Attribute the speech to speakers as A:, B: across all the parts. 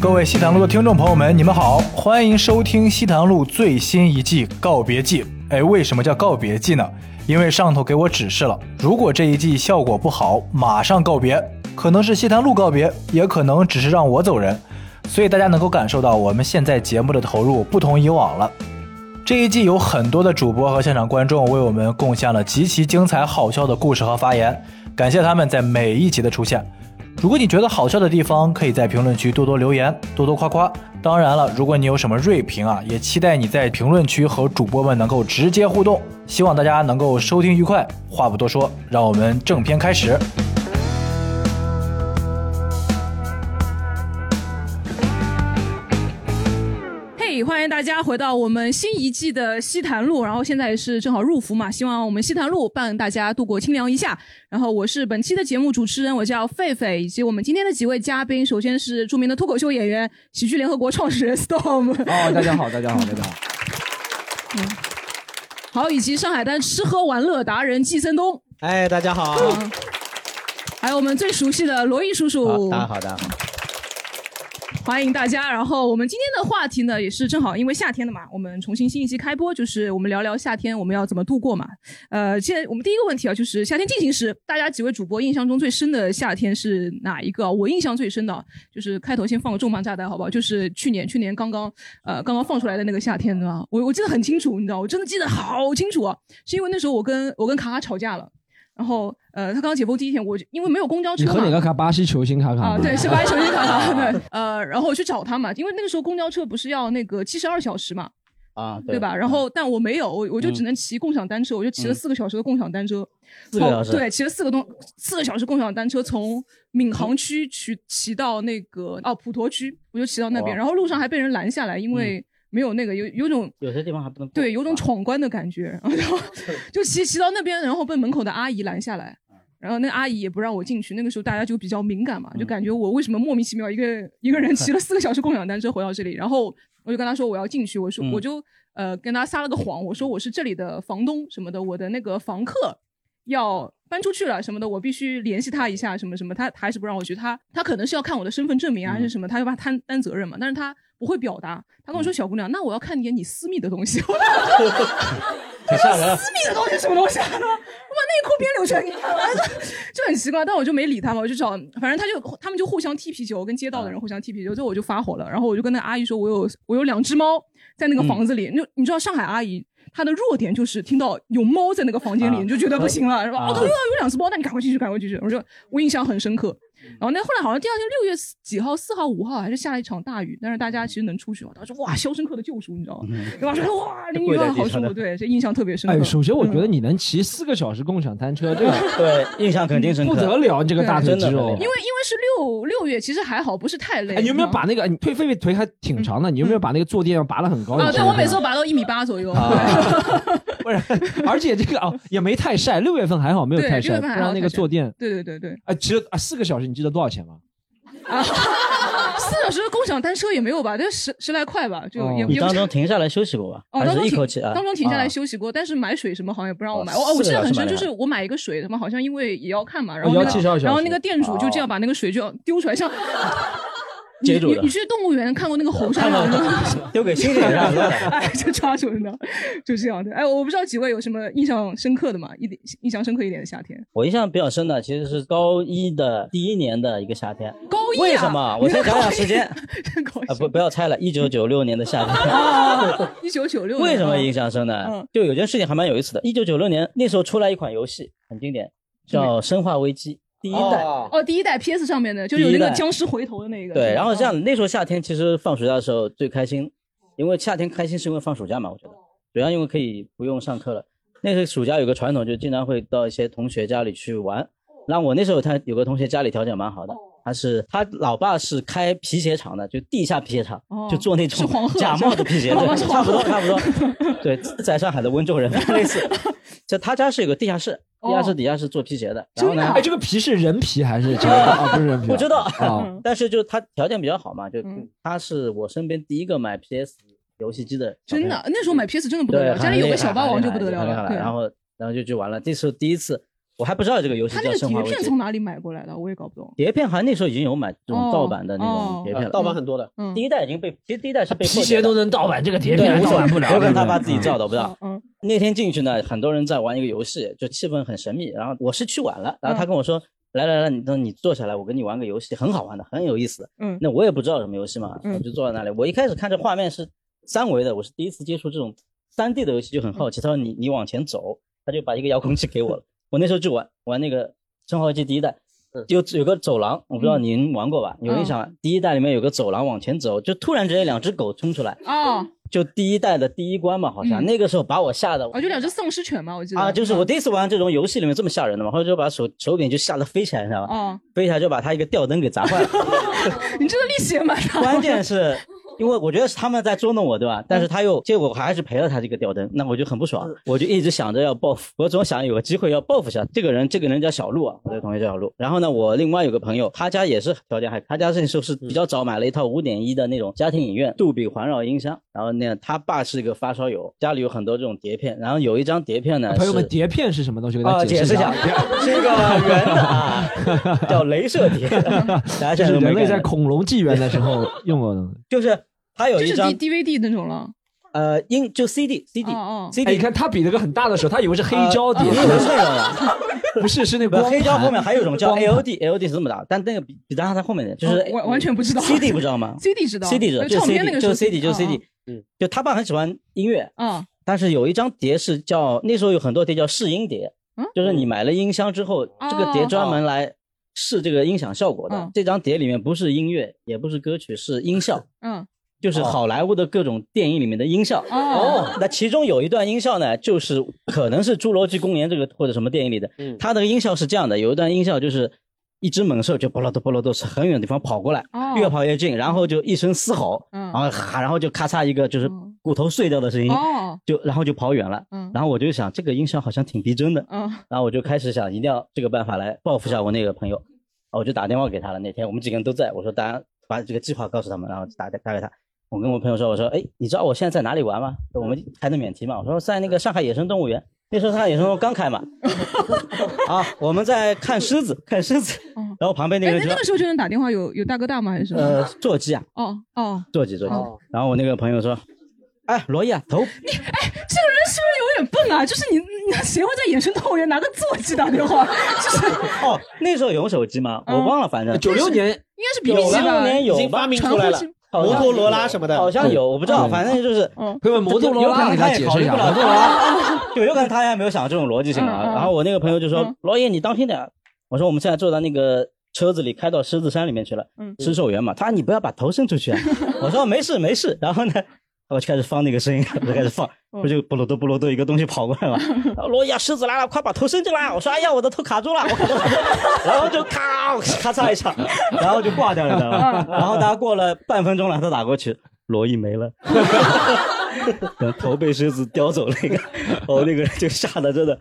A: 各位西塘路的听众朋友们，你们好，欢迎收听西塘路最新一季《告别季》。哎，为什么叫告别季呢？因为上头给我指示了，如果这一季效果不好，马上告别，可能是西塘路告别，也可能只是让我走人。所以大家能够感受到我们现在节目的投入不同以往了。这一季有很多的主播和现场观众为我们贡献了极其精彩好笑的故事和发言，感谢他们在每一集的出现。如果你觉得好笑的地方，可以在评论区多多留言，多多夸夸。当然了，如果你有什么锐评啊，也期待你在评论区和主播们能够直接互动。希望大家能够收听愉快。话不多说，让我们正片开始。
B: 嘿欢迎大家回到我们新一季的西坛路，然后现在是正好入伏嘛，希望我们西坛路伴大家度过清凉一夏。然后我是本期的节目主持人，我叫狒狒，以及我们今天的几位嘉宾，首先是著名的脱口秀演员、喜剧联合国创始人 Storm，
C: 哦，大家好，大家好，大家好。
B: 好，以及上海滩吃喝玩乐达人季森东，啊
D: 哎，大
C: 啊
D: 家好，
B: 还有我们最熟悉的罗毅叔
C: 啊
B: 叔，
D: 大家好，大家好。
B: 欢迎大家。然后我们今天的话题呢，也是正好因为夏天的嘛，我们重新新一期开播，就是我们聊聊夏天我们要怎么度过嘛。呃，现在我们第一个问题啊，就是夏天进行时，大家几位主播印象中最深的夏天是哪一个啊？我印象最深的啊就是开头先放个重磅炸弹，好不好？就是去年去年刚刚呃刚刚放出来的那个夏天，对吧？我我记得很清楚，你知道，我真的记得好清楚啊，是因为那时候我跟我跟卡卡吵架了。然后，呃，他刚解封第一天，我就因为没有公交车
C: 你
B: 嘛，
C: 和哪个卡？巴西球星卡卡
D: 嗯
B: 啊，
C: 吗
B: 对，是巴黎球星卡卡，对，呃，然后我去找他嘛，因为那个时候公交车不是要那个七十二小时嘛，
D: 啊，
B: 对吧？然后但我没有，我我就只能骑共享单车，我就骑了
D: 嗯
B: 四个小时的共享单车，
D: 四个
B: 从
D: 小时
B: 对，骑了四个东四个小时共享单车从闵
D: 嗯
B: 行区去骑到那个哦普陀区，我就骑到那边，
D: 哇
B: 然后路上还被人拦下来，
D: 嗯
B: 因为没有那个有有种
D: 有些地方还不 能过
B: 对，有种闯关的感觉， 然后就骑骑到那边，然后被门口的阿姨拦下来，然后那阿姨也不让我进去。那个时候大家就比较敏感嘛，就感觉我为什么莫名其妙一个一个人骑了四个小时共享单车回到这里，然后我就跟他说我要进去，我说、
D: 嗯
B: 我就呃跟他撒了个谎，我说我是这里的房东什么的，我的那个房客要搬出去了什么的，我必须联系他一下什么什么，他他还是不让我去，他他可能是要看我的身份证明啊还是什么，他要把他担担责任嘛，但是他不会表达，他跟我说小姑娘，那我要看点你私密的东西， 我
D: 挺吓人。
B: 私密的东西什么东西啊？我把内裤边流出来给你看，就很奇怪，但我就没理他嘛，我就找，反正他就他们就互相踢皮球，跟街道的人互相踢皮球，最后我就发火了，然后我就跟那阿姨说，我有我有两只猫在那个房子里，你就你知道上海阿姨。她的弱点就是听到有猫在那个房间里，
D: 啊
B: 你就觉得不行了，是吧？
D: 啊
B: 哦，对，有有两只猫，那你赶快进去，赶快进去。我说我印象很深刻。然后那后来好像第二天六月几号、四号、五号还是下了一场大雨，但是大家其实能出去嘛。当时 哇，《肖申克的救赎》你知道吗？对吧？说哇，淋雨
D: 嗯跪在
B: 了，
D: 地
B: 好舒
D: 上
B: 服，
D: 的
B: 对，这印象特别深刻。嗯
C: 哎，首先我觉得你能骑四个小时共享单车，这个
D: 对，印象肯定深刻。
C: 不得了，你这个大腿
D: 真的
C: 肌
D: 很
C: 肉
D: 厉害
B: 因。为因为是六六月，其实还好，不是太累。
C: 哎，你有没有
B: 嗯
C: 把那个你腿狒狒腿还挺长
D: 嗯
C: 的？你有没有把那个坐垫要拔得很高？你
B: 啊？对，
C: 知道
B: 我
C: 吗
B: 每次都拔到一米八左右。
C: 啊不是， 而且这个哦也没太晒，六月份还好没有
B: 对
C: 太
B: 六
C: 晒，
B: 月
C: 不
B: 份还好
C: 然那个
B: 太晒
C: 坐垫
B: 对对对对，
C: 哎，其实啊四个小时你记得多少钱吗？
B: 四小时的共享单车也没有吧，就十十来块吧，就
C: 哦
B: 也
D: 你
B: 也不
D: 当
B: 是。
D: 中停下来休息过吧？
B: 哦，
D: 还
B: 当中
D: 是一
B: 停
D: 口气啊？
B: 当中停下 来
D: 啊
B: 休息过，但是买水什么好像也不让我买。
D: 哦
B: 我哦，我
D: 四
B: 记
D: 个
B: 得很
D: 小时
B: 深，
D: 买
B: 就是
D: 两
B: 我买一个水，他们好像因为也要看嘛，然后
C: 也哦要
B: 那个
C: 72小时
B: 然后那个店
D: 哦
B: 主就这样把那个水就要丢出来，像你
D: 接住
B: 你
D: 的
B: 你去动物园看过那个猴山
D: 看到
B: 吗？
D: 了丢给星星让你
B: 哎，就抓住呢，就这样的。哎，我不知道几位有什么印象深刻的嘛？一点印象深刻一点的夏天，
D: 我印象比较深的其实是高一的第一年的一个夏天。
B: 高一、啊、
D: 为什么？我先讲讲时 间
B: 高一
D: 啊，不不要猜了，一九九六年的夏天。
B: 啊，一九九六
D: 为什么印象深呢
B: 嗯？
D: 就有件事情还蛮有意思的。一九九六年那时候出来一款游戏，很经典，叫《生化危机》第一代。
B: 哦，第一代 PS 上面的，就是有那
D: 第一
B: 个
D: 代
B: 僵尸回头的那个。
D: 对，然后这样，那时候夏天其实放暑假的时候最开心，因为夏天开心是因为放暑假嘛，我觉
B: 哦
D: 得，主要因为可以不用上课了。那时候暑假有个传统，就经常会到一些同学家里去
B: 哦
D: 玩。那我那时候他有个同学家里条件蛮好的，他是他老爸是开皮鞋厂的，就地下皮鞋厂，
B: 哦
D: 就做那
B: 是
D: 种
B: 黄鹤
D: 假
B: 是吧
D: 冒的皮鞋，
B: 老爸
D: 对
B: 是
D: 差
B: 黄
D: 不
B: 鹤
D: 多差不多。对，在上海的温州人 类似。就他家是有个地下室，地下室底下是做皮鞋的。然后
B: 哦真的
D: 呢
B: 啊，
C: 哎，这个皮是人皮还 是真的 啊？不是人皮啊，
D: 不知道
C: 啊。
D: 但是就他条件比较好嘛，就
B: 嗯
D: 他是我身边第一个买 PS 游戏机的，
B: 真的，，那时候买 PS 真的不得
D: 对，
B: 了，家里有个小霸王就不得了
D: 很厉害很厉害
B: 了。对啊
D: 然后然后就去玩了，这是第一次我还不知道这个游戏
B: 他
D: 叫
B: 那
D: 《
B: 个
D: 生
B: 碟
D: 化危机
B: 片》。从哪里买过来的？我也搞不懂。
D: 碟片好像那时候已经有买这种
B: 哦
D: 盗版的那
B: 哦
D: 种碟片了，
B: 呃盗版很
D: 多的
B: 嗯
D: 第一代已经被，啊其实第一代是被
C: 皮鞋都能盗版这个碟片还盗版不了
D: 有可
C: 对
D: 能
C: 不对
D: 他怕自己造的，我不知道。
B: 嗯，
D: 那天进去呢，很多人在玩一个游戏，就气氛很神秘。然后我是去晚了，然后他跟我说：“来来来，你等你坐下来，我跟你玩个游戏，很好玩的，很有意思。”
B: 嗯
D: 那我也不知道什么游戏嘛，
B: 嗯
D: 我就坐在那里。我一开始看这画面是三维的，我是第一次接触这种三 D 的游戏，就很好奇。他说：“你你往前走。”他就把一个遥控器给我了。我那时候就玩玩那个《生化危机》第一代。有有个走廊，我不知
B: 嗯
D: 道您玩过吧？有印象吧？第一代里面有个走廊往前走，就突然之间两只狗冲出来，
B: 哦，
D: 就第一代的第一关嘛，好像、
B: 嗯
D: 那个时候把我吓得
B: 哦，嗯就两只丧尸犬嘛，我记得
D: 啊，就是我第一次玩这种游戏里面这么吓人的嘛，后来就把手手柄就吓得飞起来，你知道吧？
B: 哦，
D: 飞起来就把他一个吊灯给砸坏了。
B: 你这个力气也蛮大 的。
D: 关 键是，因为我觉得是他们在捉弄我，对吧？但是他又结果我还是赔了他这个吊灯，那我就很不爽，我就一直想着要报复，我总想有个机会要报复一下这个人。这个人叫小鹿啊，我的同学叫小鹿。然后呢，我另外有个朋友，他家也是条件还，他家那时候是比较早买了一套五点一的那种家庭影院，杜比环绕音箱。然后呢，他爸是一个发烧友，家里有很多这种碟片，然后有一张碟片呢，
C: 朋友们，
D: 是
C: 碟片是什么东西？给大
D: 啊，
C: 家
D: 解释
C: 释
D: 一下， 是一个圆的啊，叫镭射 碟，大家
C: 就
D: 现在
C: 是
D: 都没
C: 人类
D: 概
C: 在
D: 念
C: 恐龙纪元的时 候用过的东西。
D: 就是它有
B: 这
D: 一
B: 是
D: 张
B: D D V D 那种了。
D: 呃音就 CD CD
B: 啊哦哦
D: CD，
C: 哎，你看他比了个很大的手，他以为是黑胶碟，
D: 呃不是那种的。
C: 不是是那
D: 不
C: 个
D: 黑胶后
B: 啊
D: 面还有一种叫
C: 光盘
D: LD LD 是这么大，但那个比比它在后面的，就是
B: 哦完完全不知道
D: CD 不知道 吗
B: CD 知道
D: ，CD 知道，
B: 呃
D: 就
B: 唱片那
D: CD
B: 个
D: 就是
B: CD
D: CD 就是 CD，就他爸很喜欢音乐，
B: 啊，
D: 但是有一张碟是叫那时候有很多碟叫试音碟
B: 嗯，哦
D: 就是你买了音箱之后，这个碟专门来试这个音响效果的
B: 嗯。
D: 这张碟里面不是音乐，也不是歌曲，是音效。
B: 嗯，
D: 就是好莱坞的各种电影里面的音效
B: 哦，
D: 那其中有一段音效呢，就是可能是《侏罗纪公园》这个或者什么电影里的，它的音效是这样的，有一段音效就是一只猛兽就波罗多波罗多从很远的地方跑过来，
B: 哦
D: 越跑越近，然后就一声嘶吼，
B: 嗯
D: 然后哈，然后就咔嚓一个就是
B: 嗯
D: 骨头碎掉的声音，
B: 哦
D: 就然后就跑远了
B: 嗯，
D: 然后我就想这个音效好像挺逼真的，
B: 嗯，
D: 然后我就开始想一定要这个办法来报复一下我那个朋友，啊我就打电话给他了。那天我们几个人都在，我说大家把这个计划告诉他们，然后打打给他。我跟我朋友说，我说哎，你知道我现在在哪里玩吗？我们开的免提嘛，我说在那个上海野生动物园，那时候上海野生动物刚开嘛，啊，我们在看狮子，看狮子，然后旁边那
B: 哎，
D: 个人
B: 那
D: 就
B: 那个时候就能打电话，有有大哥大吗？还是什
D: 呃
B: 么？
D: 座机啊，
B: 哦哦，
D: 座机座机
B: 哦。
D: 然后我那个朋友说，哎，罗毅啊，投
B: 这个人是不是有点笨啊？就是你，你谁会在野生动物园拿个座机打电话？就是
D: 哦，那时候有手机吗？我忘了，反正
B: 96年嗯应该是 BB 机吧
D: 96年有吧
B: 已经发明出来了
D: 好像
E: 摩托罗拉什么的
D: 好像有，我不知道，
E: 嗯
D: 反正就是
B: 嗯，
C: 朋友们摩托罗拉
D: 有可能
C: 给大家
D: 他也
C: 解
D: 考
C: 释
D: 虑
C: 一下
D: 不了
C: 摩
D: 这
C: 托
D: 个
C: 罗拉
D: 啊，就有可能他还没有想这种逻辑性啊
B: 嗯。嗯
D: 然后我那个朋友就说
B: 嗯：“
D: 罗爷，你当心点啊。”我说：“我们现在坐在那个车子里，开到狮子山里面去了
B: 嗯，
D: 狮兽园嘛。”他说：“你不要把头伸出 去啊。”我说：“没事没事。”然后呢，我就开始放那个声音，我就开始放，
B: 嗯
D: 不就布鲁多布鲁多一个东西跑过来 嘛。然后罗爷，狮子来了，快把头伸进来！我说：“哎呀，我的头卡住了，我卡住 了。”然后就咔咔嚓一下， 然后就挂掉了，你知道
B: 嗯
D: 吗？然后大家过了半分钟了，他打过去，罗毅 没了。头被狮子叼走那 个，哦，那个人就吓得真的。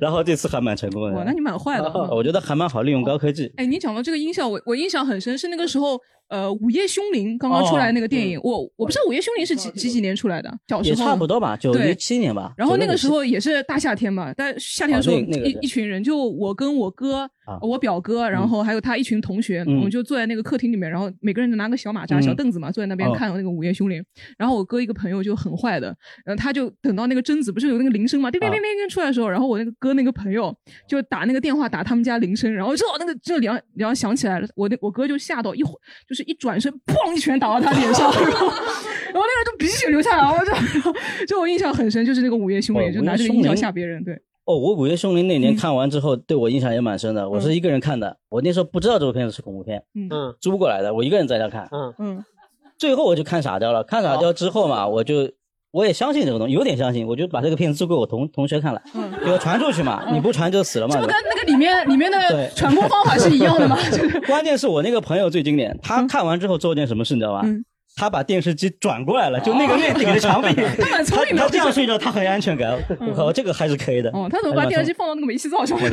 D: 然后这次还蛮成功的，
B: 哇，那你蛮坏的。嗯
D: 我觉得还蛮好利用高科技。
B: 哎，你讲到这个音效，我我印象很深，是那个时候，呃，《午夜凶铃》刚刚
D: 哦
B: 出来那个电
D: 嗯
B: 影，我我不知道《午夜凶铃》是几几几年出来的，小时
D: 也
B: 候
D: 差不多吧，九
B: 对
D: 一七年吧。
B: 然后那个
D: 96
B: 时候也是大夏天嘛，但夏天的时候
D: 哦那那个
B: 一
D: 是
B: 一群人，就我跟我哥
D: 啊、
B: 我表哥，然后还有他一群同学，
D: 嗯
B: 我们就坐在那个客厅里面，然后每个人就拿个小马扎、
D: 嗯
B: 小凳子嘛，坐在那边
D: 哦
B: 看那个《午夜凶铃》。然后我哥一个朋友就很坏的，然后他就等到那个贞子不是有那个铃声嘛，
D: 啊
B: 叮叮叮叮叮出来的时候，然后我那个哥那个朋友就打那个电话打他们家铃声，然后哦正好那个这铃铃响起来了，我那我哥就吓到一会就是一转身，砰一拳打到他脸上， 然后。然后那个人就鼻血流下来，我就然后就 我印象很深，就是那个午夜凶铃，
D: 哦
B: 就拿这个
D: 午夜凶
B: 音效
D: 铃
B: 吓别人，对，
D: 哦，我《午夜凶铃》那年
B: 嗯
D: 看完之后，对我印象也蛮深的。我是一个人看的，我那时候不知道这部片子是恐怖片，
B: 嗯
D: 租过来的，我一个人在家看。
E: 嗯
B: 嗯，
D: 最后我就看傻掉了，看傻掉之后嘛，我就我也相信这个东西，有点相信，我就把这个片子租给我同同学看了，
B: 嗯
D: 给我传出去嘛，你不传就死了嘛。
B: 这不
D: 对吧
B: 跟那个里面里面的
D: 对
B: 传播方法是一样的 吗？就是
D: 关键是我那个朋友最经典，他看完之后做一件什么事，你知道吧？
B: 嗯
D: 他把电视机转过来了，就那个面顶着墙 壁，
B: 他蛮聪
D: 他
B: 明的
D: 他这样睡着，他很有安全感。我靠，这个还是可以的。
B: 嗯哦，他怎么把电视机放到那个煤气灶上面？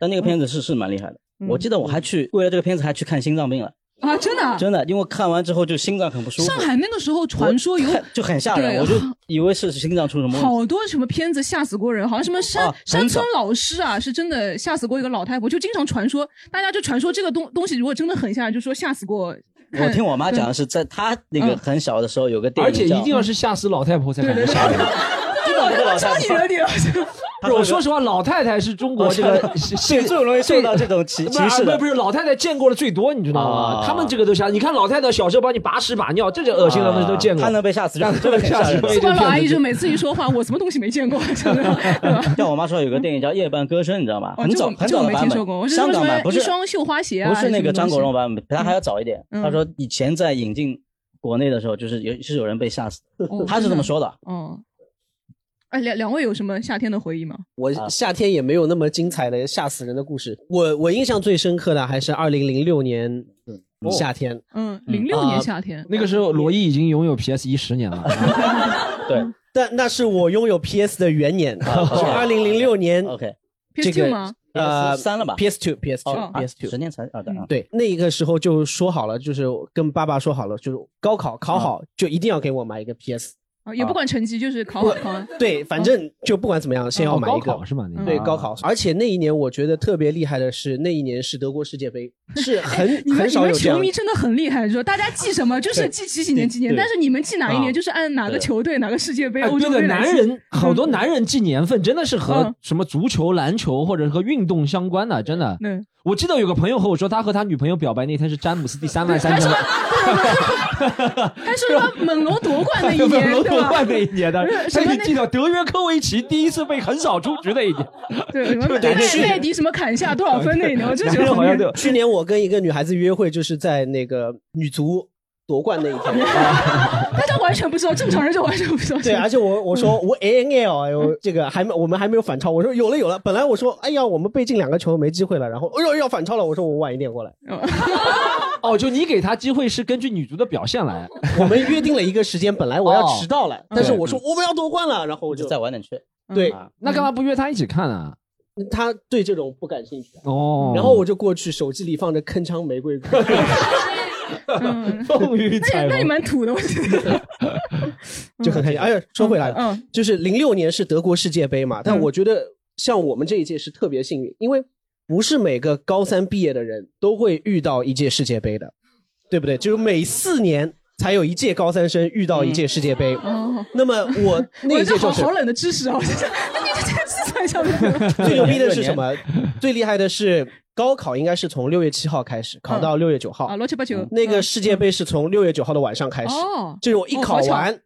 D: 但那个片子是是蛮厉害的，
B: 嗯
D: 我记得我还去为了这个片子还去看心脏病了。
B: 啊，真的啊、
D: 真的，因为看完之后就心脏很不舒服。
B: 上海那个时候传说有
D: 我看 就很吓人，
B: 对啊
D: 我就以为是心脏出什么问题。
B: 好多什么片子吓死过人，好像什么山、
D: 啊
B: 山
D: 很早
B: 村老师啊，是真的吓死过一个老太婆，就经常传说，大家就传说这个东东西如果真的很吓人，就说吓死过。
D: 我听我妈讲的是在她那个
B: 嗯
D: 很小的时候有个电
C: 而
D: 影叫，
C: 且一定要是吓死老太婆才 感觉吓人。
D: 真的有个老太婆
B: 你了，
C: 不是，我说实话，老太太是中国这个最
D: 最容易受哦到这种歧
C: 不是啊
D: 歧视的
C: 不是不是，老太太见过的最多，你知道吗？
D: 啊
C: 他们这个都吓。你看老太太小时候帮你把屎把尿，这种恶心的东西都见过。
D: 哦她能被吓死，就真的很
C: 吓
D: 吓
C: 死
D: 人。
B: 宿管老阿姨就每次一说话，我什么东西没见 过，真的。
D: 像我妈说有个电影叫《夜半歌声》，你知道吗？
B: 哦
D: 很
B: 这
D: 早
B: 我
D: 很
B: 这
D: 早
B: 我
D: 的
B: 没
D: 版
B: 听说过，我
D: 本，
B: 是听
D: 香
B: 说
D: 港版
B: 什
D: 不
B: 么一
D: 是
B: 双绣花鞋啊，
D: 不是那个张国荣
B: 吧？
D: 版本，比他还要早一点。
B: 嗯
D: 他说以前在引进国内的时候，就是有是有人被吓死的
B: 哦，
D: 他是这么说的。
B: 嗯，哎，两两位有什么夏天的回忆吗？
E: 我
D: 啊
E: 夏天也没有那么精彩的吓死人的故事。我我印象最深刻的还是二零零六年
D: 哦
E: 夏天，
B: 嗯，零六年
C: 啊
B: 夏天，
C: 那个时候，罗毅已经拥有 PS 一十年了。
D: 对啊哦
E: 但那是我拥有 PS 的元年，啊是二零零六年
D: ，OK，
E: 这
B: PS2
E: 个
B: 吗
E: 呃
D: ，PS3 了吧
E: ？PS two PS two
D: 哦
E: PS
D: 十
E: two。
D: 年才
B: 嗯
D: 啊，对啊
E: 对，那个时候就说好了，就是跟爸爸说好了，就是高考考
B: 嗯
E: 好就一定要给我买一个 PS。
B: 啊，也不管成绩，就是考好考完。
E: 对，反正就不管怎
B: 嗯
E: 么样，先要买一
C: 高考
E: 个。
C: 是吗？那个
E: 对高考，而且那一年我觉得特别厉害的是，那一年是德国世 界杯， 是很
B: 哎你们
E: 很
B: 你
E: 少
B: 们
E: 有这
B: 球
E: 样
B: 迷
E: 的。
B: 真的很厉害，说大家记什么就是记几几年几年，
E: 对
B: 但是你们记哪一年
E: 啊
B: 就是按哪个
D: 对
B: 球队、哪个世界杯、
C: 哎，
B: 欧
C: 对
B: 洲
C: 的，
B: 队来
C: 男
B: 记。
C: 人好多男人记年份真的是
B: 嗯
C: 和什么足球、篮球或者和运动相关的，真的。
B: 对，
C: 我记得有个朋友和我说，他和他女朋友表白那天是詹姆斯第三万三千
B: 还是说猛龙夺 冠那一年，
C: 罗
B: 对
C: 德
B: 吧
C: 万？那一年的，
B: 是什
C: 他
B: 么
C: 已经
B: 那
C: 记到德约科维奇第一次被横扫出局那一年。
B: 对，什么
C: 对
B: 麦麦迪什么砍下多少分那一年，我就觉
C: 男
B: 得
C: 人好
B: 很
C: 像
B: 厉
C: 都
B: 害
C: 有
E: 去年我跟一个女孩子约会，就是在那个女足夺冠那一 天。
B: 大家完全不知 道，正常人就完全不嗯知道。
E: 对，而且我我说我 A N L，哎呦，这个还没我们还没有反超。我说有了有了，本来我说哎呀我们被进两个球没机会了，然后哎呦要反超了，我说我晚一点 过来。
C: 哦，就你给他机会是根据女足的表现来。
E: 我们约定了一个时间，本来我要迟到了，哦但是
C: 对
E: 我说我们要夺冠了，然后我
D: 就
E: 就
D: 再晚点去。
E: 对
C: 啊那干嘛不约他一起看啊？
E: 他对这种不感兴趣。
C: 哦，
E: 嗯然后我就过去，手机里放着《铿锵玫 瑰》
B: 嗯，
C: 风雨
B: 那
C: 彩
B: 也那也
C: 虹。
B: 蛮土的，我觉得。
E: 就很开心。哎呀，说回来了，
B: 嗯，
E: 就是零六年是德国世界杯嘛，但我觉得像我们这一届是特别幸运，因为不是每个高三毕业的人都会遇到一届世界杯的，对不对？就是每四年才有一届高三生遇到一届世界杯。
B: 哦，
E: 那么 我那
B: 我
E: 一
B: 这
E: 届
B: 好
E: 就是
B: 好冷的知识啊！我现在，那你这这个计算一下子，
E: 最牛逼的是什么？最厉害的是高考应该是从六月七号开始，考到六月九号
B: 啊，。罗七八九
E: 那个世界杯是从六月九号的晚上开
B: 嗯
E: 始，
B: 哦，
E: 就是我一
B: 哦
E: 考
B: 好巧哎哦
E: 完，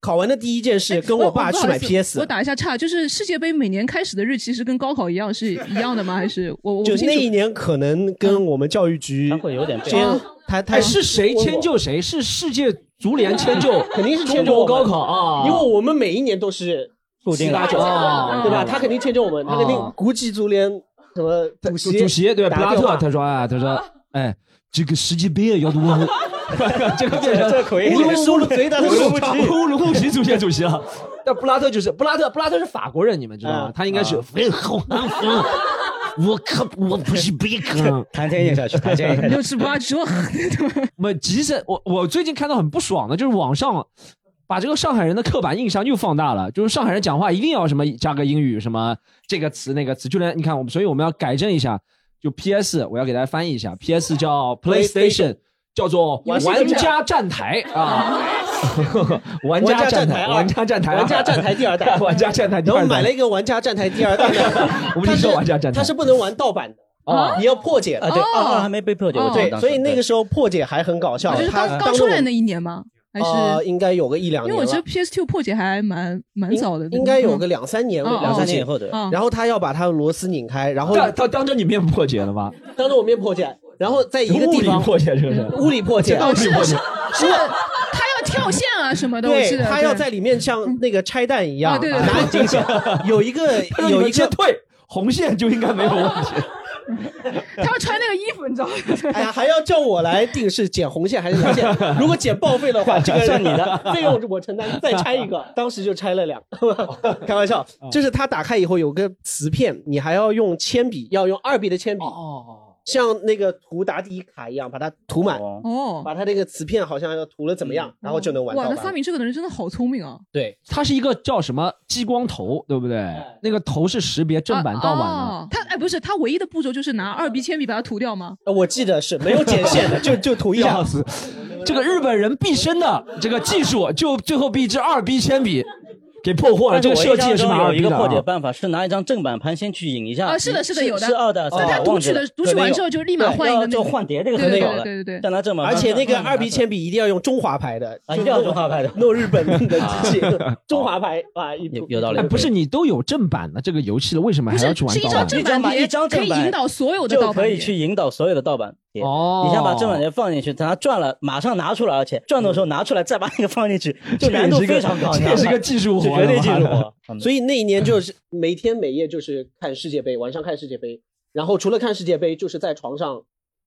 E: 考完的第一件事跟我爸去买 PS，
B: 我打一下岔，就是世界杯每年开始的日期是跟高考一样是一样的吗？还是我我
E: 就
B: 不清
E: 那一
B: 楚。
E: 年可能跟我们教育局
D: 他会有点哦被
E: 先他
C: 嗯
E: 他
C: 哎，是谁迁就谁？是世界足联迁就，
E: 肯定是
C: 中
E: 迁就
C: 国
E: 我们
C: 高考啊，
E: 因为我们每一年都是
D: 固
E: 七
D: 定
E: 八
D: 的啊
E: 九，啊
C: 哦
E: 对吧？他肯定迁就我们，他肯定
C: 哦
E: 国际足联什么主席
C: 主席对
E: 打
C: 布拉
E: 电话
C: 特，他说啊，他说哎，这个世界杯啊要多。这个变成
E: 这可以
C: 乌
E: 你们
C: 鲁
E: 输了贼大的
C: 乌鲁
E: 乌鲁木齐
C: 乌鲁木齐足协主席了。但布拉特就是布拉特，布拉特是法国人，你们知道吗
E: 嗯？
C: 他应该是哎好寒风，我可我不是贝壳。
D: 谈天硬下去，谈天硬下
B: 你
D: 去。
B: 就吃不拉折
C: 没，其实我我最近看到很不爽的，就是网上把这个上海人的刻板印象又放大了，就是上海人讲话一定要什么加个英语，什么这个词那个词，就连你看我们，所以我们要改正一下，就 PS，我要给大家翻译一下，PS 叫 PlayStation。叫做
E: 游戏
C: 玩
E: 机
C: 家站台啊， 玩家站台，
E: 玩
C: 玩
E: 家
C: 家
E: 站
C: 站台
E: 台二
C: 啊，
E: 玩家站台第二代
C: 玩家站台第
E: 然
C: 二
E: 后
C: 代，，
E: 买了一个玩家站台第二代的
C: 我们
E: 他是
C: 是玩家站台
E: 他是不能玩盗版的
C: 啊
E: 你要破解
D: 啊，
E: 的。
D: 对
B: 哦
D: 啊，还没被破解，我记得
E: 对
D: 当，时啊
E: 所以那个时候破解还很搞笑
B: 就。是
E: 他
B: 刚
E: 当
B: 刚
E: 时
B: 出
E: 我
B: 来那一年吗？还
E: 呃，
B: 是
E: 应该有个一两
B: 因
E: 年
B: 为
E: 了，
B: 我觉得 PS2 破解还蛮蛮早的，
E: 应应该有个两三年，
B: 哦哦
D: 两三年以
E: 后。
D: 后的，
B: 啊，
E: 然后他要把他的螺丝拧开，然后
C: 他他啊当着你面破解了吗？
E: 当着我面破解，然后在一个
C: 物
E: 地
C: 理
E: 方
C: 破解这个是。
E: 物理破解，啊
B: 哦是的是的是的，他要跳线啊什么的，我记
E: 对
B: 得
E: 他要在里面像那个拆弹一
B: 啊
E: 样
B: 对对对
E: 拿你进去。 有一个
C: 他说你
E: 有
C: 们
E: 一
C: 先
E: 个，
C: 退，红线就应该没有问题。
B: 嗯他要穿那个衣服，你知道吗？
E: 哎呀，还要叫我来定是剪红线还 是蓝线？如果剪报废的话，这个
D: 算你的
E: 费用我承担，再拆一 个。当时就拆了两
C: 哦
E: 个， 开玩笑，就是他打开以后有个磁片，你还要用铅笔，要用二 B 的铅笔
C: 哦，
E: 像那个涂答题卡一样，把它涂满，
B: 哦
E: 把它那个瓷片好像要涂了怎么
C: 嗯
E: 样， 然后就能玩
B: 哇，
E: 盗
B: 那发
E: 版。
B: 明这个的人真的好聪明啊！
E: 对，
C: 它是一个叫什么激光头，对不对？
E: 哎
C: 那个头是识别正版盗版的。
B: 哦他哎，不是，他唯一的步骤就是拿二 B 铅笔把它涂掉吗？
E: 呃我记得是没有剪线的， 就就涂一下
C: 要。死！这个日本人毕生的这个技术，就最后被一支二 B 铅笔给破获了。
D: 但
C: 这
D: 是
C: 个
D: 我
C: 设计也
D: 印象
C: 是
D: 中
C: 蛮
D: 有
C: 二
D: 一
C: B
D: 个
C: 的、
D: 破解
C: 啊。
D: 办法是拿一张正版盘先去引一下。
B: 啊是的是的有的
D: 是二代，
B: 但他读取的读取完之后就立马换一个那
D: 就
B: 个
D: 换碟，这个
B: 对
D: 很
B: 对
D: 屌
B: 对
D: 的。
B: 对对对
D: 但拿正版
E: 而
D: 盘，
E: 且那个二 B 铅笔一定要用中华牌的，
D: 啊
E: 就
D: 一定要中华牌的
E: 弄日本的机 器，中华牌啊，一
D: 有有道理
C: 哎，，不是你都有正版的这个游戏了，为什么
B: 不
C: 还要
B: 是，
C: 去玩
B: 是一
C: 盗
B: 张
C: 版？
B: 正
D: 一张
B: 版
D: 版
B: 碟，
D: 一张正
B: 可以
D: 版
B: 引导所有的盗
D: 就
B: 版
D: 可
B: 碟
D: 以去引导所有的盗版碟。
C: 哦
D: 你先把正版碟放进去，等它转了，马上拿出来，而且转的时候拿出来，再把那个放进去，就
C: 这也
D: 难
C: 是
D: 度
C: 一个
D: 非常高，
C: 这也是个技术
D: 就
C: 活，
D: 绝对
C: 他
D: 技
C: 妈
D: 术嗯
C: 的
D: 活。
E: 所以那一年就是每天每夜就是看世界杯，晚上看世界杯，然后除了看世界杯，就是在床上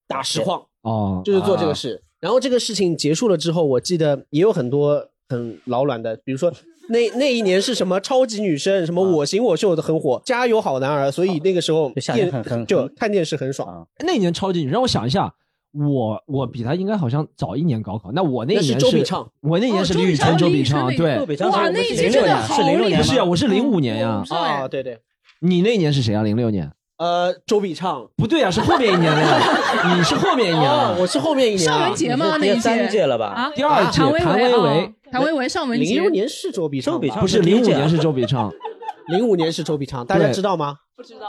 E: 打实况，
C: 哦，
E: 就是做这个事。然后这个事情结束了之后，我记得也有很多很老卵的，比如说那那一年是什么超级女声，
C: 啊
E: 什么我行我秀的很火，家有好男儿，所以那个时候
D: 就夏天很
E: 电
D: 很
E: 就
D: 很
E: 看电视很爽。
C: 那年超级女，让我想一下，我我比他应该好像早一年高考，那我那
E: 那
C: 年
E: 是周笔畅，
C: 我那年是
B: 哦
C: 李宇春、
B: 周
C: 周
B: 笔
C: 笔
B: 畅
C: 畅，
D: 周笔
C: 对，
D: 畅
B: 哇，
D: 是
B: 那一
D: 06
B: 集真的
D: 年
B: 好
D: 是06
B: 厉害！
D: 年吗不是
C: 啊我是05年呀
B: 我不知道
E: 啊，
B: 哎，
E: 对对，
C: 你那年是谁啊？零六年？
E: 呃，周笔畅。
C: 不对啊，是后面一年的 呀，你是后面一年
E: 啊，
C: 的，
E: 我是后面一年
B: 尚
E: 啊
B: 雯，婕吗？那
D: 你
B: 一
D: 是第三届了吧
B: 啊，
C: 第二届
B: 谭维
C: 谭维维
B: 哦谭维维、尚雯
E: 零六
B: 婕，
E: 年是周笔畅吧，
D: 周笔畅
C: 不是
D: 第
C: 零
D: 一
C: 五
D: 届啊
C: 年是周笔畅，
E: 零五年是周笔畅，大家
C: 对
E: 知道吗？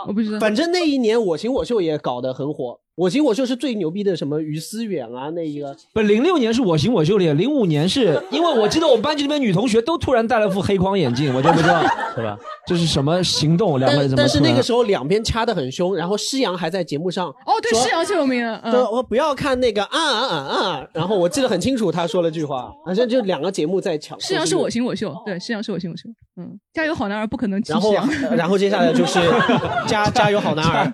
B: 我不知道。
E: 反正那一年《我行我秀》也搞得很火，《我行我秀》是最牛逼的，什么于思远啊，那一个
C: 不，零六年是我行我秀里，零五年是因为我记得我们班级里面女同学都突然戴了副黑框眼镜，我就不 知道
D: 是吧？
C: 这是什么行动，两个人
E: 但
C: 怎么
E: 但是
C: 突
E: 那
C: 然
E: 个时候两边掐得很凶，然后施洋还在节目上
B: 哦，对，
E: 说
B: 是杨最有名的，嗯
E: 说，我不要看那个啊啊啊啊，然后我记得很清楚，他说了句话，好像就两个节目在抢。
B: 世阳是我行我秀，对，世阳是我行我秀，嗯，加油好男儿不可能及
E: 哦
B: 啊
E: 然后
B: 世阳，
E: 呃然后接下来就是加加油好男儿，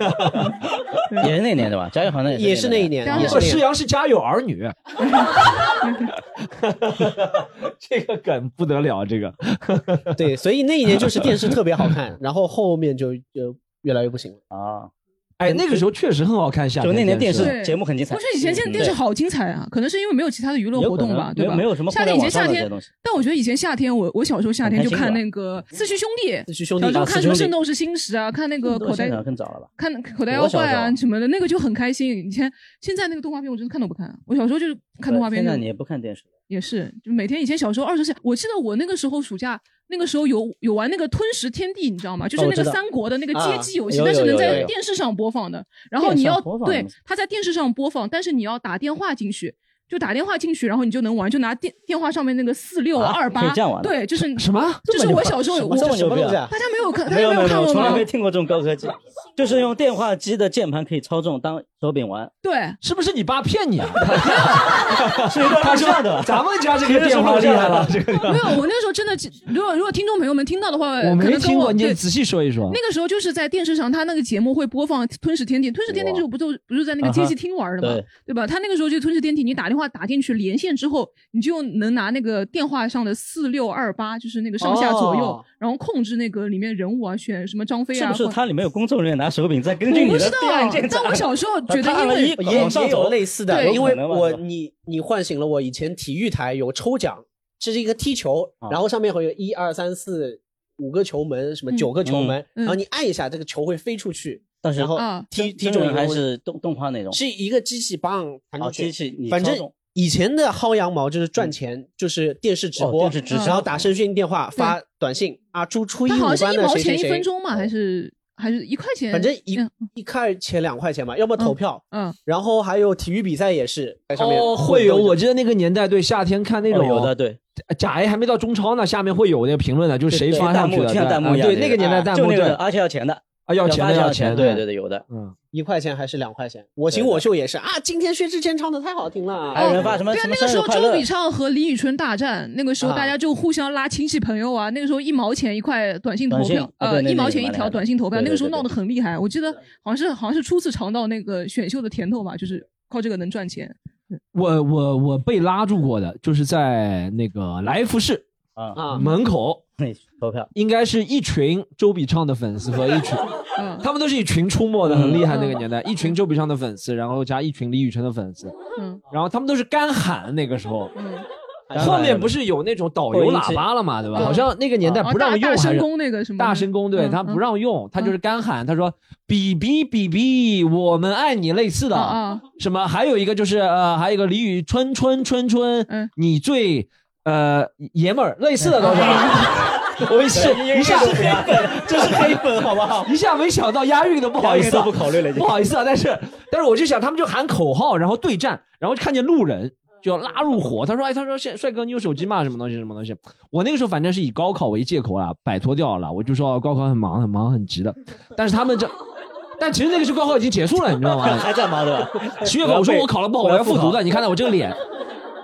D: 也是那年的吧？加油好像
E: 也是那一
D: 年
E: 年，
B: 加油
E: 也
B: 好
E: 是
C: 不，
E: 那一
C: 施
E: 年。
C: 洋是家有儿 女，这个梗不得了，这个
E: 对，所以那一年就是电视特别好看，然后后面就就越来越不行了。
D: 的啊，
C: 哎，那个时候确实很好看，夏
D: 就那年电
B: 对
C: 视
D: 视节目很精彩。
B: 我觉得以前现在电视好精彩啊，可能是因为没有其他的娱乐活动
D: 有可
B: 吧，
D: 能啊
B: 对吧？
D: 没有没有什么
B: 夏天以前夏
D: 互联
B: 天
D: 网上的这些东西，
B: 但我觉得以前夏天，我我小时候夏天就看那个《四驱兄弟》，
E: 四驱兄弟
B: 小时候
E: 啊
B: 看什
E: 四驱
B: 么《
E: 兄
B: 圣
E: 弟
B: 斗士星矢》啊，看那个口袋
D: 现场更早了吧？
B: 看口袋
D: 我
B: 妖
D: 小
B: 怪
D: 时
B: 啊
D: 候
B: 什么的，那个就很开心。以前现在那个动画片我真的看都不看，啊我小时候就是看动画片
D: 现
B: 就
D: 在你也不看电视，
B: 也是，就每天以前小时候二十岁，我记得我那个时候暑假那个时候有有玩那个《吞食天地》，你知道吗？就是
E: 哦我
B: 那个
E: 知道
B: 三国的那个
E: 啊
B: 街机游戏，
D: 有
B: 但是
D: 有
B: 能
D: 有有
B: 在
D: 有
B: 电视上播放的。然后
D: 电
B: 你
D: 上
B: 要
D: 播放
B: 对
D: 的
B: 它在电视上播放，但是你要打电话进去。就打电话进去，然后你就能玩，就拿电电话上面那个四六
D: 啊
B: 二
D: 可
B: 八
D: 以这样玩，的
B: 对，就是
C: 什么
B: 这是我小时候有，
D: 么这么
E: 什
D: 牛
E: 么
D: 逼
E: 东西
D: 啊
E: 啊？
B: 大家没有看，大
D: 没
B: 家
D: 有
B: 有
D: 没
B: 看
D: 有，
B: 过
D: 从来
B: 吗
D: 没？听过这种高科技，就是用电话机的键盘可以操纵当手柄玩，
B: 对，
C: 是不是你爸骗你啊？
D: 是一段
C: 他
D: 录下
C: 说
D: 的。
C: 咱们家这个电 话厉害了，这个
B: 哦没有，我那时候真的，如果如果听众朋友们听到的话，
C: 我
B: 可
C: 没
B: 能跟
C: 听过，你
B: 对
C: 仔细说一说。
B: 那个时候就是在电视上，他那个节目会播放《吞食天地》，《吞食天地》
D: 哇
B: 这个不就不就在那个街机厅玩的
D: 啊
B: 嘛，
D: 哈对
B: 对吧？他那个时候就《吞食天地》，你打电话打进去连线之后，你就能拿那个电话上的四六二八，就是那个上下左右，
E: 哦
B: 然后控制那个里面人物啊，选什么张飞
D: 是
B: 啊。
D: 不是
B: 或
D: 它里面有工作人员拿手柄在根据
B: 我
D: 你
B: 不知
D: 的
B: 道
D: 电按键，在
B: 但我小时候觉
D: 他
B: 得，因
D: 按了
B: 为
D: 一
E: 也
D: 往上
E: 也有
D: 走
E: 类似的，
B: 对
E: 因为
D: 有可能吧
E: 我
D: 是吧
E: 你你唤醒了我以前体育台有抽奖，这是一个踢球，
D: 啊
E: 然后上面会有一二三四五个球门，什么
B: 嗯
E: 九个球门，
B: 嗯
E: 然后你按一下，这个球会飞出去，
D: 但是
E: 然后
B: 啊
E: 踢踢
D: 真
E: 中
D: 人
E: 一个
D: 还
E: 位
D: 是动动画那种，
E: 是一个机器棒弹出
D: 哦
E: 去，
D: 机器你
E: 反
D: 操
E: 正
D: 纵。嗯
E: 以前的薅羊毛就是赚钱，就是电视直播，
D: 哦电视直
B: 播
E: 然后打声讯电话、发短信啊，祝初一
B: 他
E: 五
B: 好
E: 班
B: 像是一
E: 的
B: 毛
E: 谁谁
B: 钱一
E: 谁，
B: 分钟嘛，还是还是一块钱，
E: 反正一
B: 嗯
E: 一块钱两块钱嘛，要么投票，
B: 嗯，
E: 然后还有体育比赛也是在上面
C: 哦，会有，我记得那个年代，对夏天看那
D: 哦
C: 种
D: 有的对，
C: 甲 A 还没到中超呢，下面会有那个评论的，就是谁发
D: 弹
C: 上去
D: 幕
C: 的，
D: 就像弹幕一样，
C: 对那个年代弹
D: 就
C: 幕
D: 那
C: 对
D: 个，而且要钱的，
C: 啊要钱
D: 发
C: 的
D: 要
C: 钱
D: 对
C: 的，
D: 对对有的，
C: 嗯，
E: 一块钱还是两块钱？我
D: 对
E: 行
D: 的
E: 我秀也是啊，今天薛之谦唱的太好听了
D: 还
E: 啊，
D: 有人发什么
B: 对啊
D: 什，么
B: 那
D: 生
B: 个时
D: 日
B: 候
D: 快
B: 周
D: 乐
B: 笔，畅和李宇春大战，那个时候
E: 啊
B: 大家就互相拉亲戚朋友啊。那个时候一毛钱一块短信投
D: 嗯短信
B: 票，
D: 啊
B: 呃，
D: 对那
B: 一毛
D: 那个
B: 钱一
D: 蛮厉害
B: 条
D: 的
B: 短信投票。
D: 对
B: 那个时候
D: 对对
B: 闹得很厉害，我记得好像是好像是初次尝到那个选秀的甜头吧，就是靠这个能赚钱。
C: 我我我被拉住过的，就是在那个来福士
D: 啊，
E: 啊，
C: 门口，
D: 那投票
C: 应该是一群周笔畅的粉丝和一群
B: 嗯
C: 他们都是一群出没的，很厉害那个年代，一群周笔畅的粉丝，然后加一群李宇春的粉丝，
B: 嗯
C: 然后他们都是干喊那个时候。
B: 嗯，
C: 后面不是有那种导游喇叭了嘛，对吧？
B: 对
C: 好像那个年代
B: 哦
C: 不让用，
B: 大大
C: 还
B: 声
C: 是
B: 公那个什么的
C: 大声公，对
B: 嗯
C: 他不让用，他就是干喊，他说“比比比比，我们爱你”类似
B: 嗯
C: 的
B: 嗯。
C: 什么？还有一个就是呃，还有一个李宇春春春春，
B: 嗯
C: 你最呃爷们儿类似的东西。 我一下一下
D: 这是黑粉这是黑粉好不好？
C: 一下没想到押韵的，不好意思、啊，
D: 押韵都不考虑了已经
C: 不好意思啊。但是但是我就想，他们就喊口号，然后对战，然后看见路人就要拉入伙。他说：“哎，他说帅帅哥，你有手机吗？什么东西什么东西？”我那个时候反正是以高考为借口啦，摆脱掉了。我就说、哦高考很忙很忙很急的，但是他们这。但其实那个时候高考已经结束了，你知道吗？
D: 还在忙对吧？
C: 十月份我说我考了不好，我要复读的。你看到我这个脸，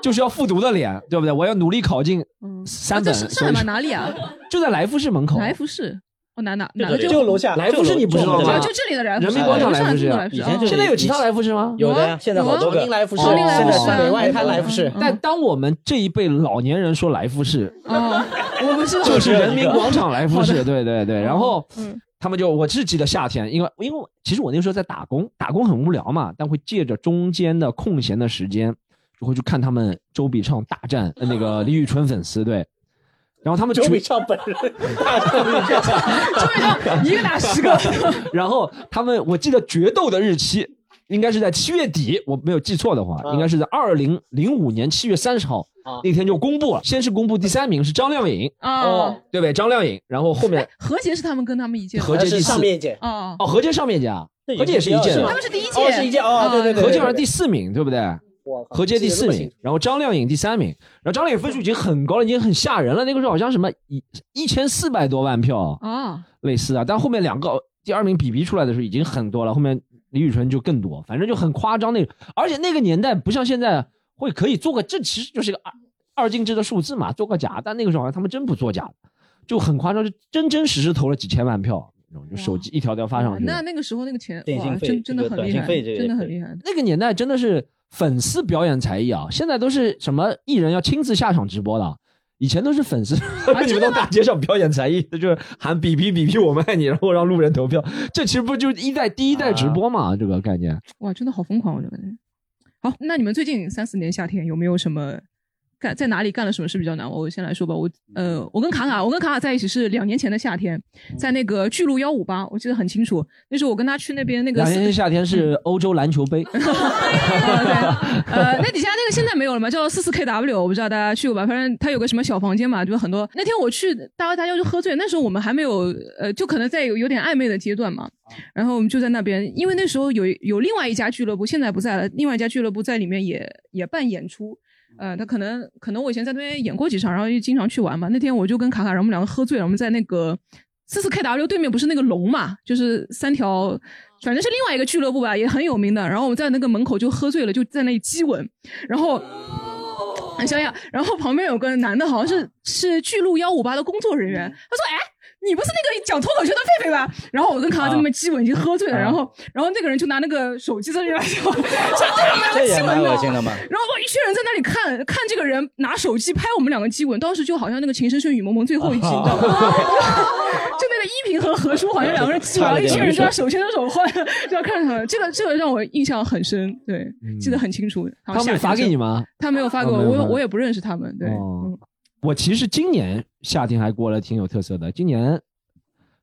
C: 就是要复读的脸，对不对？我要努力考进三
B: 嗯这
C: 本。
B: 是
C: 所
B: 上
C: 以说
B: 海吗？哪里啊？
C: 就在来福士门口。
B: 来福士，哦哪
D: 嗯
B: 哪哪
C: 这
B: 个
C: 里就楼下来福士你不知道吗
B: 就这里的来福
C: 人
B: 士，
C: 民广场
B: 上
C: 来
B: 海
C: 福士
B: 这
C: 啊
B: 个来福士
C: 以前就是
B: 哦
C: 现在有其他来福士吗
D: 有的呀，现在好多个。
C: 长
D: 哦
B: 啊
C: 宁来福士
D: 现
C: 长宁来福士
D: 在北外
C: 嗯
D: 开来福士，
C: 但当我们这一辈老年人说来福 士，
B: 哦，我不知道，
C: 啊就是人民广场来福
B: 好
C: 士，
B: 的
C: 对对对。然后
B: 嗯
C: 他们就，我是记得夏天，因为因为我其实我那个时候在打工，打工很无聊嘛，但会借着中间的空闲的时间，就会去看他们周笔畅大战呃那个李宇春粉丝对。然后他们
E: 周
C: 全
E: 笔畅本人，大周笔
B: 畅，一个打十个。
C: 然后他们，我记得决斗的日期应该是在七月底，我没有记错的话，
E: 嗯
C: 应该是在二零零五年七月三十号
B: 啊
C: 那天就公布了。先是公布第三名是张靓颖，
B: 啊哦，
C: 对不对？张靓颖，然后后面
B: 何洁是他们跟他们一届的，
C: 何洁第四
B: 哦
C: 哦，何洁上面一届啊，何洁也是一届的，
B: 他们是第一届，啊
E: 哦是一届哦对对对
C: 何洁好像第四名，对不对？
E: 我靠
C: 何洁第四
E: 记得那么
C: 名
E: 清，
C: 然后张靓颖第三名，然后张靓颖分数已经很高了，已经很吓人了。那个时候好像什么一一千四百多万票，
B: 啊，
C: 类似啊，但后面两个第二名比比出来的时候已经很多了，后面李宇春就更多，反正就很夸张那种。而且那个年代不像现在会可以做个，这其实就是个二二进制的数字嘛，做个假。但那个时候好像他们真不做假的，就很夸张，就真真实实投了几千万票，那种就手机一条条发上去。
B: 那那个时候那个钱，
C: 电信
B: 哇，
C: 费
B: 真真的
C: 这个
B: 很
C: 短
B: 厉
C: 信
B: 害，
C: 费这个
B: 真的
C: 也
B: 很
C: 可以
B: 厉害。
C: 那个年代真的是粉丝表演才艺啊，现在都是什么艺人要亲自下场直播的。以前都是粉丝，
B: 啊
C: 你们到大街上表演才艺，就是喊比比比比，我们爱你，然后让路人投票，这其实不就是一代第一代直播嘛？这个概念。
B: 哇，真的好疯狂，我觉得。好，那你们最近三四年夏天有没有什么干在哪里干了什么事比较难忘？我先来说吧，我呃，我跟卡卡，我跟卡卡在一起是两年前的夏天，
C: 嗯
B: 在那个巨鹿幺五八，我记得很清楚，那时候我跟他去那边那个
C: 两
B: 四
C: 年前夏天
B: 嗯
C: 是 欧洲篮球杯，
B: 呃，那底下那个现在没有了嘛，叫四四 KW，我不知道大家去过吧，反正它有个什么小房间嘛，就是很多。那天我去，大家大家就喝醉，那时候我们还没有，呃，就可能在有有点暧昧的阶段嘛。然后我们就在那边，因为那时候有有另外一家俱乐部，现在不在了，另外一家俱乐部在里面也也办演出。
D: 嗯
B: 呃，他可能可能我以前在那边演过几场，然后就经常去玩嘛。那天我就跟卡卡，然后我们两个喝醉了，我们在那个四四 KW 对面不是那个龙嘛，就是三
D: 哦
B: 条，反正是另外一个俱乐部吧，也很有名的。然后我们在那个门口就喝醉了，就在那里激吻，然后。
D: 哦
B: 你想想，然后旁边有个男的，好像
D: 嗯
B: 是是巨鹿幺五八的工作人员，他说：“哎，你不是那个讲脱口秀的狒狒吧？”然后我跟卡
D: 啊
B: 卡在那边激吻，已经喝醉了，然后然后那个人就拿那个手机在那边 照，说这我们两个
D: 这也
B: 激
D: 蛮
B: 吻的
D: 恶心的嘛。
B: 然后我一群人在那里看看这个人拿手机拍我们两个激吻，当时就好像那个《情深深雨蒙蒙》最后一
C: 啊
B: 集，你知道吗？ 就那个依萍和何书好像两个人激吻，然后一群人就要手牵着手换，就要看他。这个这个让我印象很深，对，记得很清楚。
C: 他
B: 好像
C: 们有
B: 夏
C: 发
B: 天
C: 给
B: 是
C: 你吗
B: 他没有发给我，
C: 哦没有
B: 我
C: 发
B: 我也不认识他们。对，嗯
C: 哦，我其实今年夏天还过了挺有特色的。今年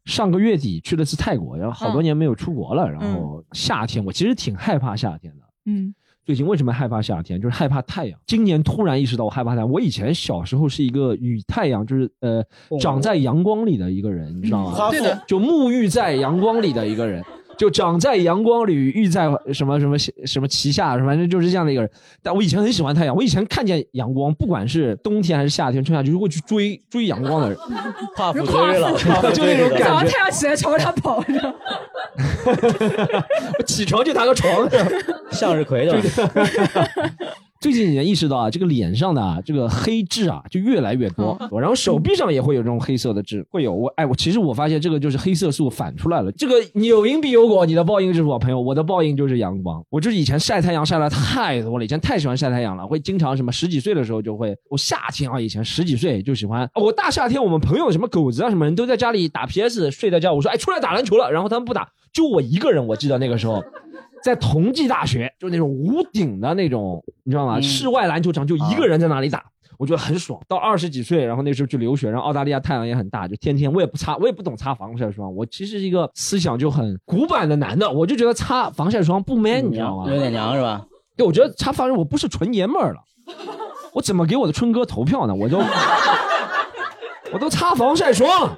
C: 上个月底去了次泰国，然后好
B: 嗯
C: 多年没有出国了。然后夏天我其实挺害怕夏天的。
B: 嗯
C: 最近为什么害怕夏天？就是害怕太阳。今年突然意识到我害怕太阳。我以前小时候是一个与太阳，就是呃，长在阳光里的一个人，你知道吗？
E: 嗯对的，
C: 就沐浴在阳光里的一个人，就长在阳光里，浴在什么什么什么旗下，反正就是这样的一个人。但我以前很喜欢太阳，我以前看见阳光，不管是冬天还是夏天、春夏，就会去追追阳光的人。
D: 跨
B: 就跨
C: 跨 就那种感觉
B: 早上太阳起来朝着他跑，你知道吗
C: 起床就拿个床，
D: 向日葵的。
C: 最近几年意识到啊，这个脸上的啊这个黑痣啊就越来越多，然后手臂上也会有这种黑色的痣，会有我哎我其实我发现这个就是黑色素反出来了，这个你有因必有果，你的报应就是我朋友，我的报应就是阳光，我就是以前晒太阳晒了太多了，以前太喜欢晒太阳了，会经常什么十几岁的时候就会，我夏天啊以前十几岁就喜欢，我大夏天我们朋友什么狗子啊什么人都在家里打 PS 睡在家，我说哎出来打篮球了，然后他们不打，就我一个人，我记得那个时候。在同济大学，就那种无顶的那种，你知道
D: 嗯
C: 吗？室外篮球场就一个人在那里
D: 啊
C: 打，我觉得很爽。到二十几岁，然后那时候去留学，然后澳大利亚太阳也很大，就天天我也不擦，我也不懂擦防晒霜。我其实是一个思想就很古板的男的，我就觉得擦防晒霜不 man，你知道吗？
D: 有点娘是吧？
C: 对，我觉得擦防晒我不是纯爷们儿了，我怎么给我的春哥投票呢？我都 我都擦防晒霜。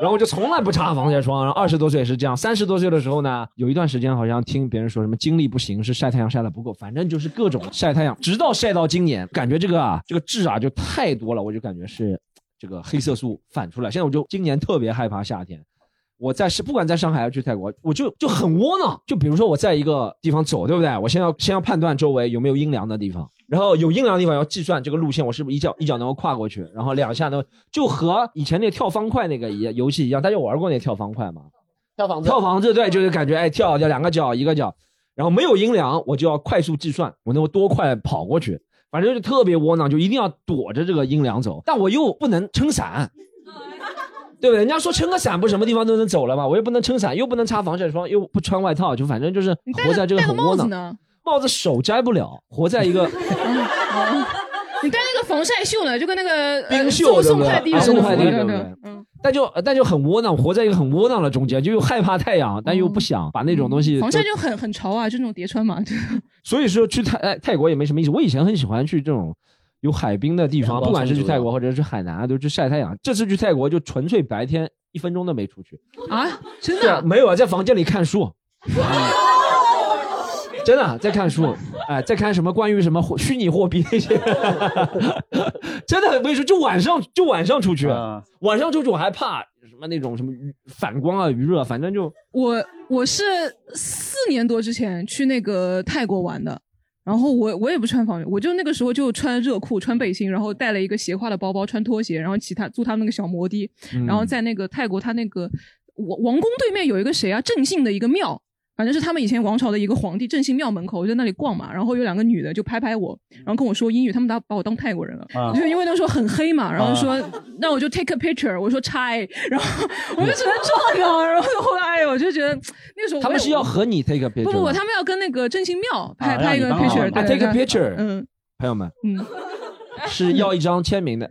C: 然后我就从来不擦防晒霜。然后二十多岁也是这样，三十多岁的时候呢，有一段时间好像听别人说什么精力不行，是晒太阳晒的不够，反正就是各种晒太阳，直到晒到今年，感觉这个啊，这个痣啊就太多了，我就感觉是这个黑色素反出来。现在我就今年特别害怕夏天。我在是不管在上海还是去泰国，我就就很窝囊。就比如说我在一个地方走，对不对？我先要先要判断周围有没有阴凉的地方，然后有阴凉的地方要计算这个路线，我是不是一脚一脚能够跨过去，然后两下能就和以前那个跳方块那个一游戏一样，大家玩过那跳方块吗？
E: 跳房子，
C: 跳房子，对，就是感觉哎跳就两个脚一个脚，然后没有阴凉，我就要快速计算我能够多快跑过去，反正就特别窝囊，就一定要躲着这个阴凉走，但我又不能撑伞，对不对？人家说撑个伞不是什么地方都能走了吗？我又不能撑伞，又不能擦防晒霜，又不穿外套，就反正就是
B: 你戴
C: 活在这
B: 着
C: 个
B: 戴个
C: 很窝
B: 帽子
C: 囊。
B: 呢？
C: 帽子手摘不了，活在一个
B: 啊 你戴那个防晒袖呢，就跟那个呃
C: 冰袖对
B: 送
C: 不对
B: 快递
C: 啊
B: 似的，
C: 送快递
B: 对
C: 对不
B: 对
C: 对？但就但就很窝囊，活在一个很窝囊的中间，就又害怕太阳，但又不想把那种东西
B: 嗯
C: 都
B: 防晒就很很潮啊，就那种叠穿嘛。就
C: 所以说去泰哎泰国也没什么意思。我以前很喜欢去这种有海滨的地方，
D: 阳光
C: 不管是去
D: 充足的
C: 泰国或者是去海南啊，都去晒太阳。这次去泰国就纯粹白天一分钟都没出去，
B: 啊，真
C: 对啊，
B: 的
C: 没有啊，在房间里看书。真的在看书，哎，在看什么关于什么货虚拟货币那些， 真的我跟你说，就晚上就晚上出去，
D: 啊
C: 晚上出去我还怕什么那种什么娱反光啊、余热，反正就
B: 我我是四年多之前去那个泰国玩的，然后我我也不穿防晒，我就那个时候就穿热裤、穿背心，然后带了一个斜挎的包包，穿拖鞋，然后骑他租他们那个小摩的，
D: 嗯
B: 然后在那个泰国他那个王王宫对面有一个谁啊正信的一个庙。反正是他们以前王朝的一个皇帝正信庙门口，我就在那里逛嘛，然后有两个女的就拍拍我，然后跟我说英语，他们把把我当泰国人了，
D: 啊
B: 就是因为那时候很黑嘛，然后
D: 啊
B: 说、那我就 take a picture，我说拆，然后 我就只能撞了，然后后来哦我就觉得那个时候我也
C: 他们是要和你 take a picture，
B: 不不不，
C: 吗
B: 他们要跟那个振兴庙拍、
D: 啊
B: 拍一个
D: 让你帮忙
B: picture，
D: 啊
B: 对
C: take a
B: 对
C: picture
B: 嗯
C: 朋友们，
B: 嗯，
C: 是要一张签名的，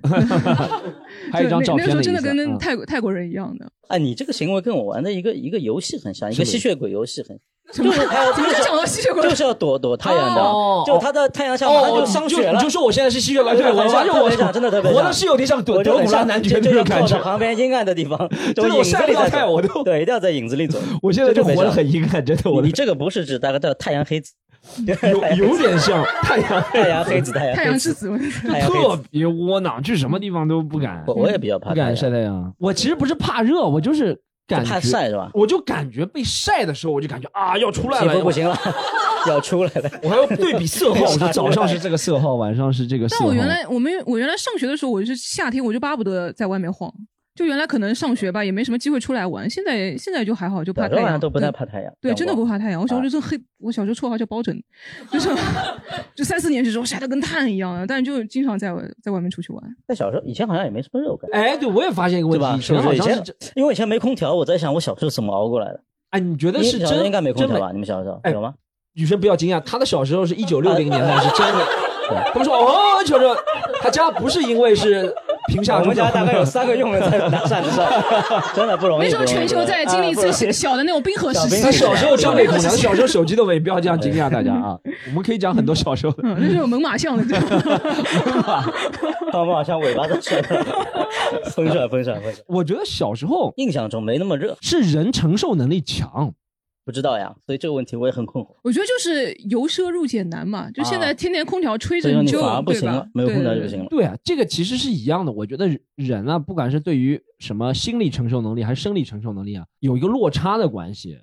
C: 还有一张照
B: 对那那
C: 片的
B: 个时候真的
C: 意思
B: 跟那
C: 嗯
B: 泰国、泰国人一样的，
D: 哎，你这个行为跟我玩的一个一个游戏很像，一
C: 什
D: 个
C: 么
D: 吸血鬼游戏很，
B: 怎么怎么就讲到吸血鬼？
D: 就是要躲躲太阳
C: 哦
D: 的，就他在太阳下马上就伤
C: 你
D: 血
C: 就
D: 了
C: 你就。说我现在是吸血鬼，
D: 对
C: 对我
D: 很
C: 发
D: 像
C: 现
D: 特
C: 我
D: 别像真的特别
C: 活
D: 像
C: 的是有点像德
D: 我就
C: 德
D: 很
C: 古拉
D: 像
C: 男爵
D: 就
C: 这
D: 就
C: 种
D: 要
C: 感
D: 靠
C: 觉
D: 到。旁边阴暗的 地方，就
C: 真的我
D: 影子
C: 晒不
D: 里
C: 到
D: 在
C: 太阳
D: 走
C: 我都
D: 对，一定要在影子里走。
C: 我现在就
D: 就特别
C: 活得
D: 像
C: 很阴暗，真的，我
D: 你
C: 的
D: 你这个不是指大概叫太阳黑子，
C: 有有点像太阳，
D: 太阳黑子，太阳
B: 嗯太
D: 黑
B: 阳
D: 子，
B: 之子，
D: 太阳黑
C: 特
D: 子。
C: 别窝囊，去什么地方都不敢，
D: 我我也比较怕
C: 不
D: 太
C: 敢
D: 阳，
C: 晒太阳。我其实不是怕热，我就是感
D: 就怕
C: 觉
D: 晒是吧
C: 我就感觉被晒的时候，我就感觉啊要出来
D: 皮
C: 了，
D: 肤不行了，要出来了。
C: 我还要对比色号，我说早上是这个色号，晚上是这个色号。
B: 但我原来我们我原来上学的时候，我是夏天我就巴不得在外面晃。就原来可能上学吧，也没什么机会出来玩。现在现在就还好，就怕
D: 小时
B: 太
D: 候好
B: 阳
D: 像都不太
B: 对
D: 怕太阳，
B: 对，真的不
D: 怕。
B: 怕太阳。我小时候
D: 啊
B: 就黑，我小时候绰号叫包拯，就是 就三四年级的时候晒得跟炭一样的，但是就经常在外在外面出去玩。
D: 但小时候以前好像也没什么热感，
C: 哎，对我也发现一个问题，
D: 对吧？
C: 以前好
D: 以
C: 像是
D: 前
C: 真，
D: 因为以前没空调，我在想我小时候怎么熬过来的？
C: 哎，你觉得
D: 你
C: 是
D: 小时候
C: 真
D: 应该没空
C: 真
D: 调吧？你们小时候
C: 哎
D: 啊有吗？
C: 女生不要惊讶，她的小时候是一九六零年代，是真 的。他们说哦，小时候他家不是因为是贫下
D: 我
C: 中
D: 们
C: 农
D: 家，大概有三个佣人在拿扇子上， 真的不容易。
B: 那时候
D: 不容易
B: 全球在经历一
D: 啊不
B: 次
D: 容易
B: 小小的那种冰河时期
C: 他
D: 小冰河
C: 小时候真没空调，小时候手机都没，不要这样惊
D: 对
C: 讶大家 啊。我们可以讲很多小时候的。
B: 嗯，那是有猛犸象的，对吧
D: 他们好像尾巴都甩了，风扇风扇风扇。
C: 我觉得小时候
D: 印象中没那么热，
C: 是人承受能力强，
D: 不知道呀，所以这个问题我也很困惑。
B: 我觉得就是由奢入俭难嘛，就现在
D: 啊
B: 天天空调吹着
D: 所以说你
B: 就
D: 反而不
B: 对
D: 行
B: 吧
D: 了，没有空调就不。
B: 对对对
D: 行了。
C: 对啊，这个其实是一样的。我觉得人啊，不管是对于什么心理承受能力还是生理承受能力啊，有一个落差的关系，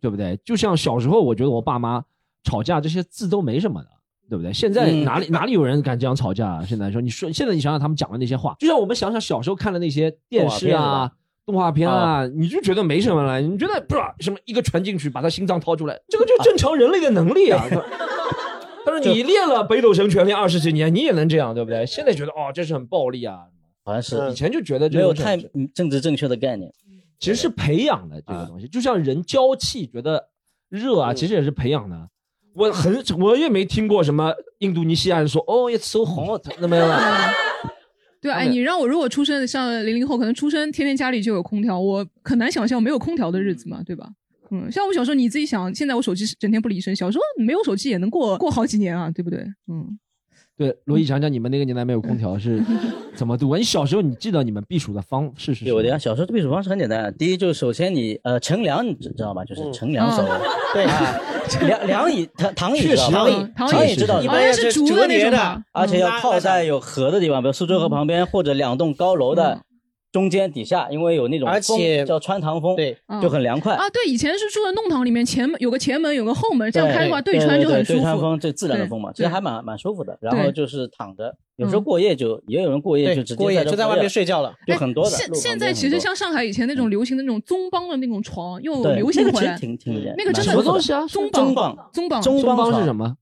C: 对不对？就像小时候，我觉得我爸妈吵架这些字都没什么的，对不对？现在
E: 嗯
C: 哪里、哪里有人敢这样吵架啊？现在说你说，现在你想想他们讲的那些话，就像我们想想小时候看的那些电视啊、动画片啊，你就觉得没什么了，你觉得不是什么一个传进去把他心脏掏出来，这个就是正常人类的能力 啊。但是你练了北斗神拳练二十几年，你也能这样，对不对？现在觉得哦，这是很暴力啊，
D: 好像是
C: 以前就觉得这
D: 没有
C: 种是
D: 太嗯政治正确的概念。嗯
C: 其实是培养的这个东西，就像人交气觉得热啊，其实也是培养的。我很我也没听过什么印度尼西亚人说哦，it's so hot 那么样啊。
B: 对啊，哎，你让我如果出生像零零后，可能出生天天家里就有空调，我很难想象没有空调的日子嘛，对吧？嗯，像我们小时候，你自己想，现在我手机是整天不离身，小时候没有手机也能过过好几年啊，对不对？嗯，
C: 对，罗毅讲讲你们那个年代没有空调是怎么度啊？你小时候你记得你们避暑的方式是什么
D: 有？的呀，小时候的避暑方式很简单，第一就是首先你呃乘凉，你知知道吧？就是乘凉首
F: 嗯
D: 要。对啊，凉凉椅、躺躺椅
F: 确
D: 知道
C: 啊
F: 实
D: 吧，躺椅
F: 嗯
D: 躺椅知道
F: 一
D: 吧，
F: 般要是竹的那种吧
D: 而且要靠在
F: 嗯
D: 有河的地方，比如苏州河旁边或者两栋高楼的中间底下，因为有那种
B: 而且
D: 风叫穿堂风，对
B: 嗯
D: 就很凉快。
B: 啊，对，以前是住的弄堂里面，前门有个前门，有个后门，这样开的话
D: 对
B: 穿就很舒
D: 对
B: 服。
D: 穿风，这自然的风嘛，其
B: 对
D: 实还蛮蛮舒服的。然后
B: 对
D: 就是躺着，有时候过夜就也有人过夜
E: 对
D: 就直接
E: 过夜
D: 这
E: 就在外面睡觉了
D: 就很多的。
B: 哎现
D: 路旁
B: 现
D: 边
B: 在
D: 很
B: 其实
D: 多嗯
B: 像上海以前那种流行的那种棕帮的那种床又
D: 对
B: 流行
D: 那个
B: 回
D: 其实
B: 来，
D: 挺挺
B: 那个真的
C: 什么东西啊？
B: 棕
D: 棕
B: 棒
D: 棒，
B: 棕棒，
D: 棕帮床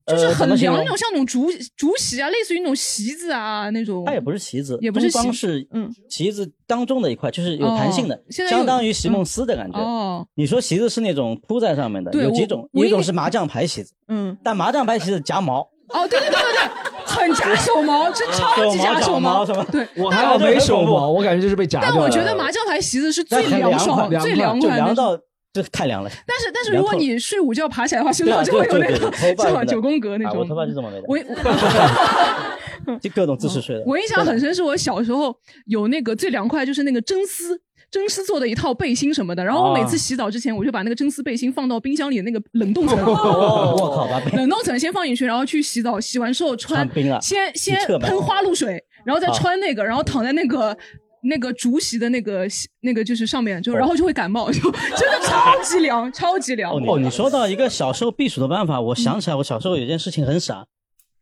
B: 就是
D: 呃怎
B: 很
D: 么形
B: 凉
D: 容
B: 那种，像那种竹竹席啊，类似于那种席子啊那种。
D: 它也不是旗子，
B: 也不是
D: 中
B: 旗
D: 帮是
B: 嗯
D: 旗子当中的一块，就是有弹性
B: 哦
D: 的，
B: 现在有
D: 相当于席梦思的感觉。
B: 哦，
D: 你说席子是那种铺在上面的，
B: 对
D: 有几
B: 我
D: 种，
B: 我
D: 有一
B: 一
D: 种
B: 个
D: 是麻将牌席子，
B: 嗯，
D: 但麻将牌席子夹毛，
B: 哦，对对对对对，很夹手毛，
D: 嗯
B: 这超级夹手毛。
D: 什么？
B: 对，
C: 我还好没手毛，我感觉就是被夹掉
B: 但
C: 了。
B: 我觉得麻将牌席子是最
D: 但很凉
B: 爽、
D: 快
B: 最
D: 凉
B: 凉
D: 就
B: 快的。
D: 到就太凉了。
B: 但是但是
D: 凉
B: 如果
D: 透
B: 你睡午觉爬起来 的话，身
D: 对啊
B: 上就会有
D: 对
B: 那
D: 对
B: 个
D: 对对头发
B: 像
D: 什么的
B: 九宫格那
D: 啊
B: 种。
D: 我头发就这么没的
B: 我我
D: 就各种姿势睡的。
B: 我印象很深，是我小时候有那个最凉快，就是那个真丝。真丝做的一套背心什么的，然后我每次洗澡之前，我就把那个真丝背心放到冰箱里的那个冷冻层，
D: 哦我靠把
B: 冷冻层先放进去，然后去洗澡，洗完之后穿
D: 穿冰了
B: 先先
D: 你撤吧
B: 喷花露水，然后再
D: 啊
B: 穿那个，然后躺在那个那个竹席的那个席那个就是上
D: 哦
B: 面，就然后就会感冒，就 真的超级凉，超级凉。
D: 哦，你说到一个小时候避暑的办法，我想起来，我小时候有件事情很傻，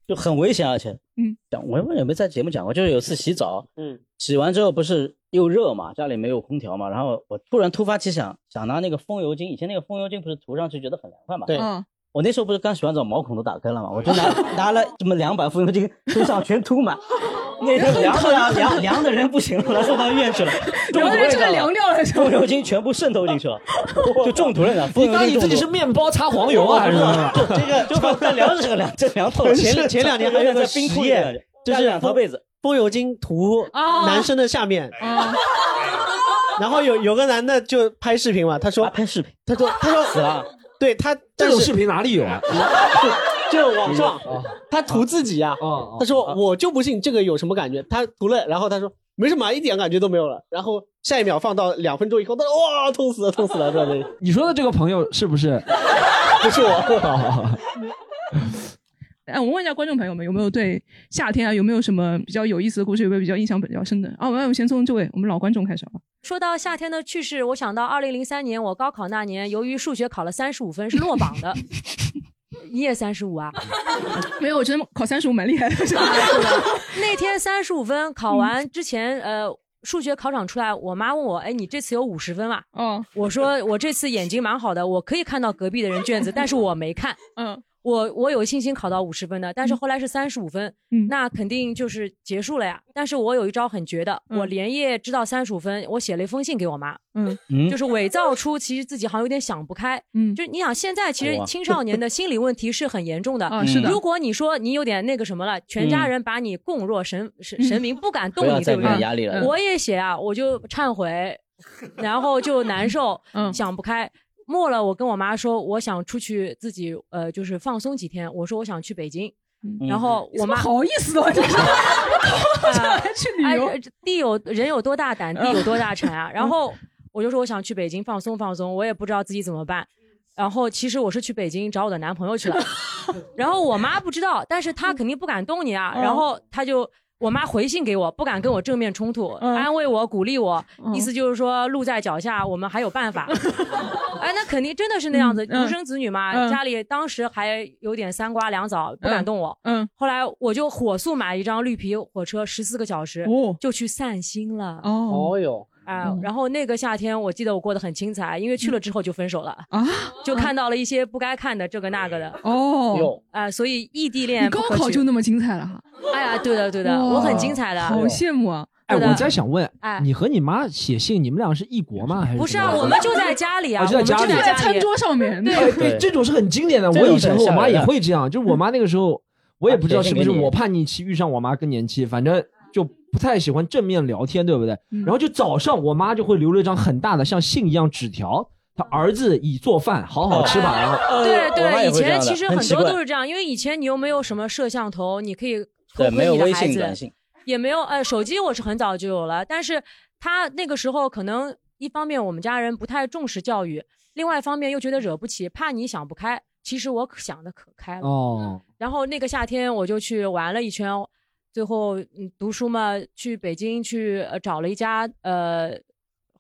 D: 就很危险，而且，
B: 嗯，
D: 讲我也不知道有没有在节目讲过，就是有次洗澡，
E: 嗯，
D: 洗完之后不是又热嘛，家里没有空调嘛，然后我突然突发奇想，想拿那个风油精，以前那个风油精不是涂上去觉得很凉快嘛，
E: 对
B: 嗯
D: 我那时候不是刚洗完澡，毛孔都打开了嘛，我就拿 拿了这么两百风油精涂上，全涂满。那天凉的啊，凉凉的人不行了，送到医院 去了。
B: 凉的人真的凉掉了
D: 风油精全部渗透进 去了，就中毒了呢。风
C: 你
D: 油精
C: 当你自己是面包擦黄油啊还是什 么
D: 这个就 把凉是个 凉，这凉透了。
E: 前前两年还有
D: 还
E: 个
D: 在
E: 实
D: 冰库里呢
E: 验，就是
D: 两条被子，
E: 风油精涂
B: 啊
E: 男生的下面， 然后有有个男的就拍视频嘛，他
C: 啊
E: 说
D: 拍视频，
E: 他说他说死
D: 了，
E: 对他
C: 这种
E: 但是
C: 视频哪里有啊？
E: 就网上他涂自己啊，
C: 嗯
E: 他说我就不信这个有什么感觉，他涂了，然后他说没什么，啊一点感觉都没有了，然后下一秒放到两分钟以后，他说哇痛死了痛死了，这里哎
C: 你说的这个朋友是不是？
E: 不是 我，
B: 哎，我问一下观众朋友们，有没有对夏天啊，有没有什么比较有意思的故事，有没有比较印象比较深的？啊，我们我们先从这位我们老观众开始啊好吧。
G: 说到夏天的趣事，我想到二零零三年我高考那年，由于数学考了三十五分是落榜的。你也三十五啊？
B: 没有，我觉得考三十五蛮厉害的。
G: 那天三十五分考完之前，呃，数学考场出来，我妈问我，哎，你这次有五十分吧？
B: 嗯，
G: 我说我这次眼睛蛮好的，我可以看到隔壁的人卷子，但是我没看。
B: 嗯，
G: 我我有信心考到五十分的，但是后来是三十五分，
B: 嗯
G: 那肯定就是结束了呀。但是我有一招很绝的，我连夜知道三十五分，我写了一封信给我妈，
B: 嗯
D: 嗯
G: 就是伪造出其实自己好像有点想不开，
B: 嗯
G: 就是你想现在其实
D: 哇
G: 青少年的心理问题是很严重的，
B: 啊是的
G: 如果你说你有点那个什么了，全家人把你供若神
B: 嗯
G: 神神明，不敢动
D: 不要
G: 你，
D: 再
G: 对对
D: 给？你压力了
G: 我也写啊，我就忏 悔，然后就难受，
B: 嗯
G: 想不开。末了，我跟我妈说，我想出去自己呃，就是放松几天。我说我想去北京，
D: 嗯
G: 然后我
B: 你嗯怎么
G: 妈
B: 好意思的， 就是
G: 啊
B: 去旅游
G: 哎地有人有多大 胆，地有多大产啊。然后我就说我想去北京放松放松，我也不知道自己怎么办。然后其实我是去北京找我 的男朋友去了，然后我妈不知道，但是她肯定不敢动你啊。
B: 嗯
G: 然后她就我妈回信给我，不敢跟我正面冲突，
F: 嗯
G: 安慰我、鼓励我，意思就是说路在脚下，我们还有办 法。哎，那肯定真的是那样子，
F: 嗯
G: 独生子女嘛，
F: 嗯
G: 啊家里当时还有点三瓜两枣，不敢
F: 嗯
G: 动我。
F: 嗯
G: 后来我就火速买一张绿皮火车，十四个小时，就去散心了。
E: 哦哟，
G: 啊
E: 嗯，
G: 然后那个夏天，我记得我过得很精彩，因为去了之后就分手了
B: 啊，
G: 就看到了一些不该看的这个那个的
C: 哎
B: 哟
G: 啊，所以异地
B: 你
G: 恋不
B: 高
G: 可
B: 考
G: 取
B: 就那么精彩了哈！
G: 哎呀，对的对的，
B: 哇
G: 我很精彩的，
B: 好羡慕啊！
C: 哎，我在想问
G: 哎，
C: 你和你妈写信，你们俩是一国吗？还是
G: 不是啊，
C: 怎么样
G: 我们就在家里啊，
C: 哦就在
G: 我
C: 家
G: 们
C: 里
G: 就在家里嗯
B: 上面
C: 哎 对，这种是很经典的。
G: 这种
C: 我以
G: 是
C: 前
G: 很
C: 和我
G: 吓
C: 妈
G: 人
C: 也
G: 的
C: 会这样，就是我妈那个时候，我也不知道是不是
G: 写信给你
C: 我叛逆期遇上我妈更年期，反正就不太喜欢正面聊天，对不对？
G: 嗯
C: 然后就早上我妈就会留了一张很大的像信一样纸条，她儿子已做饭，好好吃吧。然
D: 啊
C: 后
G: 哦呃对
C: 呃我妈
G: 对，
C: 也
G: 以
C: 会这样
G: 前
C: 的
G: 其实
C: 很
G: 很
C: 奇
G: 多
C: 怪
G: 都是这样，因为以前你又没有什么摄像头，你可以偷
D: 对，
G: 窥
D: 没 有
G: 你
D: 微
G: 的孩
D: 信
G: 子，
D: 短信，
G: 也没有呃，手机我是很早就有了，但是他那个时候可能一方面我们家人不太重视教育，另外一方面又觉得惹不起，怕你想不开。其实我可想的可
F: 呃
G: 开了。
C: 哦，
G: 然后那个夏天我就去玩了一圈，最后嗯读书嘛，去北京去、呃、找了一家呃，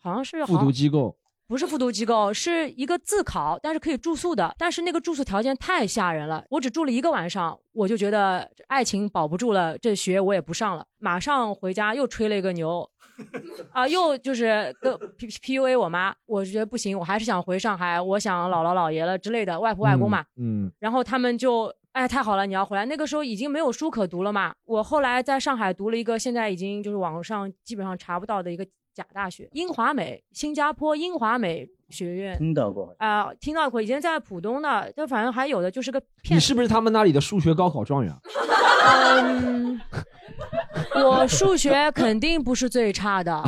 G: 好像是
C: 复
G: 好
C: 读
G: 像
C: 机构
G: 不是复读机构，是一个自考，但是可以住宿的。但是那个住宿条件太吓人了，我只住了一个晚上，我就觉得这爱情保不住了，这学我也不上了，马上回家又吹了一个牛，啊，又就是跟 P P U A 我妈，我觉得不行，我还是想回上海，我想姥姥姥爷了之类的，外婆外公嘛。
C: 嗯，
G: 然后他们就哎太好了，你要回来。那个时候已经没有书可读了嘛。我后来在上海读了一个现在已经就是网上基本上查不到的一个假大学——英华美，新加坡英华美学院。
C: 嗯
D: 听到过。
G: 啊、听到过，以前在浦东的，就反正还有的就是个
C: 你是不是他们那里的数学高考状元？
G: 嗯， 我数学肯定不是最差的，
C: 啊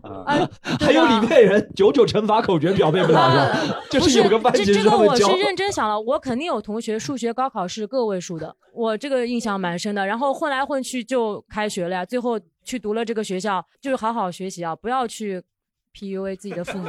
G: 哎
C: 还有李佩仁九九乘法口诀表 背不了的， 就
G: 啊不
C: 有个班级
G: 这这
C: 是
G: 个
C: 专门
G: 我
C: 教
G: 是。 认真想了，我肯定有同学数学高考是个位数的，我这个印象蛮深的。然后混来混去就开学了呀，最后去读了这个学校，就是好好学习啊，不要去 PUA 自己的 父母，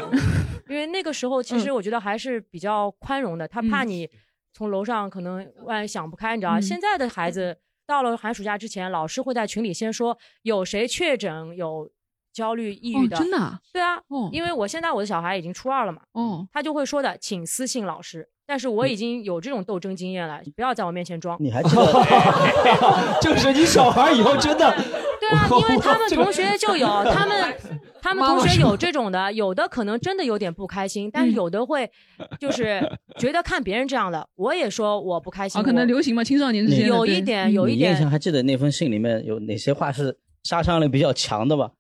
G: 因为那个时候其
C: 嗯
G: 实我觉得还是比较宽容的，他怕你从楼上可能万一想不开，你知道吧，
F: 嗯
G: 现在的孩子到了寒暑假之前，老师会在群里先说有谁确诊有焦虑、抑郁的，
B: 哦真的啊
G: 对啊，因为我现在我的小孩已经初二了嘛，
B: 哦，嗯
G: 他就会说的，请私信老师。但是我已经有这种斗争经验了，你不要在我面前装。
D: 你还记得？
C: 哎就是你小孩以后真的，
G: 对啊， 因为他们
C: 这个
G: 同学 就 有，他们他们
C: 妈妈
G: 同学
C: 说
G: 有这种的，有的可能真的有点不开心，
B: 嗯
G: 但是有的会就是觉得看别人这样的，我也说我不开心。
B: 啊，可能
G: 我
B: 流行嘛，青少年之间的
G: 有一
B: 对
G: 点
B: 嗯
G: 有一
D: 你印
G: 点
D: 象还记得那封信里面有哪些话是杀伤力比较强的吧？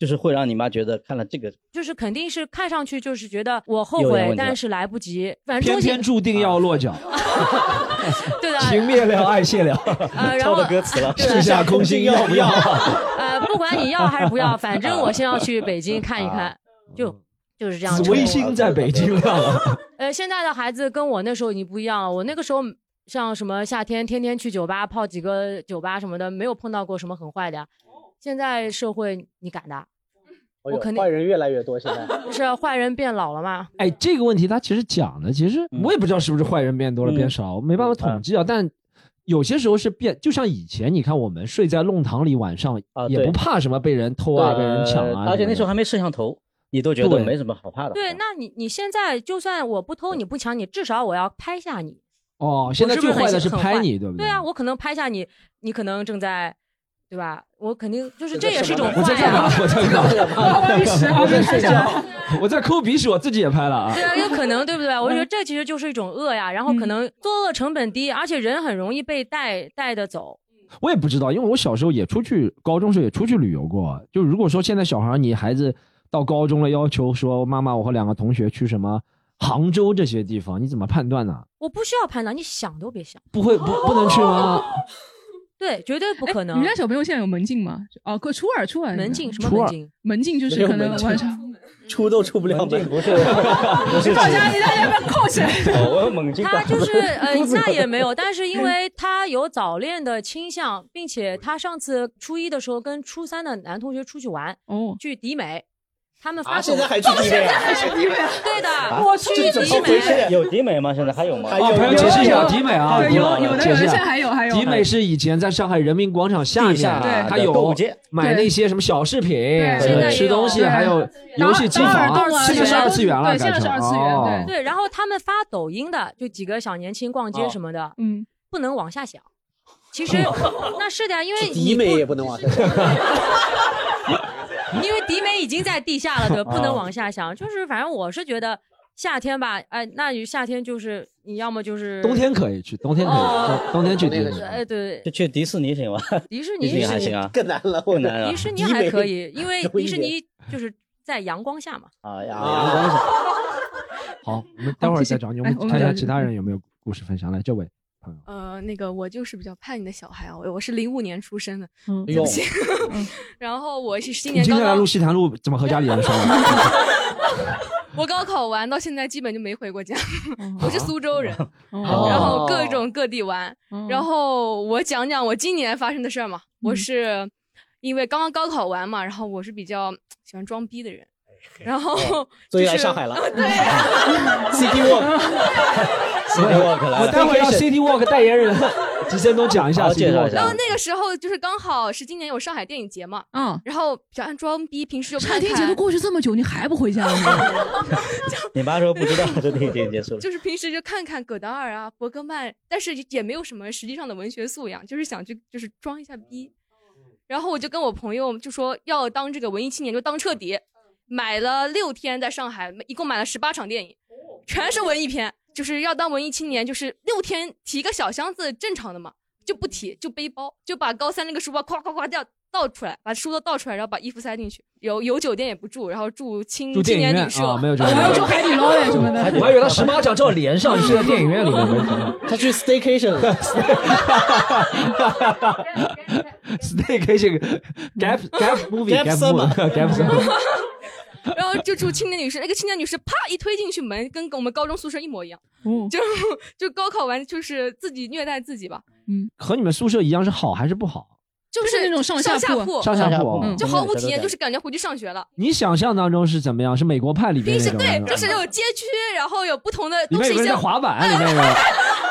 D: 就是会让你妈觉得看了这个，
G: 就是肯定是看上去就是觉得我后
D: 有点
G: 悔
D: 问，题了
G: 但是来不及。反正
C: 偏
G: 中性
C: 偏注定要落脚，
G: 对的，
C: 情灭了，爱谢了，
G: 然后抄啊到歌
D: 词了
C: 世下空心要不要？
G: 呃，不管你要还是不要，反正我先要去北京看一 看，就就是这样。
C: 嗯紫微星在北京了，
G: 呃，现在的孩子跟我那时候已经不一样了。我那个时候像什么夏天天天去酒吧泡几个酒吧什么的，没有碰到过什么很坏的。现在社会你敢的，
E: 我
G: 肯定
E: 坏人越来越多，现在
G: 就是坏人变老了嘛。
D: 啊
C: 哎，这个问题他其实讲的，其实
D: 嗯
C: 我也不知道是不是坏人变多了变少，我没办法统计啊。但有些时候是变，就像以前，你看我们睡在弄堂里，晚上也
D: 啊对
C: 不怕什么被人偷啊、被人抢啊什么的。
D: 而且那时候还没摄像头，你都觉得
C: 对
D: 没什么好怕的。
G: 对，那你你现在就算我不偷你不抢你，至少我要拍下你。
C: 哦，现在
G: 我是
C: 最
G: 不是
C: 坏的
G: 很
C: 是
G: 很
C: 拍
G: 坏
C: 你，对不对？
G: 对啊，我可能拍下你，你可能正在，对吧？我肯定就是这也是一种
C: 我在
G: 坏
C: 干嘛
G: 啊。？
C: 我在干嘛？
B: 好意思好
C: 我
B: 意思
C: 在睡觉，我在抠鼻屎，我自己也拍了啊
G: 对。啊，有可能，对不对？我觉得这其实就是一种恶呀。然后
C: 嗯
G: 可能作恶成本低，而且人很容易被带带的走。
C: 我也不知道，因为我小时候也出去，高中时候也出去旅游过。就如果说现在小孩儿，你孩子到高中了，要求说妈妈，我和两个同学去什么杭州这些地方，你怎么判断呢？
G: 我不需要判断，你想都别想，
C: 不哎会不不能去吗？
G: 对，绝对不可能。
B: 你们家小朋友现在有门禁吗？哦，可初二初二
G: 门禁什么
B: 初二
G: 门禁？
B: 门禁就是可能晚上
E: 出都出不了门，
D: 不是，不是
B: 大家你大家要不要扣起来？
D: 我猛进
G: 他就是 呃，那也没有，但是
C: 嗯
G: 因为他有早恋的倾向，并且他上次初一的时候跟初三的男同学出去玩，
B: 哦，
G: 去迪美，他们
E: 啊
G: 发
E: 现在还去迪
G: 美
E: 拜 啊
G: 对的，
D: 啊
G: 我去
E: 这怎
G: 迪
E: 么回事
G: 美。
D: 有迪美吗？现在还有 吗？啊
E: 还有
C: 朋友解释一下迪美啊，
B: 对
C: 迪美
B: 有有的
C: 解释一
B: 有的
C: 下
B: 现在还有还有
C: 迪美是以前在上海人民广场下面，啊
D: 地下的
C: 它有
D: 购物街
C: 买那些什么小饰品
B: 对、
D: 现在也有
C: 吃东西，
B: 对
C: 还有游戏机
B: 打打耳洞
C: 房，
B: 啊
C: 现在是二次元了，
B: 对现在是二次元
C: 改成
B: 对
C: 哦
G: 对，然后他们发抖音的，就几个小年轻逛街什么的，
B: 嗯，
G: 不能往下想。其实那是的，因为
E: 迪
G: 你不
E: 美也不能往下讲。
G: 因为迪美已经在地下了，对吧，
C: 哦
G: 不能往下想。就是反正我是觉得夏天吧，哎，那你夏天就是你要么就是
C: 冬，天可以去，冬天可以，
G: 哦
C: 冬冬天去迪美。
G: 哎，对，
D: 就去迪士尼行吗？
G: 迪 士
D: 迪
G: 尼
D: 士尼还行啊，
E: 更难了，我
D: 更难了
G: 迪士尼
E: 迪
G: 还
E: 美
G: 可以，因 为
E: 多一
G: 迪士
E: 点
G: 尼就是在阳光下嘛。
D: 啊呀，
E: 啊
D: 阳 光下
C: 好，我们待会儿再找你，我们
B: 哎我们
C: 看一下
B: 聊
C: 其他人有没有故事分享。来，这位朋友，
F: 呃，那个我就是比较叛逆的小孩啊，我我是零五年出生的，
E: 哎呦，
F: 嗯 然后我是今
C: 你
F: 年
C: 接
F: 高
C: 下来
F: 考
C: 录，西坛路怎么和家里人说呢？
F: 我高考完到现在基本就没回过家，我是苏州人，
C: 哦
F: 然后各种各地玩，然
B: 后
F: 后我讲讲我今年发生的事儿嘛，我是因为刚刚高考完嘛，然后我是比较喜欢装逼的人，然后
E: 所以来
F: 就是啊
E: 上海 了。City Walk，
D: ，City Walk 来
C: 我
D: 了，
C: 待会儿让 City Walk 代言 人吉森东讲一下
D: 好
C: City
D: 介绍一
C: Walk。
D: 下
F: 然后呃那个时候就是刚好是今年有上海电影节嘛，
B: 嗯，
F: 然后比较爱装逼，平时就
B: 上海
F: 看
B: 电影节都
F: 看，
B: 过去这么久，你还不回家 呢？
D: 你妈说不知道这电影节结束了，
F: 就是平时就看看葛达尔啊、伯格曼，但是也没有什么实际上的文学素养，就是想去就是装一下逼。然后我就跟我朋友就说要当这个文艺青年，就当彻底。买了六天在上海，一共买了十八场电影，全是文艺片，就是要当文艺青年，就是六天提个小箱子正常的嘛，就不提就背包，就把高三那个书包咵咵咵掉倒出来，把书都倒出来，然后把衣服塞进去。有有酒店也不住，然后住青
C: 住
F: 青
C: 电影
F: 年
C: 院
F: 旅社，
C: 啊，没有这
B: 我要住
C: 个。
B: 海底捞哎什么的。
C: 我还以为他十八场正好连上，你是在电影院里面 没看到。
E: 他去 staycation 了。
C: Staycation Gap Gap Movie
E: Gap Summer
C: Gap Summer
F: 然后就住青年旅社，那个青年旅社啪一推进去门，跟我们高中宿舍一模一样。
B: 哦
F: 就 就高考完就是自己虐待自己吧，
C: 和你们宿舍一样是好还是不好？
F: 就
B: 就是那种上
F: 上
B: 下铺
F: 铺，
C: 上下铺啊
B: 嗯
F: 就毫无体验，就是感觉回去上学了。
C: 你想象当中是怎么样？是美国派里面
F: 平
C: 那
F: 时
C: 种
F: 对
C: 吗？，
F: 就是有街区，然后有不同的，
C: 里
F: 都
C: 面
F: 是
C: 有
F: 一
C: 个人
F: 些
C: 在 滑板，啊里面有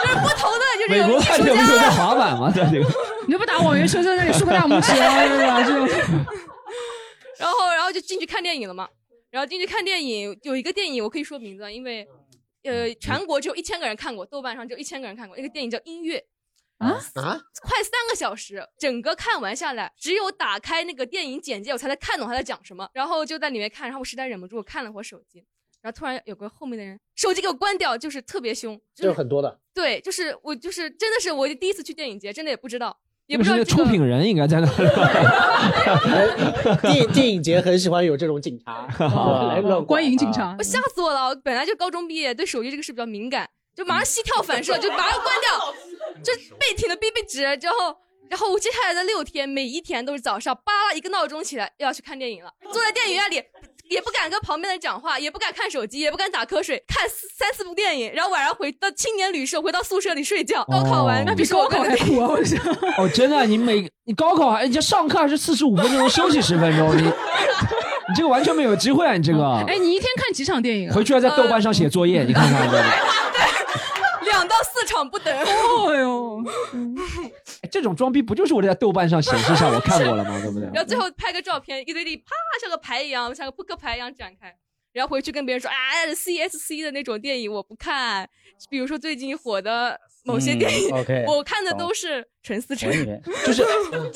F: 就是不同的，就是
C: 美
F: 有
C: 国
F: 艺
C: 派
F: 术
C: 里面不是有在
F: 家。啊
C: 滑板吗？在这个
B: 你就不打网约车，在那里竖个大 拇指 啊，是吧？这种
F: 然后然后就进去看电影了嘛。然后进去看电影，有一个电影我可以说名字啊，因为呃全国只有一千个人看过，豆瓣上只有一千个人看过。那个电影叫《音乐》，
E: 啊，
F: 快三个小时，整个看完下来，只有打开那个电影简介，我才能看懂他在讲什么。然后就在里面看，然后我实在忍不住，我看了会儿手机，然后突然有个后面的人手机给我关掉，就是特别凶，
E: 这
F: 就是是
E: 很多的。
F: 对，就是我就是真的是我第一次去电影节，真的也不知道，也
C: 那
F: 不
C: 个
F: 知
C: 是那
F: 道这
C: 个
F: 个
C: 出品人应该在那里。
E: 电电影节很喜欢有这种警察，来乱
B: 观 影警
E: 察。
B: 察
F: 啊我，吓死我了！我本来就高中毕业，对手机这个事比较敏感，就
B: 嗯
F: 马上膝跳反射，就马上关掉，就背挺的逼逼直。然后，然后我接下来的六天，每一天都是早上叭一个闹钟起来要去看电影了，坐在电影院里。也不敢跟旁边的人讲话，也不敢看手机，也不敢打瞌睡，看四三四部电影，然后晚上回到青年旅社，回到宿舍里睡觉。哦高考完，
C: 那
B: 比
F: 是我
B: 高考
F: 跟
B: 还 苦啊！我想，
C: 哦，真的，你每你高考还人家上课还是四十五分钟，休息十分钟，你你这个完全没有机会啊！你这个
B: 哎，你一 天看几场电影啊？
C: 回去要在豆瓣上写作业，你看看这个。
F: 两到四场不等。
B: 哦 哟，
C: 这种装逼不就是我在豆瓣上显示上我看过了吗？对不对？
F: 然后最后拍个照片，一堆地啪像个牌一样，像个扑克牌一样展开，然后回去跟别人说啊，CSC 的那种电影我不看，比如说最近火的某些电影，
D: 嗯 OK，
F: 我看的都是陈思诚
D: 前。几天
C: 哎就是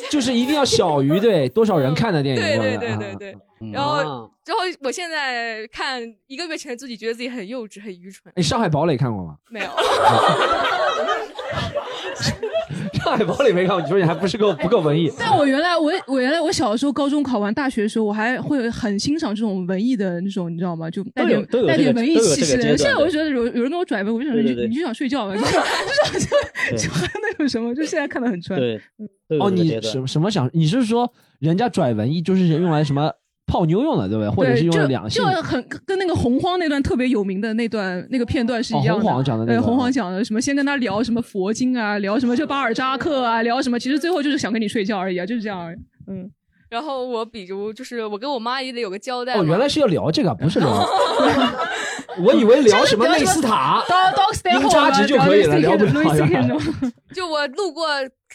C: 就是一定要小于对多少人看的电影，
F: 对对
C: 不啊
F: 对对。对，
D: 嗯
F: 然后之后我现在看一个月前的自己，觉得自己很幼稚、很愚蠢。
C: 哎你上海堡垒看过吗？
F: 没有，
C: 上海堡垒没看过，你说你还不是够不够文艺？
B: 但我原来我我原来我小的时候，高中考完大学的时候，我还会很欣赏这种文艺的那种，你知道吗？就带点
D: 都有
B: 带
D: 都有这个
B: 点文艺气息的
D: 都有这个阶段
B: 人。现在我就觉得有有人跟我拽文，我就想说
D: 对
B: 你
D: 对对
B: 你就想睡 觉吧，就是就是就
D: 对
B: 就很那种什么，就现在看得很穿。
D: 对，都有
C: 哦，
D: 这个阶
C: 你
D: 段
C: 什么什么想？你是说人家拽文艺就是用来什么泡妞用的，对不对？或者
B: 对，
C: 是用
B: 就
C: 来两性
B: 就？很跟那个洪荒那段特别有名的那段那个片段是一样
C: 哦
B: 的。
C: 洪荒讲的那
B: 对，
C: 个
D: 啊
B: 洪荒讲的什么？先跟他聊什么佛经啊，聊什么就巴尔扎克啊，聊什么，其实最后就是想跟你睡觉而已啊，就是这样而已。嗯，
F: 然后我比如就是我跟我妈也得有个交代嘛。
C: 哦，原来是要聊这个，不是聊。我以为聊什么内斯塔、英
F: 啊
C: 扎吉就可以了，聊不了。原来
F: 就我路过，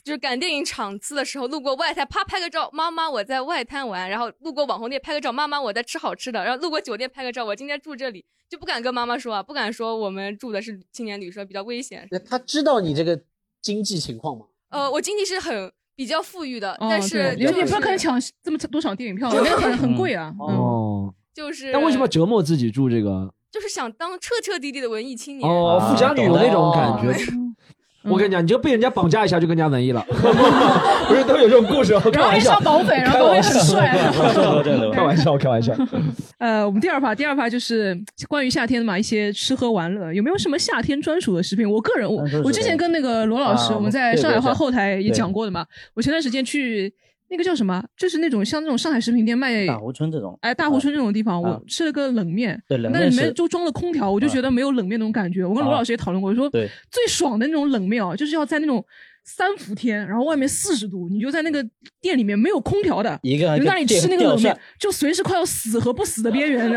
F: 就是赶电影场次的时候，路过外滩，啪拍个照，妈妈我在外滩玩；然后路过网红店拍个照，妈妈我在吃好吃的；然后路过酒店拍个照，我今天住这里，就不敢跟妈妈说啊，不敢说我们住的是青年旅社，比较危险。
E: 他知道你这个经济情况吗？
F: 呃，我经济是很比较富裕的，
B: 哦
F: 但是
B: 对你
F: 就是
B: 你不可能抢这么多场电影票，那个 很很贵啊。
C: 哦，
F: 就是
C: 那为什么折磨自己住这个？
F: 就是想当彻彻底底的文艺青年？
C: 哦，富家女有那种感觉。我跟你讲，你就被人家绑架一下就更加文 艺了，不是都有这种故事吗？开
B: 然后还
C: 玩笑
B: 上，绑匪，然
C: 开
B: 后
C: 玩
B: 还
C: 笑
B: 很帅。
C: 开玩笑，开玩笑。
B: 呃，我们第二趴，第二趴就是关于夏天的嘛，一些吃喝玩乐，有没有什么夏天专属的食品？我个人，我
D: 专属食
B: 我之前
D: 品
B: 跟那个罗老师，
D: 啊
B: 我们在
D: 对
B: 上海
D: 对
B: 话
D: 对
B: 后台也
D: 对
B: 讲过的嘛。我前段时间去那个叫什么，就是那种像那种上海食品店卖
D: 大湖村这种，
B: 哎，大湖村这种地方，我吃了个冷面，
D: 啊对冷
B: 那
D: 面
B: 里面
D: 是
B: 就装了空调，我就觉得没有冷面那种感觉。我跟罗
D: 啊
B: 老师也讨论过，我说
D: 对
B: 最爽的那种冷面啊，就是要在那种三伏天，然后外面四十度，你就在那个店里面没有空调的，
D: 一个
B: 你在那里吃那个
D: 电
B: 冷面
D: 电扇，
B: 就随时快要死和不死的边缘的，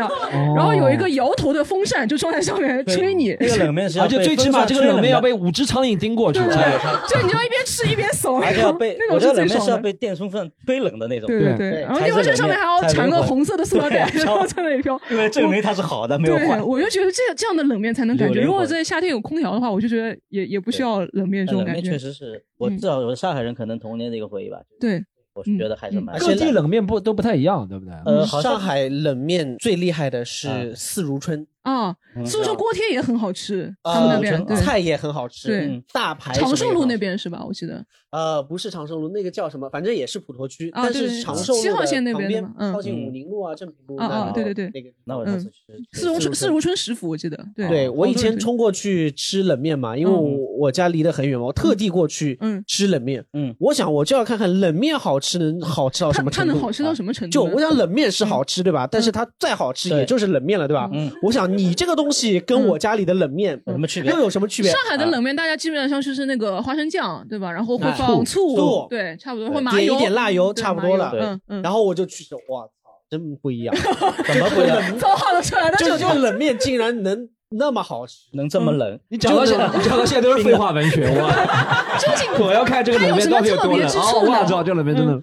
B: 然后有一个摇头的风扇就装在上面
D: 哦对
B: 吹你，
D: 那个冷面是要
C: 而且
D: 被
C: 最起
D: 风
C: 码
D: 扇
C: 这个
D: 吹
C: 冷
D: 冷
C: 面要
D: 的
C: 被五只苍蝇叮过去。
B: 对
C: 才
B: 就 你要一边吃一边扫，
D: 还是
B: 然
D: 要
B: 后
D: 被，
B: 那
D: 我
B: 种
D: 这个
B: 是
D: 冷
B: 最
D: 面
B: 爽
D: 是要
B: 的。
D: 被电风扇吹冷的那种。
B: 对对
C: 对
B: 对，然后
D: 才
B: 电
D: 是
B: 风扇
D: 冷
B: 上面
D: 面
B: 还要
D: 才
B: 缠
D: 灵
B: 个
D: 魂
B: 红色的塑料 袋，
D: 对
B: 然后在那里飘。
D: 因为证明它是好的，没有
B: 对
D: 坏，。
B: 我就觉得这个这样的冷面才能感
D: 有
B: 觉。
D: 灵
B: 如果
D: 魂
B: 在夏天有空调的话，我就觉得也也不需要冷面这
D: 但
B: 种
D: 冷
B: 感
D: 面
B: 觉
D: 确。实是我
B: 嗯
D: 至少我上海人可能童年的一个回忆吧，
B: 对，
D: 我是觉得还是
B: 嗯
D: 蛮。
C: 各地冷嗯面不都不太一样，对不对？
D: 呃，好
E: 上
D: 像
E: 海冷面最厉害的是四如春，
B: 啊，
E: 嗯
B: 苏州锅贴也很好吃，
E: 呃
B: 他们那边
D: 成
B: 对，
E: 菜也很好吃。
B: 对
E: 嗯大排什么
B: 长
E: 也
B: 寿路
E: 好
B: 那边是吧？我记得
E: 呃不是长寿路，那个叫什么？反正也是普陀区，
B: 啊
E: 但
B: 对对
E: 是
B: 对
E: 长寿路
B: 七号线那
E: 的旁
B: 边的
E: 边
B: 嘛嗯
E: 靠近武宁路啊、正平路
B: 啊啊
E: 那
B: 对对对
E: 那个。嗯
D: 那我上次去
B: 四如春四如春食府，我记得对。哦
E: 对我以前
B: 对
E: 冲过去吃冷面嘛，因为
B: 嗯
E: 我我家离得很远嘛，我特地过去
B: 嗯
E: 吃冷面。
D: 嗯
E: 我想我就要看看冷面好吃能好吃到
B: 它
E: 什么
B: 它
E: 程度，啊
B: 能嗯好吃到什么程度
E: 就
B: 呢？
E: 我想冷面是好吃，对吧？但是它再好吃
D: 对
E: 也就是冷面了，对吧？
D: 嗯
E: 我想你这个东西
B: 嗯
E: 跟我家里的冷面
D: 有什么区别
E: 又？有什么区别啊
B: 上？海的冷面，大家基本上就是那个花生酱，对吧？然后会
E: 哎
B: 放
E: 醋
B: 醋
E: 醋，
B: 对，差不多
E: 对
B: 会麻
E: 点
B: 油，
E: 一点辣油
B: 对
E: 差不
B: 麻
E: 多
B: 油
E: 了
B: 嗯嗯。
E: 然后我就去吃，哇操，真 不一样！
D: 怎么不一样？
B: 糟话都出来了，但
E: 就是是
B: 我就
E: 这个冷面竟然能那么好吃，
D: 能这么冷？
C: 嗯你讲到现 在，你讲到现在都是废话文学，我
B: 究 竟
C: 我要看这个冷面到底有多冷
B: 它有什么
C: 哦
B: 特别之处！呢嗯
C: 我想知道这冷面真的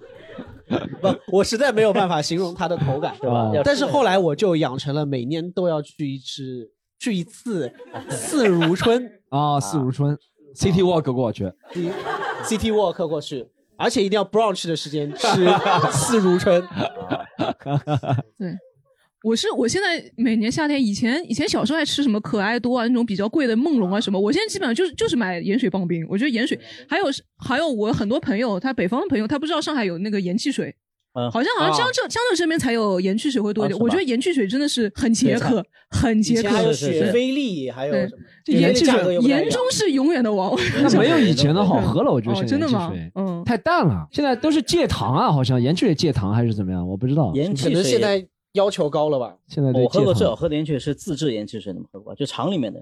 E: 不，我实在没有办法形容它的口感，对吧
C: 哦？
E: 但是后来我就养成了每年都要去一次，去一次四如春
C: 啊，四如春 City Walk 过 去，
E: 你 City Walk 过去，而且一定要 brunch 的时间吃四如春。
B: 对，我是我现在每年夏天，以前以前小时候爱吃什么可爱多啊，那种比较贵的梦龙啊什么，我现在基本上就是就是买盐水棒冰。我觉得盐水，还有是还有我很多朋友，他北方的朋友，他不知道上海有那个盐汽水。
D: 嗯
B: 好像
C: 啊
E: 啊
B: 好像江浙、江浙这边才有盐汽水会多一点，
D: 啊是吧
B: 我觉得盐汽水真的是很解渴，很
E: 以
B: 解
E: 前还
B: 渴
E: 有。
D: 是是是
E: 雪菲力，还有
B: 对
E: 什么？
B: 这
E: 盐
B: 盐
E: 汽水
B: 盐中是永远 的王，
C: 那没有以前的
D: 嗯
C: 好喝了，我觉得
B: 哦，
C: 现在
B: 真的
C: 汽
B: 吗
C: 水？
B: 嗯，
C: 太淡了，现在都是戒糖啊，好像盐汽水戒糖还是怎么样，我不知道。
D: 盐
E: 可
D: 汽
E: 能
D: 水
E: 现在要求高了吧？
C: 现在都
D: 我喝过
C: 戒
D: 最
C: 糖
D: 好。喝的盐汽水是自制盐汽水，你们喝过吧？就厂里面的，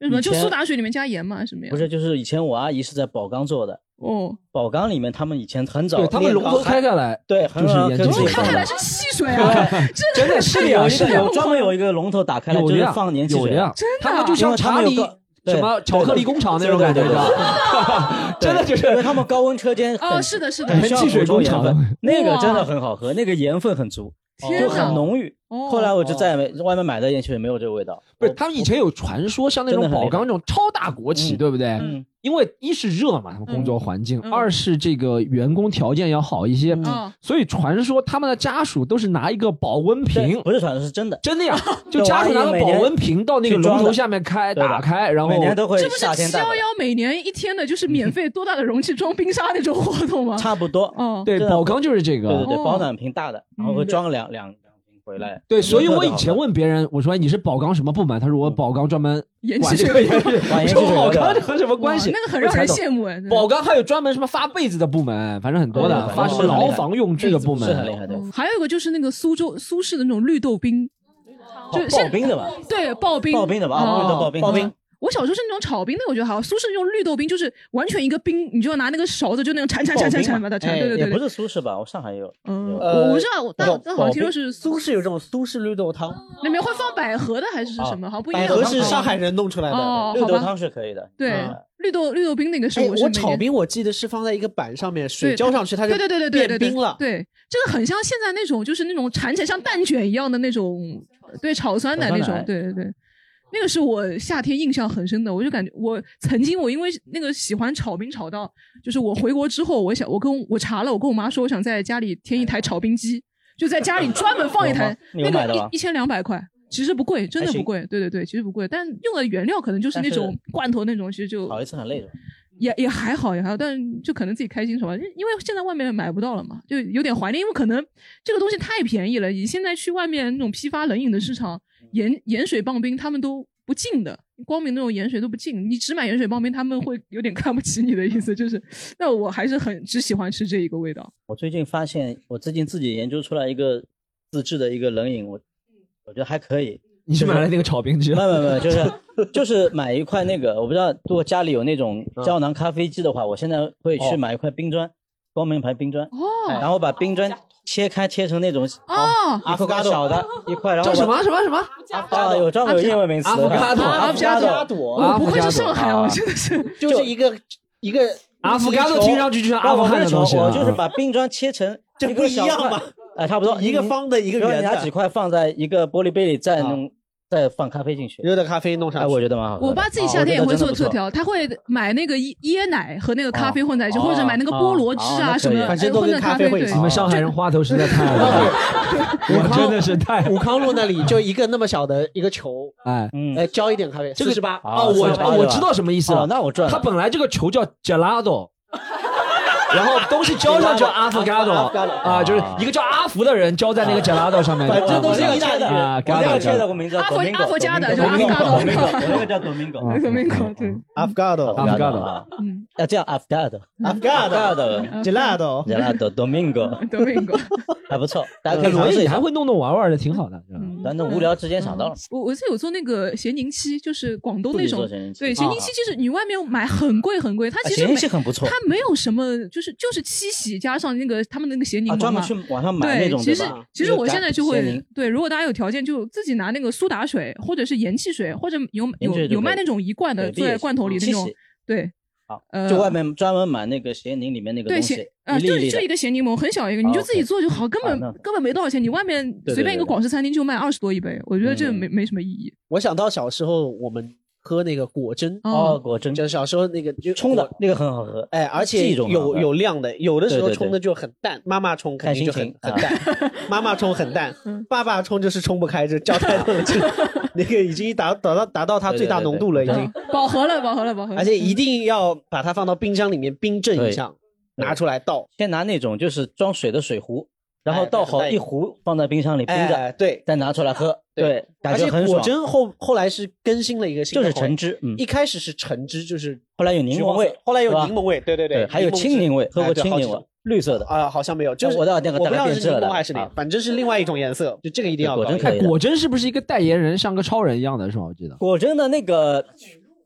B: 为什么就
D: 以前
B: 苏打水里面加盐嘛？什么呀？
D: 不是，就是以前我阿姨是在宝钢做的，
B: 哦，
D: 宝钢里面他们以前很早
C: 对他们龙头开下来，
D: 对，很
C: 就是
D: 早
C: 盐
D: 可以
C: 汽
D: 自己
C: 水
B: 看
D: 放
B: 起来
D: 的。
B: 是汽水啊，真
C: 真
B: 的
C: 的
B: 是
C: 是
B: 有
C: 呀，
D: 有一
C: 是
D: 个
C: 呀
D: 有，专门有一个龙头打开来
C: 有
D: 就
C: 的
D: 是
C: 呀，
D: 放盐汽
C: 有的
D: 水的
C: 呀，，
B: 啊
C: 他们就
D: 因
C: 像
D: 为他
C: 查
D: 们有
C: 理
D: 个对
C: 什么巧克力工厂那种感觉
D: 对对对
C: 的，
D: 对
C: 真的就
D: 因为
C: 是
D: 他们高温车间
B: 哦，
D: 很
B: 是的，是的
D: 很，
C: 很
D: 需要
C: 汽水
D: 补充
C: 工
D: 盐
C: 厂
D: 分，那个真
B: 哇
D: 的很好喝，那个盐分很足，
B: 天
D: 就
B: 哪
D: 很浓郁。
B: 哦
D: 后来我就再也没外面买的盐汽水没有这个味道，
C: 不是他们以前有传说，像那种
D: 真的很
C: 宝
D: 厉害
C: 钢那种超大国企，
D: 嗯
C: 对不对？
D: 嗯
C: 因为一是热嘛，他们工作环境；
B: 嗯
C: 二是这个员工条件要好一些，
B: 嗯
C: 所以传说他们的家属都是拿一个保温瓶
D: 对，不是传说，是真的。
C: 真的 呀，就
D: 对
C: 家属拿
D: 我阿
C: 个
D: 姨每
C: 保
D: 年
C: 温瓶到那个
D: 去
C: 龙
D: 装
C: 头
D: 的
C: 下面开
D: 对的
C: 打开，然后
D: 每年都会
B: 这不是
D: 夏天
B: 七
D: 带
B: 幺
D: 的，
B: 幺每年一天的就是免费多大的容器装冰沙那种活动吗？
D: 差不多。
B: 哦，
C: 对
D: 对的
C: 宝钢就是这
D: 对对
C: 个。
D: 对，
B: 哦
D: 保暖瓶大的，然后会
B: 嗯
D: 装两两两瓶回来。
C: 对，所以
D: 特
C: 我
D: 别
C: 以
D: 好
C: 前
D: 喝
C: 问别人，我说哎你是宝钢什么部门？他说我宝钢专门
B: 延
C: 管
B: 期
C: 这
B: 水
C: 个
B: 果
C: 盐水，
D: 管盐汽
C: 说
D: 水
C: 宝
D: 的
C: 钢这和什么关系？
B: 哇那个很让人
C: 我才懂
B: 羡慕哎，真的
C: 宝钢还有专门什么发被子的部门，反正很多的，
D: 对
C: 发什么牢房用具的部
D: 是很厉
C: 门。
D: 害的，
B: 嗯还有一个就是那个苏州苏式的那种绿豆冰，就
D: 爆
B: 现
D: 哦冰的吧？
B: 对刨冰，
D: 刨冰的吧，
B: 哦
D: 哦，刨冰，
E: 刨冰，
B: 我小时候是那种炒冰的，我觉得好。苏式那种绿豆冰，就是完全一个冰，你就要拿那个勺子，就那种铲铲铲铲铲把它铲。
D: 哎
B: 对对
D: 也
B: 对
D: 不
B: 对
D: 是。苏式吧？我上海也有。
B: 嗯
D: 呃
B: 我不知道我但
D: 宝
B: 但好像听说是哦
D: 苏式有这种苏式绿豆汤，
B: 里面会放百合的还是什么？好像不一样。
E: 哦百合是上海人弄出来的。
B: 哦，
D: 绿
B: 好
D: 豆
B: 吧。
D: 啊汤是可以的。
B: 对
D: 嗯，
B: 绿豆绿豆冰那个是
E: 哎，
B: 是
E: 我
B: 每
E: 炒
B: 年
E: 冰我记得是放在一个板上面，水
B: 对
E: 浇上去它就
B: 对对对对对对
E: 变
B: 对
E: 冰了。
B: 对，这个很像现在那种，就是那种铲起来像蛋卷一样的那种，对，炒酸奶那
D: 炒酸
B: 种
D: 奶，
B: 对对对。那个是我夏天印象很深的，我就感觉我曾经我因为那个喜欢炒冰炒到，就是我回国之后，我想我跟我查了，我跟我妈说我想在家里添一台炒冰机，就在家里专门放一台，
D: 有吗你有
B: 那
D: 买的
B: 个
D: 吗
B: 一一千两百块，其实不贵，真的
D: 还
B: 不
D: 行
B: 贵，对对对，其实不贵，但用的原料可能就是那
D: 但是
B: 种罐头那种，其实就
D: 炒一次很累的。
B: 也也还好，也还好，但就可能自己开心什么，因为现在外面买不到了嘛，就有点怀念，因为可能这个东西太便宜了。你现在去外面那种批发冷饮的市场，
D: 嗯
B: 盐盐水棒冰他们都不进的，光明那种盐水都不进，你只买盐水棒冰，他们会有点看不起你的意思，就是。那我还是很只喜欢吃这一个味道，
D: 我最近发现，我最近自己研究出来一个自制的一个冷饮，我我觉得还可以。
C: 你是买了那个炒冰机
D: 没
C: 了？
D: 有没有没有，就是
B: 哦
D: 就是买一块那个，我不知道，如果家里有那种
E: 嗯
D: 胶囊咖啡机的话，我现在会
E: 哦
D: 去买一块冰砖，光明牌冰砖，
B: 哦
D: 然后把冰砖切开切成那种
B: 哦
D: 一块小 的一块，然后
E: 叫什
D: 把？
E: 么什么什么？
D: 啊，有专门有英文名词的。
E: 阿
B: 伏加朵
E: 朵
B: 我不愧是上海哦，真的是
E: 就是一个一个
C: 阿伏加朵听上去就像阿
D: 啊，
C: 富
D: 我
C: 汗
D: 那
C: 的东西啊。
D: 我 就是把冰砖切成
E: 这
D: 一
E: 不
D: 个
E: 一
D: 小
E: 样
D: 块
E: 吗？
D: 哎，差不多
E: 一个方的，一
D: 一
E: 个圆
D: 你拿几
E: 的，
D: 块放在一个玻璃杯里，再
E: 啊
D: 弄再放咖啡进去。
E: 热的咖啡弄上
D: 哎，
E: 去。
D: 我觉得蛮好喝的。
B: 我爸自己
D: 啊
B: 夏天也会做。
D: 我觉得
B: 特
D: 真的不错
B: 调，他会买那个椰椰奶和那个咖啡混在一起，
D: 哦
B: 或者买那个菠萝汁
D: 哦
B: 啊
D: 那
B: 什
D: 可以
B: 么，
E: 反正
B: 哎
E: 都
B: 混在
E: 跟咖
B: 咖
E: 啡
B: 啡
E: 会
B: 对
E: 一起
C: 你们上海人花头实在 太好了，我真的是太
E: 武康路那里就一个那么小的一个球，
C: 哎。
D: 嗯，
E: 哎，浇一点咖啡，
C: 这个
E: 是吧？
D: 啊
C: 哦，我
D: 48
C: 哦我知道什么意思
D: 哦
C: 了，。
D: 那我赚
C: 它
D: 了。
C: 本来这个球叫 gelato，然后东西浇上叫 affogato 啊，就是一个叫阿福的人浇在那个 gelato 上面，
D: 反正都是
C: 啊
D: 意大利人，
C: 啊
D: 我
C: 嘎
D: 那
C: 嘎
D: 个切
C: 嘎
D: 的我名字叫
B: 阿佛
D: Domingo，
B: 阿佛加的就
D: Domingo，
B: 阿佛
D: Domingo，
B: 加
D: 我
B: 的
D: 那个叫 Domingo。嗯
B: 那个对，
E: Afgado
C: 阿福加朵
D: 啊，
B: 嗯，
D: 要这样 Afgado。Afgado。
E: gelato，
D: Gelato Domingo
B: 都问过。
D: 还不错，大
C: 哎
D: 家可以尝
C: 罗毅
D: 试一
C: 你还
D: 下。
C: 会弄弄玩玩的，挺好的。
B: 嗯
D: 咱这无聊之间想到了，
B: 我我是有做那个咸宁漆，就是广东那
D: 自己做
B: 种
D: 咸宁漆啊嗯
B: 对咸宁漆，其实你外面买很贵很贵，它其实
D: 咸
B: 没
D: 宁漆很不错
B: 它没有什么，就是就是七喜加上那个他们那个咸宁
D: 啊，
B: 嘛
D: 专门去网上买那
B: 对，
D: 种，
B: 其
D: 对
B: 实
D: 吧？
B: 其实我现在就
D: 咸
B: 会
D: 宁
B: 对，如果大家有条件，就自己拿那个苏打水，或者是盐汽水，或者有
D: 盐
B: 有
D: 水就
B: 有卖
D: 可以
B: 那种一罐的，
D: 对
B: 坐在
D: 也
B: 罐头里
D: 是
B: 那种
D: 七喜，
B: 对，
D: 好
B: 呃，
D: 就外面专门买那个咸宁里面那个
B: 对
D: 东
B: 咸
D: 西，
B: 啊，
D: 一粒
B: 就
D: 一粒
B: 就一
D: 的。
B: 个咸柠檬，很小一个，你
D: 啊
B: 就自己做就好，根本
D: 那
B: 根本没多少钱，你外面
D: 对
B: 随
D: 对
B: 便一个
D: 对
B: 广式餐厅就卖二十多一杯，我觉得这
D: 嗯
B: 没没什么意义。
E: 我想到小时候我们喝那个果珍，啊
D: 哦，
B: 哦，
D: 果真
E: 就是小时候那个就
D: 冲的，那个很好喝，
E: 哎，而且
D: 这种好
E: 有
D: 喝
E: 有量的，有的时候
D: 对对对
E: 冲的就很淡，妈妈冲肯定就很很
D: 看心
E: 淡，妈妈冲很淡， 爸爸冲就是冲不开，就浇太多了，就那个已经达达到达到它最大浓度了，已
D: 对对
E: 经
B: 啊，饱和了，饱和了，饱和了。
E: 而且一定要把它放到冰箱里面冰镇一下，
D: 对
E: 拿出来倒，
D: 先拿那种就是装水的水壶，然后
E: 哎
D: 倒好
E: 哎
D: 一壶放在冰箱里冰
E: 哎，
D: 着，
E: 对，
D: 再拿出来喝，
E: 对
D: 对，
E: 而
D: 感
E: 且
D: 觉很
E: 果
D: 爽。
E: 真后后来是更新了一个新
D: 就
E: 的
D: 是
E: 口味
D: 橙，汁，嗯
E: 一，开始是橙汁，就是
D: 后来有柠
E: 橘
D: 檬
E: 黄
D: 味
E: 色，，后来有
D: 是吧
E: 柠檬哎味，对对
D: 对，还有青柠味，喝过青柠味，绿色的，
E: 啊，好像没有，就是
D: 我的那个
E: 我不
D: 大
E: 知
D: 概
E: 道
D: 变
E: 是
D: 质
E: 柠
D: 了
E: 檬
D: 的
E: 还是柠
D: 啊，
E: 反正是另外一种颜色，就这个一定要
D: 对果
E: 搞
D: 真
E: 一下
D: 可以
C: 哎，
D: 的
C: 果真是不是一个代言人像个超人一样的是吧？我记得
D: 果真的那个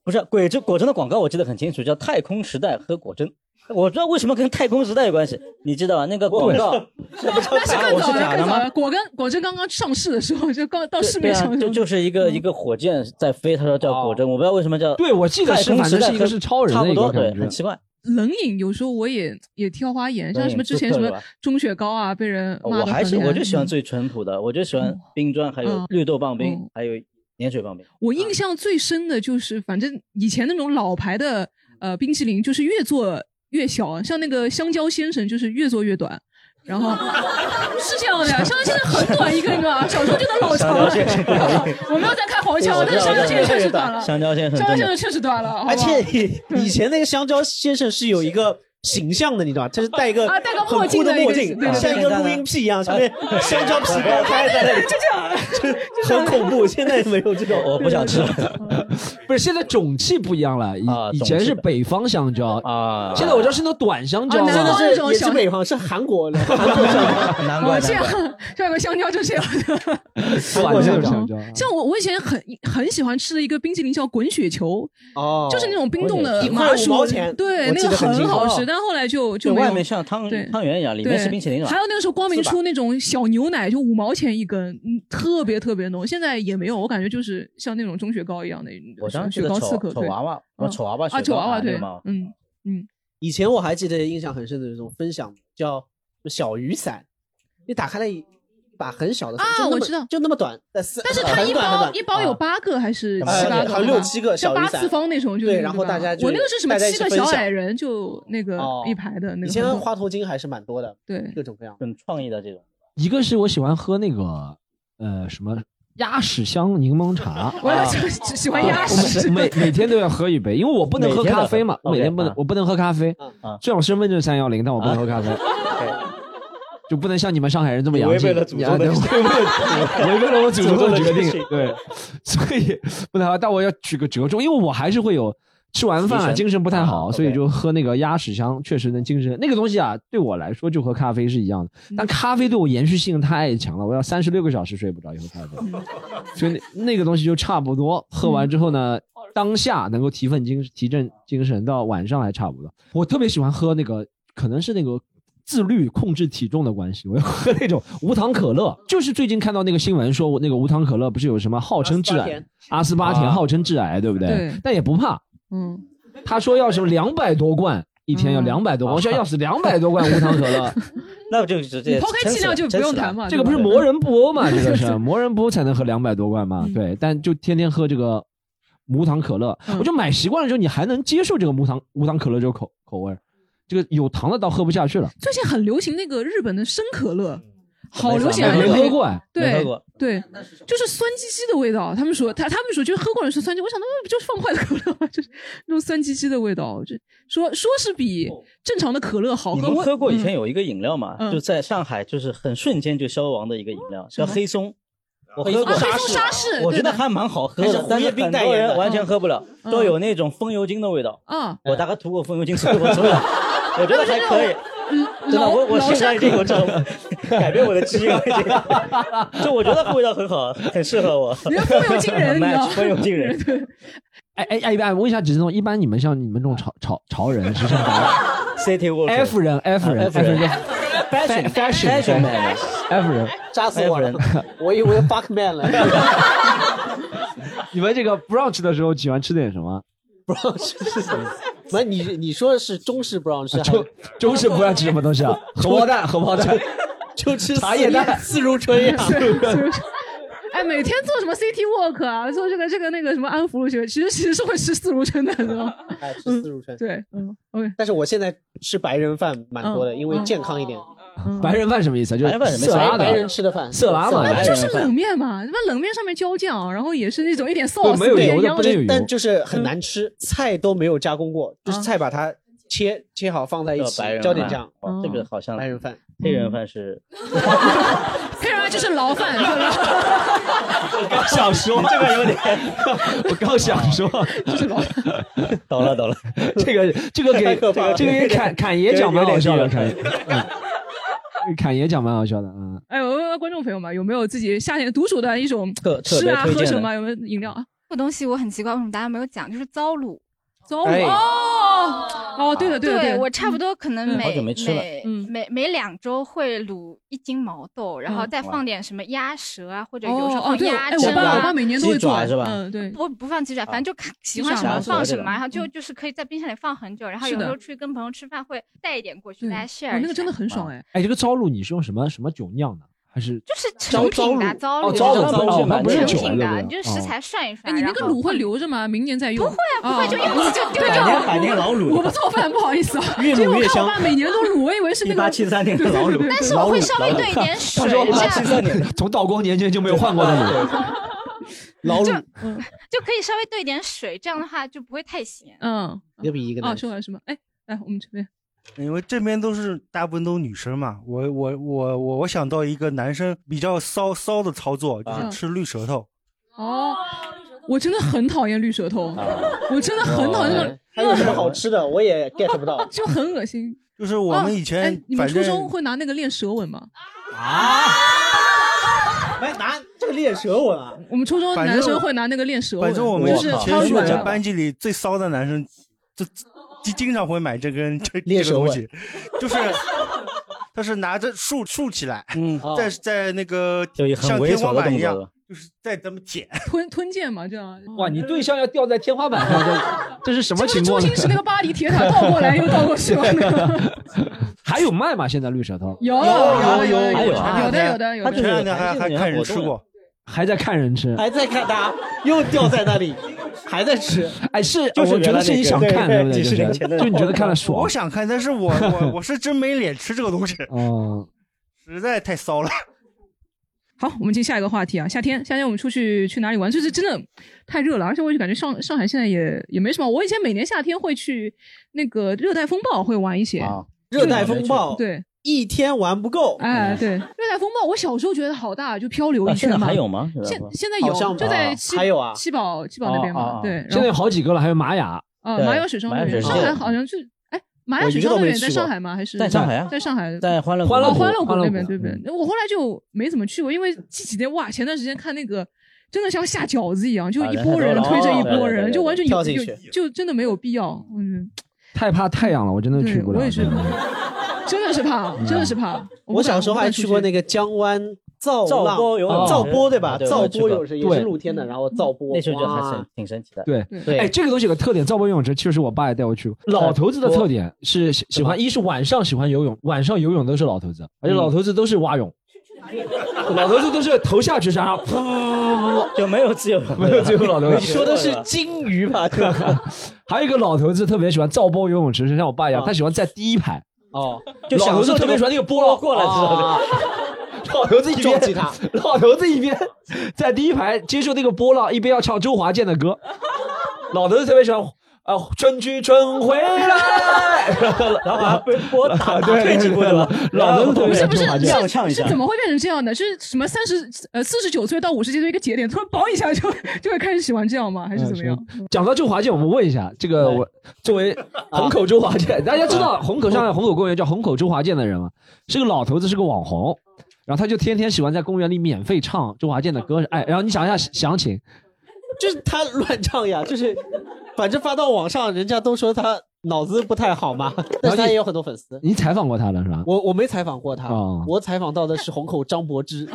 D: 不是果真果真的广告，我记得很清楚，叫太空时代喝果真。我不知道为什么跟太空时代有关系，你知道吧？那个广告，
B: 啊但是更
D: 我是
B: 早了，
D: 假的
B: 更早
D: 吗
B: 了。？果跟果真刚刚上市的时候，就刚到
D: 对
B: 市
D: 对
B: 面
D: 啊
B: 上的嗯时
D: 就
B: 候，
D: 就是一个一个火箭在飞，他说叫果真，我不知道为什么叫
C: 哦对，我记得
D: 太
C: 是，
D: 空
C: 反
D: 时
C: 正
D: 代
C: 是
D: 喝，
C: 一个是超人
D: 差
C: 的
D: 不
C: 一个
D: 多，对，
C: 感
D: 很
C: 觉。
D: 奇怪。
B: 冷饮有时候我也也挑花眼，像
D: 冷
B: 什
D: 饮
B: 么之
D: 是
B: 前什
D: 特
B: 么
D: 的吧
B: 中雪糕啊，被人骂
D: 我
B: 得
D: 还
B: 很
D: 是
B: 厉害
D: 我就喜欢
B: 嗯
D: 最淳朴的，我就喜欢冰砖，还有
B: 嗯
D: 绿豆棒冰
B: 嗯，
D: 还有盐水棒冰。
B: 我印象最深的就是，反正以前那种老牌的呃冰淇淋，就是越做越小，像那个香蕉先生就是越做越短。然后 是这样的，香蕉先生很短一个，你知道吗？小时候就能老长了。我没有在看黄
D: 我
B: 腔，
D: 知
B: 但是
D: 道
B: 香蕉
D: 我知道
B: 先生确实短了，
D: 香蕉先生
B: 香蕉
D: 真
B: 先
D: 的
B: 生确实短了。好不好
E: 而且以以前那个香蕉先生是有一个形象的，你知道吧？他是戴一个
B: 啊戴个
E: 很
B: 墨镜
E: 酷的
B: 的一
E: 墨
B: 个
E: 镜
B: 对，对
E: 像一
B: 对
E: 个
B: 对
E: 录音癖一样，上面
B: 啊
E: 香蕉皮包开在那里，就很恐怖。现在没 有这种，
D: 我不想吃了。
B: 嗯
D: 啊
C: 不是，现在种气不一样了，以以
D: 种
C: 前
D: 气
C: 是
D: 的
C: 北方香蕉
D: 啊
C: 现在我知道是那种短香蕉
B: 啊
C: 了，
B: 南方那种
E: 也是
B: 小，
E: 北方，是 韩国的，
D: 难
B: 哦
D: 怪
B: 这
D: 难
B: 样
D: 怪，
B: 这样个香蕉就是有的。
C: 短的那种香蕉。
B: 像我，我以前很很喜欢吃的一个冰淇淋叫滚雪球，
E: 哦
B: 就是那种冰冻的
E: 一块
B: 麻
E: 五
B: 薯
E: 毛钱，
B: 对，
E: 我
B: 那
E: 记
B: 个
E: 得很
B: 很
E: 清楚
B: 好吃，但后来就
D: 就
B: 没有
D: 外面像汤
B: 对
D: 汤圆一样，里面
B: 对
D: 是冰淇淋
B: 还
D: 吧？
B: 有那个时候光明
E: 是吧
B: 出那种小牛奶，就五毛钱一根，嗯，特别特别浓。现在也没有，我感觉就是像那种中雪糕一样的，
D: 我当时记
B: 雪
D: 得
B: 糕刺
D: 丑
B: 客
D: 丑
B: 对
D: 娃娃，什么
B: 嗯
D: 丑娃娃雪
B: 啊，
D: 糕
B: 丑娃娃
D: 嘛那
B: 对
D: 个嘛，
B: 嗯嗯，
E: 以前我还记得印象很深的有一种分享叫小雨伞，你打开了一把很小的伞
B: 啊
E: 就那么
B: 我知道
E: 就那么短，但是
B: 但是它一
E: 很短很
B: 包
E: 短
B: 一包有八个还是
D: 啊
B: 七八
D: 呃
B: 个吧，
E: 好像六七个
B: 像
E: 小雨
B: 八
E: 伞
B: 次方那种，就是
E: 对然后
B: 对吧
E: 大家就
B: 我那个是什么
E: 大家一
B: 七
E: 起
B: 个
E: 分
B: 小
E: 享
B: 矮人就那个
E: 哦
B: 一排的那个
E: 以前
B: 很好，
E: 花头巾还是蛮多的，
B: 对
E: 各种各样的。
D: 很创意的这种。
C: 一个是我喜欢喝那个呃什么鸭屎香柠檬 茶，啊呃
B: 我要想喜欢鸭屎
C: 我，每每每天都要喝一杯，因为我不能喝咖啡嘛，我
D: 每
C: 每
D: 天
C: 天
D: 都
C: 不
D: 要喝
C: 能我不能喝咖啡
E: 嗯
D: 嗯，啊
C: 虽然我身份证三幺零，但我不能喝咖啡， 就不能像你们上海人这么洋气，
E: 违背了祖宗的
C: 你 啊对违背了我祖宗的决定
E: 祖宗的决定，
C: 对，所以不能喝，但我要取个折中，因为我还是会有。吃完饭
D: 提
C: 啊，
D: 神
C: 精神不太
D: 啊
C: 好，
D: ，OK
C: 所以就喝那个鸭屎香，确实能精神。那个东西啊，对我来说就和咖啡是一样的，但咖啡对我延续性太强了，我要三十六个小时睡不着以后
D: 啊
C: 咖啡。所以那那个东西就差不多。喝完之后呢，
B: 嗯
C: 当下能够提奋精提振精神，到晚上还差不多。我特别喜欢喝那个，可能是那个。自律控制体重的关系，我要喝那种无糖可乐。就是最近看到那个新闻说，我那个无糖可乐不是有什么号称致
E: 阿斯
C: 癌
E: 巴甜，啊
C: 阿斯巴甜号称致癌，对不对？
B: 对
C: 但也不怕，
B: 嗯，
C: 他说要什么两百多罐，一天要
B: 嗯
C: 两百多罐，我想要死两百多罐无糖可乐，
D: 那不就直
B: 你
D: 接
B: 抛开
D: 撑
B: 剂
D: 死
B: 量
D: 了
B: 就不
D: 撑
B: 用
D: 死了
B: 谈嘛，
C: 这个不
B: 对
C: 是
B: 吧
C: 魔人布欧 嘛？这个是啊魔人布欧才能喝两百多罐嘛？
B: 嗯
C: 对，但就天天喝这个无糖可乐，
B: 嗯
C: 我就买习惯了之后，你还能接受这个无糖无糖可乐这个口口味儿，这个有糖的倒喝不下去了，
B: 最近很流行那个日本的生可
E: 嗯
B: 乐，好
D: 没
B: 流
D: 事
B: 行
D: 没
B: 啊！
D: 喝
C: 没
B: 日本
C: 喝过哎。
D: 没喝
B: 对
D: 过
B: 对，就是酸唧唧的味道。他们说他他们说就是喝过人说酸唧，我想他们不就是放坏的可乐吗？ 就是那种酸唧唧的味道，就说说是比
E: 哦
B: 正常的可乐好
D: 你
B: 喝。
D: 们
B: 我
D: 喝过以前有一个饮料嘛，
B: 嗯
D: 就在上海，就是很瞬间就消亡的一个饮料，
B: 什么
D: 叫黑松。我喝过
B: 啊，黑松沙士，
D: 我
B: 对
D: 觉得
B: 的
D: 还蛮好喝
E: 还
D: 的
E: 是，胡
D: 但
E: 彦
D: 是
E: 斌
D: 很
E: 代
D: 多
E: 言的
D: 人完全喝不了，
B: 嗯
D: 都有那种风油精的味道。
B: 啊，
D: 我大概涂过风油精，所以我知 道，我觉得还可以。真的，
B: 老
D: 我我
B: 老
D: 身上
B: 山
D: 已经有这种 改变我的基因了，已经。就我觉得味道很好，很适合我。
B: 你的风油 精人，你知道
D: match，
B: 吗
D: 风油精人。
B: 对，
C: 哎哎哎，哎，问一下子彤，一般你们像你们这种潮潮潮人是像啥
D: City Walk
C: ？F 人啊 F 人
D: F
C: 人
D: 人
C: Fa- fashion
D: fashion man
C: F 人，
E: 扎死我了
D: F
E: 我以为 fuck man 了，
C: 你们这个 brunch 的时候喜欢吃点什么？
E: 不知道是是什么。不是你你说的是中式 brown 是还
C: 啊中中式 brunch 什么东 西啊？荷包蛋，荷包蛋。
E: 就吃
C: 茶叶蛋
E: 四如春
C: 啊
E: 呀，
B: 哎，每天做什么 CT walk 啊，做这个这个那个什么安福路学，其实其实是会吃四如春的，知道吗？
E: 哎，吃四如春。
B: 对，嗯，OK，
E: 但是我现在吃白人饭蛮多的，
B: 嗯
E: 因为健康一点，
B: 嗯
C: 白人饭什么意思啊？就
D: 白人饭
C: 是
D: 什么意
C: 色
D: 思
C: 拉
E: 白
C: 的
E: 白人吃的饭，
C: 色拉嘛
E: 色
D: 白
B: 就
D: 人
B: 是
D: 饭
B: 冷面嘛，他妈冷面上面浇酱，然后也是那种一点
C: 对
B: sauce，
C: 没有
B: 一点
C: 油的
B: 央
C: 不能有油
E: 但就是很难
B: 嗯
E: 吃，菜都没有加工过，就是菜把它切切好放在一
D: 这
E: 起
D: 白人，饭
E: 浇点酱，
D: 哦这个好像
E: 白人饭。
D: 黑人饭是
B: 黑人饭就是牢饭，是吧？
C: 刚想说这个有点，我刚想说
B: 就是牢饭。
D: 懂了懂了，
C: 这个这个给
E: 太可怕了
C: 这个给侃侃爷讲蛮好笑的，侃爷，嗯侃爷讲蛮好笑的，嗯，
B: 哎，我问问观众朋友们，有没有自己夏天独处的一种
D: 特特
B: 吃
D: 别
B: 啊、
D: 推
B: 喝
D: 荐
B: 什
D: 的
B: 么？有没有饮料啊？
H: 这个东西我很奇怪，为什么大家没有讲？就是糟卤，
B: 糟
E: 哎
B: 卤哦哦，对的
H: 对
B: 的对的，
H: 我差不多可能
B: 嗯
D: 好
H: 每、
D: 久没吃了
H: 每、
B: 嗯
H: 每每两周会卤一斤毛豆，然后
B: 嗯
H: 再放点什么鸭舌啊，或者有时候
B: 哦哦
H: 放
B: 对，
H: 鸭
B: 哎，
H: 胗
B: 我爸
H: 啊。
B: 我爸每年都会做
D: 鸡爪是吧
B: 嗯，对，
H: 我不放鸡爪，反正就看喜欢
B: 鸡
H: 什
B: 爪
H: 么放
D: 啊鸡爪
H: 什么，然后就
B: 嗯
H: 就是可以在冰箱里放很久，然后
B: 是
H: 有时候
B: 的
H: 出去跟朋友吃饭会带一点过去，
B: 对，
H: 大家
B: 哦
H: share 一
B: 那个真的
H: 下
B: 很爽哎。
C: 哎，这个糟卤你是用什么什么酒酿的？还是
H: 就是成品的
C: 糟卤
H: 糟卤，
C: 哦
D: 糟卤糟卤
H: 成
D: 不是酒
H: 品
C: 对
H: 的，
C: 不
H: 你
C: 对
H: 就食材涮一
B: 哎，
H: 涮。
B: 你那
H: 然
B: 个
H: 后
B: 卤会留着吗？明年再用？哦不会
H: 不会就用一起就丢
D: 百年
H: 掉。
D: 百年老
B: 我
D: 卤
B: 不，做饭，不好意思 啊。
E: 越卤
B: 因为我
E: 越
B: 看
E: 香
B: 我爸每年都卤，我以为是
D: 一
B: 那
D: 八
B: 个
D: 七三年的老卤，
H: 但是我会稍微兑 一点水，这
D: 一八
H: 样
D: 七三年的，
C: 从道光年间就没有换过的卤？
E: 老卤
H: 就可以稍微兑一点水，这样的话就不会太咸。
B: 嗯，
E: 一个比一个
B: 哦，
E: 难。
B: 说完什么？哎，来我们这边
I: 因为这边都是大部分都是女生嘛，我我我我我想到一个男生比较骚骚的操作，就
B: 嗯
I: 是吃绿舌头。
B: 哦，我真的很讨厌绿舌头，我真的 很讨厌那种，
E: 哦还有什么好吃的，我也 get 不到。
B: 就 很恶心。
I: 就是
E: 我们
B: 哦
E: 以前
B: 哎你们
E: 反
B: 初
E: 正
B: 中会拿那个练舌吻吗？
E: 哎，拿这个练舌吻啊！
B: 我们初中
I: 反正
B: 男生会拿那个练舌吻，
I: 反正我们
B: 就是
I: 其
B: 他
I: 实我
B: 软
I: 们
B: 的。
I: 班级里最骚的男生，就就经常会买这根这
E: 猎
I: 这个
E: 手
I: 东
E: 吻
I: 西，就是他是拿着竖竖起来，
E: 嗯
I: 在在那个
D: 就也很
I: 像
D: 猥
I: 天
D: 琐
I: 花
D: 的
I: 板
D: 动
I: 一
D: 作
I: 样
D: 了，
I: 就是在咱们舔。
B: 吞吞剑嘛，这样。
C: 哇，你对象要吊在天花板上，这这是什么
B: 这
C: 情
B: 不是周
C: 况呢？
B: 星驰那个巴黎铁塔倒过来又倒过去吗？那个
C: 还有卖吗？现在绿舌头
B: 有有有有有
C: 还有
B: 有有的有的有的。
E: 他这
I: 前
E: 个
I: 两天还还看人吃过，
C: 还在看人吃，
E: 还在看他，又掉在那里，还在吃。
C: 哎是，
E: 就是
C: 我觉
E: 原
C: 得
E: 来
C: 是你
E: 那个
C: 想
E: 对
C: 看，
E: 对
C: 不对？
E: 几
C: 就
E: 十
C: 是
E: 年前的
C: 就你觉得看了
I: 我
C: 爽，
I: 想看，但是我我我是真没脸吃这个东西，
C: 嗯，
I: 实在太骚了。
B: 好，我们进下一个话题啊。夏天，夏天我们出去去哪里玩？就是真的太热了，而且我就感觉上上海现在也也没什么。我以前每年夏天会去那个热带风暴会玩一些，
E: 啊热带风暴，，
B: 对，
E: 一天玩不够。
B: 哎对，热带风暴我小时候觉得好大，就漂流一
D: 啊现
B: 圈
D: 在
B: 嘛。
D: 还有吗？
B: 现现在
E: 好像
B: 有，
E: 吧
B: 就在七
E: 还有啊
B: 七宝七宝那边
D: 哦哦
B: 嘛
D: 哦，
B: 对，
C: 现
B: 然
C: 在有
B: 后
C: 好几个了，还有玛雅，
B: 呃
D: 对
B: 玛雅水上乐
D: 玛雅
B: 园，
D: 水
B: 上
D: 上
B: 海好像是哎玛雅水上乐园在上海吗？还是
D: 在上海啊，
B: 在上海
D: 在欢乐嗯
C: 欢
B: 哦，
C: 乐谷
B: 欢乐
C: 欢乐
B: 谷那
C: 谷
B: 边对不对？我后来就没怎么去过，因为这几天哇，前段时间看那个。真的像下饺子一样，就
D: 啊
B: 一
D: 人
B: 波
D: 太多
B: 人
D: 了
B: 推着一
D: 哦对
B: 波
D: 对
B: 人，
D: 对
B: 就
D: 对
B: 完全
E: 跳
B: 有
E: 进
B: 有
E: 去
B: 就真的没有必要。嗯，
C: 太怕太阳了，我真的去
B: 对，
C: 不了。
B: 我也是， 真的是怕，真的是怕。
E: 嗯我小时候还去过那
B: 个，
E: 个江湾造
D: 造
E: 浪嗯
D: 波游
C: 哦
D: 泳池
E: 造波对吧？
D: 对
E: 造
D: 我去
E: 波
D: 过
E: 有时也
C: 对
E: 是露天的，然后造波，
D: 那时候觉得还
E: 哇
D: 是挺神奇的。嗯
C: 对，
B: 对
E: 对
C: 哎，这个东西有个特点，造波游泳池确实我爸也带我去过。老头子的特点是喜喜欢，一是晚上喜欢游泳，晚上游泳都是老头子，而且老头子都是蛙泳，老头子都是嗯头下去，然
E: 啊
C: 后噗噗噗噗
D: 就没有自由，
C: 噗，没有最后老 头
E: 你
C: 子。
E: 说的是 金鱼吧？对吧
C: 还有一个老头子特别喜欢造波游泳池，是像我爸一样，
E: 啊
C: 他喜欢在第一排。
E: 哦，
D: 就哦
C: 老
D: 享
C: 头子
D: 受
C: 特别喜欢那个波浪
D: 过来之后的。
C: 老头子一边
E: 撞击他，
C: 老头子一边在第一排接受那个波浪，一边要唱周华健的歌。老头子特别喜欢啊，春去春回来。
D: 然后还被波打打
C: 对
D: 退几步的
C: 老
D: 了。
C: 老头子特别
B: 不
C: 喜
B: 是
C: 欢
B: 不是
C: 周华健。
D: 踉
B: 是
D: 跄一下
B: 是怎么会变成这样的？是什么三十呃四十九岁到五十岁的一个节点，突然嘣一下就就会开始喜欢这样吗？还
D: 嗯
B: 是怎么样？
C: 讲到周华健，我们问一下，这个我作为虹口周华健，大家知道虹口上海虹口公园叫虹口周华健的人吗？是个老头子，是个网红，然后他就天天喜欢在公园里免费唱周华健的歌。哎，然后你想一下详情，
E: 就是他乱唱呀，就是反正发到网上，人家都说他脑子不太好嘛，但是他也有很多粉丝。
C: 你采访过他了是吧？
E: 我我没采访过他
C: 哦，
E: 我采访到的是虹口张柏芝，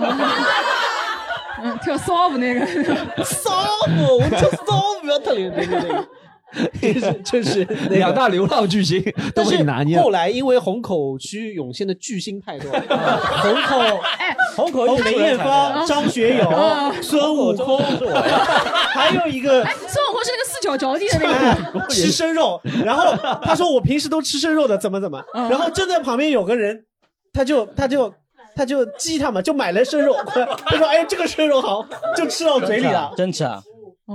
B: 嗯，跳 soft 那 个，
E: 骚我，我就骚不要特别别别别，就是 就是那个
C: 两大流浪巨星都
E: 但
C: 被
E: 是
C: 你拿捏
E: 后来因为虹口区涌现的巨星太 多，虹口
B: 哎，
D: 虹口
E: 梅艳芳、张学友、
B: 哦
E: 孙悟空， 还有一个哎
B: 孙悟空哎是那个四脚着地的 那个。
E: 吃生肉。然后他说我平时都吃生肉的，怎么怎么。
B: 嗯
E: 然后正在旁边有个人，他就他就。他就激他嘛，就买了生肉， 他说：“哎，这个生肉好，就吃到嘴里了。
D: 真吃啊！”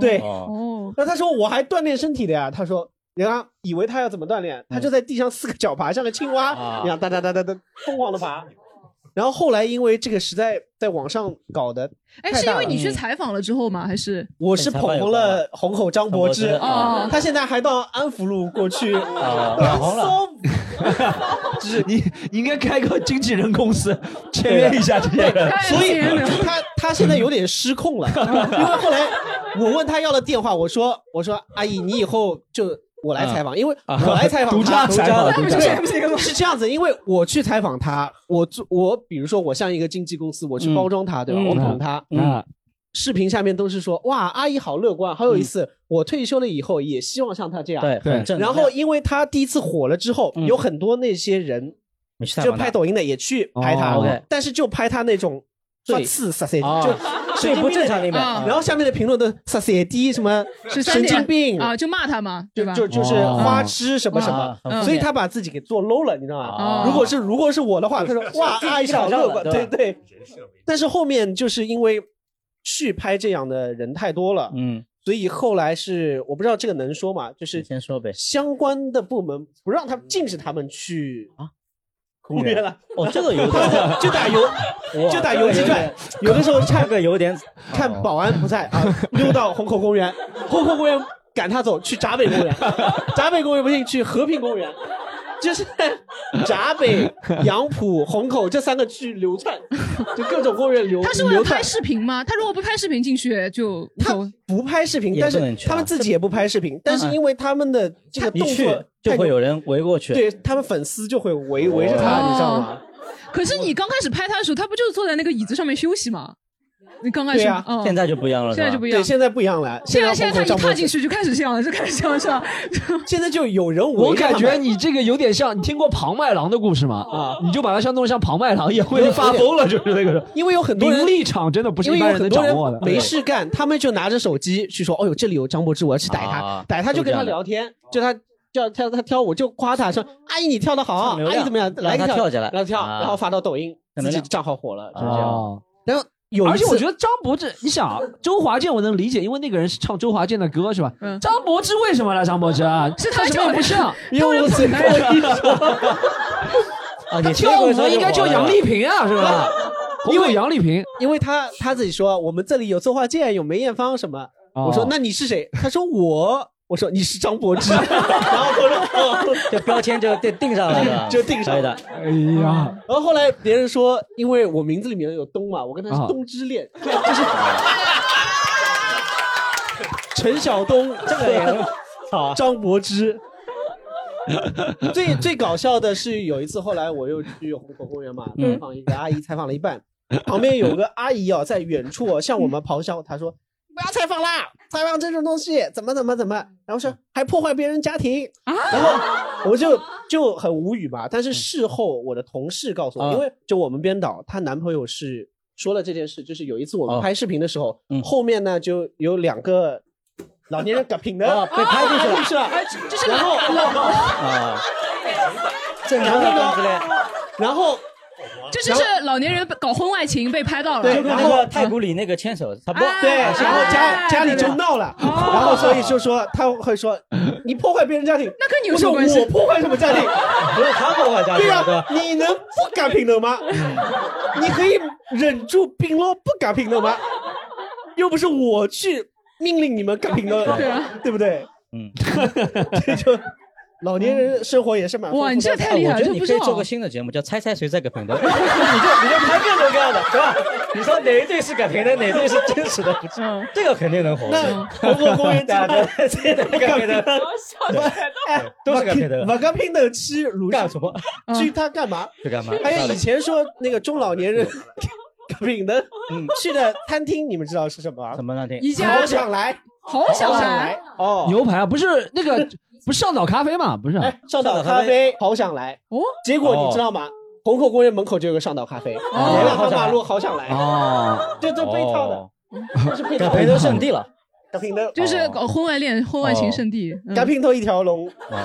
E: 对，
D: 哦，
B: 哦，
E: 那他说我还锻炼身体的呀，他说。人家以为他要怎么锻炼，他就在地上四个脚爬，像个青蛙
D: 嗯啊
E: 一样，哒哒哒哒哒，疯狂的爬。然后后来因为这个实在在网上搞的，
B: 哎，
E: 太
B: 是因
E: 大
B: 为
E: 了嗯
B: 你
D: 嗯
B: 去采访了之后吗？还是
E: 我
D: 哎
E: 是捧红了虹口张柏芝
D: 张柏芝
B: 哦
E: 他现在还到安福路过去，
D: 啊网红了
E: 骚
C: 就是你你应该开个经纪人公司，签约一下这些人。
E: 所以
B: 哎呀
E: 他他现在有点失控 了，因为后来我问他要了电话，我说我说阿姨，你以后就我
D: 啊
E: 来采访，因为我来采访
C: 独家
E: 他
C: 采访
E: 独
C: 独
E: 家
C: 家
E: 对是这样子，因为我去采访他，我做我比如说我像一个经纪公司，我去包装他，对吧？
D: 嗯
E: 我捧他，
C: 啊，
E: 视频下面都是说哇，阿姨好乐观，好有意思，我退休了以后也希望像他这样。
D: 嗯对
C: 对
D: 很正能
E: 然
D: 量。
E: 后，因为他第一次火了之后，
D: 嗯
E: 有很多那些人
D: 你去
E: 就拍抖音的也去拍他，
C: 哦
D: OK
E: 但是就拍他那种发
D: 最
E: 刺撒塞，
D: 啊
E: 就
D: 最不正常的一面，
B: 啊
E: 然后下面的评论都撒塞低什么
B: 是
E: 神经病
B: 啊，，就骂他嘛，对
E: 就
B: 吧？嗯
E: 就就是
C: 哦
E: 花痴什么什么
D: 啊，很负
E: 所以
D: 面
E: 他把自己给做 low 了，你知道吗？
D: 啊
E: 如果是如果是我的 话，他说哇，阿姨好乐观，
D: 对
E: 对
D: 吧
E: 对。但是后面就是因为去拍这样的人太多了，
D: 嗯，
E: 所以后来是我不知道这个能说吗？就是
D: 先说呗，
E: 相关的部门不让他禁止他们去啊公园了。
D: 哦，这个有 点
E: 就打游就打游击战，有的时候看个有点看保安不在啊，溜到虹口公园，虹口公园赶他走去闸北公园，闸北公园不行去和平公园，就是闸北、杨浦、虹口这三个区流窜，就各种公园流。
B: 他是为了
E: 流窜
B: 拍视频吗？他如果不拍视频进去就
E: 他不拍视频，
D: 也
E: 但
D: 不能
E: 是
D: 去啊
E: 他们自己也不拍视频，但是因为他们的这个
D: 一
E: 动
D: 去
E: 作
D: 就会有
E: 人
D: 人围过去。
E: 对他们粉丝就会围围着
B: 哦
E: 他，啊你知道吗？
B: 可是你刚开始拍他的时候，他不就是坐在那个椅子上面休息吗？你刚开
E: 对啊
B: 始，
E: 呀，
B: 嗯，
D: 不一样
B: 了现在是吧就不一样
E: 对，现在不一样了。
B: 现在啊现
E: 在
B: 在他一
E: 红火
B: 踏
E: 帐
B: 进去就开始这样了，就开始这样是吧？
E: 篷现在就有人围
C: 我
E: 着
C: 感
E: 他们
C: 觉你这个有点像，你听过庞麦郎的故事吗？啊，你就把它像弄得像庞麦郎也会发疯了，就是那个。
E: 因为有很多人
C: 名利场真的不是
E: 因为
C: 一
E: 有
C: 般人
E: 很
C: 能
E: 多
C: 掌
E: 人
C: 握的。
E: 没事干，他们就拿着手机去说：“哦呦，这里有张柏芝，我要去逮他
D: 啊，
E: 逮他就跟他
D: 都这样
E: 聊天，就他叫他他跳舞就夸他说：‘阿姨你跳的好啊，
D: 流
E: 阿
D: 量
E: 姨怎么样？’
D: 让
E: 来
D: 他
E: 个
D: 跳起来
E: 然后跳，
D: 啊
E: 然后发到抖音，
D: 正能
E: 自己
D: 量
E: 账号火了，就
D: 啊
E: 是这样
C: 哦。
E: 然后有一
C: 而且我
E: 次
C: 觉得张柏芝，你想啊周华健我能理解，因为那个人是唱周华健的歌是吧？张柏芝为什么来张柏芝啊？
B: 嗯是
C: 他
B: 他
C: 什么也
B: 叫
C: 不像，
E: 因为我是
C: 当然不
D: 啊，你
C: 跳舞应该叫杨丽萍啊，是 吧？因为杨丽萍，
E: 因为他他自己说我们这里有周华健，有梅艳芳什么。
C: 哦
E: 我说那你是谁？他说我。我说你是张柏 芝，然后我说哦
D: 这标签就定定上来了，
E: 就定上
D: 可
E: 了
D: 以的。
C: 哎呀，
E: 然后后来别人说，因为我名字里面有东嘛，我跟他
C: 啊
E: 是东之恋，就是陈晓东这
D: 个人
E: 好 张柏芝。最最搞笑的是有一次，后来我又去虹口公园嘛，
D: 嗯
E: 采访一个阿姨，采访了一半，旁边有个阿姨哦，在远处哦向我们咆哮，她说：“ 不要采访啦，采访这种东西怎么怎么怎么。”然后说还破坏别人家庭，
B: 啊
E: 然后我就就很无语吧。但是事后我的同事告诉
D: 嗯
E: 我，
D: 啊
E: 因为就我们编导她男朋友是说了这件事，就是有一次我们
D: 哦
E: 拍视频的时候，
D: 嗯
E: 后面呢就有两个老年人 搞品的、
D: 啊，被拍进去 了
E: 是吧？
B: 就是
E: 然后
D: 啊，
E: 正
D: 常的
E: 然
D: 之
E: 后
D: 类，
E: 然后
B: 这就是老年人搞婚外情被拍到了，
E: 对
D: 就跟那个太古里那个牵手差不啊多。
E: 对，
B: 哎
E: 然后家
B: 哎
E: 家里
B: 对
E: 就
B: 对哦
E: 闹了，然后所以就说他会说你破坏别人家庭，
B: 那跟你有
E: 不
B: 什
E: 是
B: 么关系
E: 我破坏什么 家庭？
D: 不是他破坏家
E: 对
D: 庭
E: 呀、
D: 了，对吧？
E: 你能不敢平等吗？
B: 嗯
E: 你可以忍住病咯，不敢平等吗？又不是我去命令你们敢平等，
B: 对啊
E: 对不对？
D: 嗯，
E: 这就老年人生活也是蛮丰 富的
B: 哇，你这太厉
D: 我
B: 害
D: 觉
B: 了，
D: 得
B: 这
D: 你
B: 不
D: 可
B: 知
D: 以做
B: 道
D: 个。新的节目，叫“猜猜谁在葛平 的”，你就你就拍各种各样的，是吧？你说哪一对是葛平的，哪一对是真实的，不知
B: 嗯
D: 道这个肯定能火。啊
E: 那红 火公园
D: 大家
E: 的
D: 都这个葛平的
E: 哎，
D: 都是敢平等
E: 我刚平等期鲁
D: 干什么？
B: 嗯
E: 去他干嘛？
D: 去干嘛？
E: 还有以前说那个中老年人敢平等
D: 嗯
E: 去的餐厅，你们知道是什么吗
D: 什？么那天
B: 宜家
E: 好想来，
B: 好想
E: 好想
B: 来
E: 来，哦，
C: 牛排啊，不是那个，不是上岛咖啡嘛？不是啊，
E: 哎，上岛咖啡好想来
B: 哦，
E: 结果你知道吗？虹口公园门口就有个上岛咖啡，沿两条马路好想来，
C: 哦，
E: 这都被套的，这是被
D: 葛
E: 套
D: 平的
E: 的。
D: 圣地了。
E: 嘎平头，
B: 嗯 就是搞婚外恋、婚外
E: 哦
B: 情圣地。嗯
E: 嘎平头一条龙
D: 哦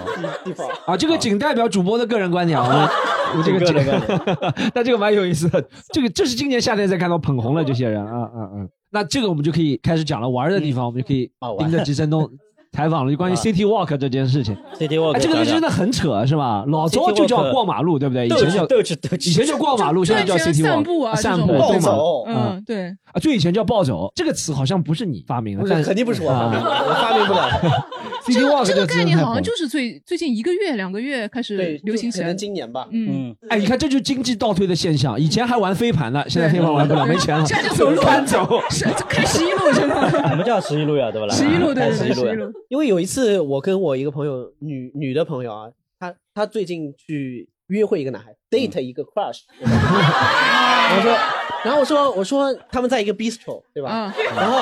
E: 地地方。
C: 啊，这个仅代表主播的个人观点啊。我这个
D: 个
C: 这
D: 人
C: 个，但这个蛮有意思的。这个这是今年夏天才看到捧红了这些人啊，嗯嗯。那这个我们就可以开始讲了，玩的地方我们就可以
D: 啊玩
C: 盯着吉森东采访了，就关于
D: 啊
C: City Walk 这件事情。
D: City Walk，
C: 哎，这个东西真
D: 的
C: 的很扯，是吧？老早就叫过马路，对不对？以
D: 斗
C: 前
D: 智
C: 叫
D: 斗智斗智，
C: 以前叫过马路，现在叫
B: 对
C: City
B: 喜欢
C: Walk，
B: 散步啊
C: 散
B: 这
C: 步
B: 种
E: 暴
C: 对吗？
E: 走，
B: 嗯，对，
C: 啊，最以前叫暴走，这个词好像不是你发明的
E: 不，
C: 但
E: 是，肯定不是我发明的，
C: 啊
E: 我发明不了。
B: 这
C: City Walk
B: 个这个
C: 词
B: 概念
C: 太
B: 好像
C: 猛
B: 就是最最近一个月、两个月开始
E: 对，
B: 流行
E: 就
B: 起
E: 可
B: 来
E: 能。今年吧。
B: 嗯，
D: 嗯，
C: 哎，你看这就是经济倒退的现象。以前还玩飞盘呢，现在
B: 对
C: 飞盘玩不了，没钱了，
B: 现在就 走路
C: 单走。
B: 是 开十一路真的，
D: 我们叫十一路呀，对吧？
B: 十一路对
D: 开
B: 对
D: 十一
B: 对，十
D: 路
B: 一
D: 呀，
B: 路。
E: 啊因为有一次，我跟我一个朋友，女女的朋友啊，她她最近去约会一个男孩，date
B: 嗯
E: 一个 crush，我说，然后我说我说他们在一个 bistro 对吧
B: 嗯？
E: 然后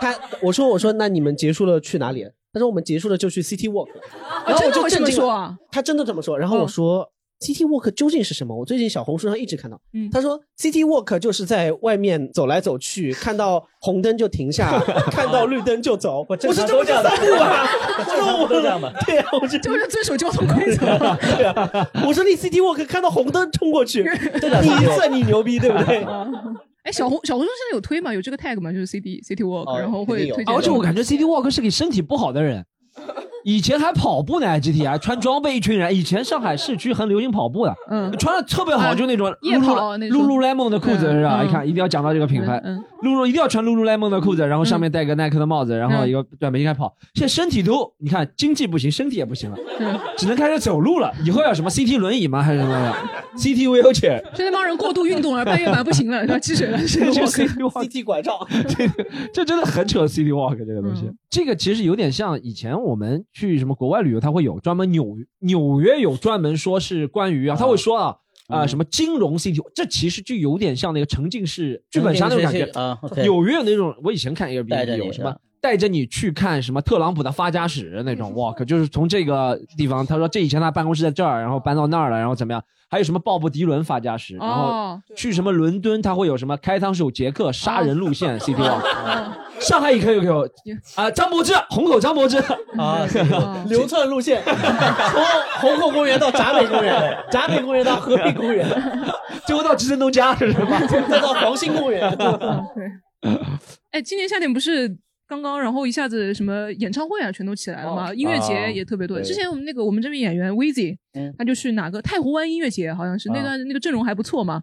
E: 他我说我说那你们结束了去哪里？他说我们结束了就去 City Walk 了。然后
B: 哦真
E: 我
B: 的
E: 就
B: 会这
E: 震
B: 么
E: 惊
B: 说
E: 了，
B: 啊？
E: 他真的这么说。然后我说 City Walk 究竟是什么？我最近小红书上一直看到
B: 嗯，
E: 他说 City Walk 就是在外面走来走去，看到红灯就 停下，看到绿灯就走。我
D: 正常
E: 说这不
D: 都
E: 是
D: 这样的
E: 散步 啊？这我
D: 都这样的。
E: 对啊，我说
B: 就是遵守交通规则。
E: 对
B: 啊
E: 啊，我说你 City Walk 看到红灯冲过去，你算你牛逼对不对？
B: 哎，小红小红书现在有推吗？有这个 tag 吗？就是 CD City Walk，、然
E: 哦
B: 后会推荐。啊
C: 而且哦我感觉 CD Walk 是给身体不好的 人。以前还跑步呢，GTI 穿装备一群人。以前上海市区很流行跑步的，
B: 嗯，啊
C: 穿的特别好，就那种
B: 夜跑那种
C: Lulu Lemon 的裤子是吧？你看，一定要讲到这个品牌
B: 嗯
C: ，Lulu 一定要穿 Lulu Lemon 的裤子，然后上面戴个耐克的帽子，然后
B: 嗯
C: 一个短背心开跑。现在身体都，你看经济不行，身体也不行了，
B: 嗯
C: 只能开始走路了。以后要什么 CT 轮椅吗？还是什么的 CT wheelchair？
B: 就那帮人过度运动了，半月板不行了，是吧？ 积水了，是
C: 就
B: walk。
E: CT 拐 杖，
C: 这真的很扯，City Walk 这个东西，这个其实有点像以前我们去什么国外旅游，他会有专门纽纽约有专门说是关于啊，他会说啊。啊、
D: 嗯
C: 什么金融 City，这其实就有点像那个沉浸式剧本杀那种感觉
D: 沉浸式啊，OK
C: 纽约有那种，我以前看 a i r b
D: 带着
C: n
D: 你
C: 有什
D: 是
C: 么
D: 吧
C: 带着你去看什么特朗普的发家史那种 walk，就是从这个地方，他说这以前他办公室在这儿，然后搬到那儿了，然后怎么样？还有什么鲍勃迪伦发家史，然后
B: 哦
C: 去什么伦敦，他会有什么开膛手杰克杀人路线 City walk，
B: 哦
C: 上海也可以有啊，张柏芝，虹口张柏芝
A: 啊，
B: 哦
E: 流窜路线，从虹口公园到闸北 公园，闸北公园到河北公园，
C: 最后到直升东家是吧？
E: 再到黄兴公园。
B: 哎，今年夏天不是刚刚，然后一下子什么演唱会啊，全都起来了嘛，音乐节也特别多。
D: 哦啊对嗯
B: 之前我们那个我们这边演员 w i z y 他就去哪个太湖湾音乐节，好像是那
D: 啊
B: 段、那个阵容还不错
D: 嗯
B: 嘛。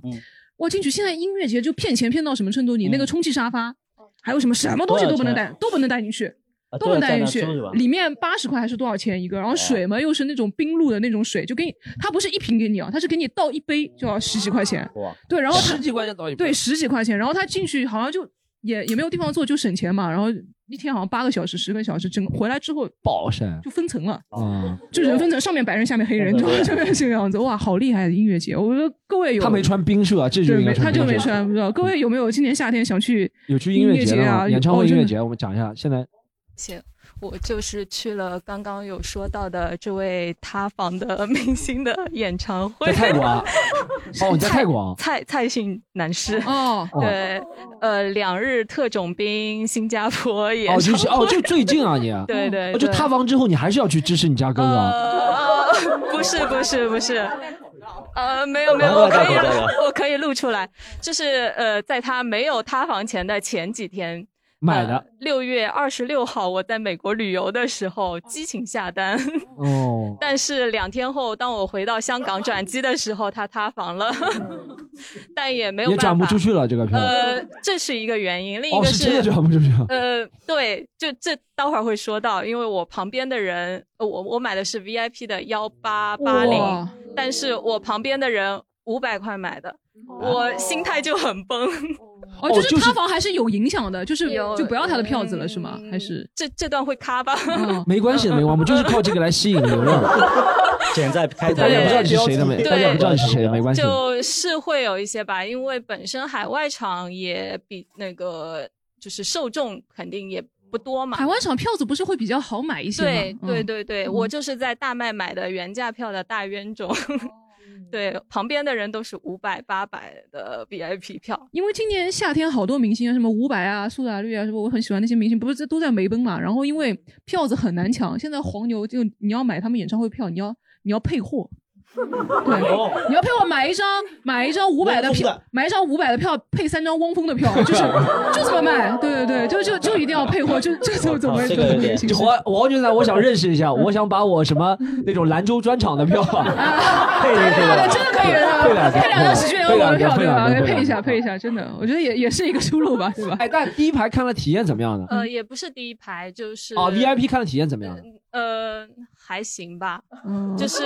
B: 哇，进去现在音乐节就骗钱骗到什么程度？你那个充气沙发，还有什么什么东西都不能带，都不能带进去。
D: 啊
B: 都不能带进去
D: 都能在那租是吧，
B: 里面八十块还是多少钱一个？然
D: 啊
B: 后水嘛，又是那种冰露的那种水，就给你，它不是一瓶给你啊，它是给你倒一杯就要十几块钱。
D: 哇，
B: 对，然后他
C: 十几块钱到一
B: 对，十几块钱，然后他进去好像就也也没有地方坐，就省钱嘛。然后一天好像八个小时、十个小时，整个回来之后
C: 暴晒
B: 就分层了，
C: 啊，
B: 就人分成上面白人，下面黑人，就 就变成这个样子。哇，好厉害的音乐节！我觉得各位有
C: 他没穿冰社，这就
B: 哎对
C: 应该
B: 没他就
C: 冰
B: 没
C: 社
B: 穿，不知道各位有没有今年夏天想去
C: 有去
B: 音
C: 音乐节的
B: 啊、
C: 吗演唱会音乐
B: 哦真的
C: 节，我们讲一下。现在
J: 行，我就是去了刚刚有说到的这位塌房的 明星的演唱会，
C: 在泰国 啊
J: 是
C: 哦你在泰国啊
J: 蔡蔡姓男士
B: 哦
C: 哦
J: 对，呃，两日特种兵新加坡演
C: 哦，
J: 唱
C: 就是
J: 会，
C: 哦，就最近啊你，
J: 对对
C: 哦就
J: 对
C: 塌房之后，你还是要去支持你家哥啊哥。
J: 呃，不是不是不是，呃，没有没有，
C: 广告
J: 我可以
C: 广告广告
J: 我可以录出来，就是呃，在他没有塌房前的前几天。
C: 买的
J: 六月二十六号，我在美国旅游的时候激情下单，
B: 呃
C: 哦，
J: 但是两天后，当我回到香港转机的时候，他塌房了， 但也没有
C: 也
J: 办法
C: 转不出去了这个票。
J: 呃，这是一个原因，另一
C: 哦，
J: 个
C: 是真的转不出去。
J: 呃，对，就这待会儿会说到，因为我旁边的人，呃我我买的是 VIP 的幺八八零
B: 哇，
J: 但是我旁边的人五百块买的，我心态就很崩。
B: 哦，就是塌房还是有影响的，就是就不要他的票子了是吗？还是哦
J: 这这段会卡吧？
C: 没关系的，没关系，我们就是靠这个来吸引流量。
D: 剪在开
C: 大家不知道你是谁的，没，
J: 对
C: 大家不知道你是谁的，没关系。
J: 就是会有一些吧，因为本身海外场也比那个就是受众肯定也不多嘛。
B: 海湾场票子不是会比较好买一些吗？
J: 对
B: 嗯哦
J: 对对对，我就是在大麦买的原价票的大冤种， 对，旁边的人都是五百八百的 VIP 票。
B: 因为今年夏天好多明星啊，什么伍佰啊、苏打绿啊，什么我很喜欢那些明星，不是都在梅奔嘛？然后因为票子很难抢，现在黄牛就你要买他们演唱会票，你要你要配货，
D: 哦
B: 对，你要配货买一张买一张五百的票，买一张五百的票配三张汪峰的票，就是就这么卖，对对对，就就就一定要配货，就就就怎么怎么明星
C: 就黄黄俊南，我想认识一下，我想把我什么那种兰州专场的票 啊，配
B: 对对对，真的可以
C: 配两
B: 的，
C: 张，
B: 配两张喜剧人我的票对吧？
C: 配
B: 配一下，配一下，真的，我觉得也也是一个出路吧，对吧？
C: 哎，但第一排看了体验怎么样呢？
B: 嗯
J: 呃，也不是第一排，就是
C: 哦，VIP 看了体验怎么样？
J: 呃，还行吧，
B: 嗯
J: 就是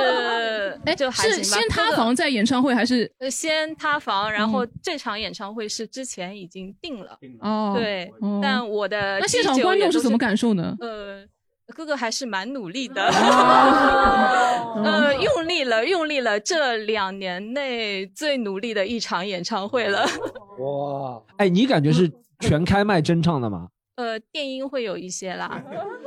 B: 哎，
J: 就还行
B: 是
J: 吧。这
B: 先塌
J: 个
B: 房再演唱会还是？
J: 呃，先塌房，然后
B: 嗯
J: 这场演唱会是之前已经定了，
B: 哦
J: 对
B: 哦，
J: 但我的
B: 那现
J: 第
B: 场
J: 九
B: 观
J: 也都
B: 众是怎么感受呢？
J: 呃，哥哥还是蛮努力的，
B: 哦
J: 呃，用力了，用力了，这两年内最努力的一场演唱会了。
C: 哇，哎，你感觉是全开麦真唱的吗？
J: 呃，电音会有一些 啦，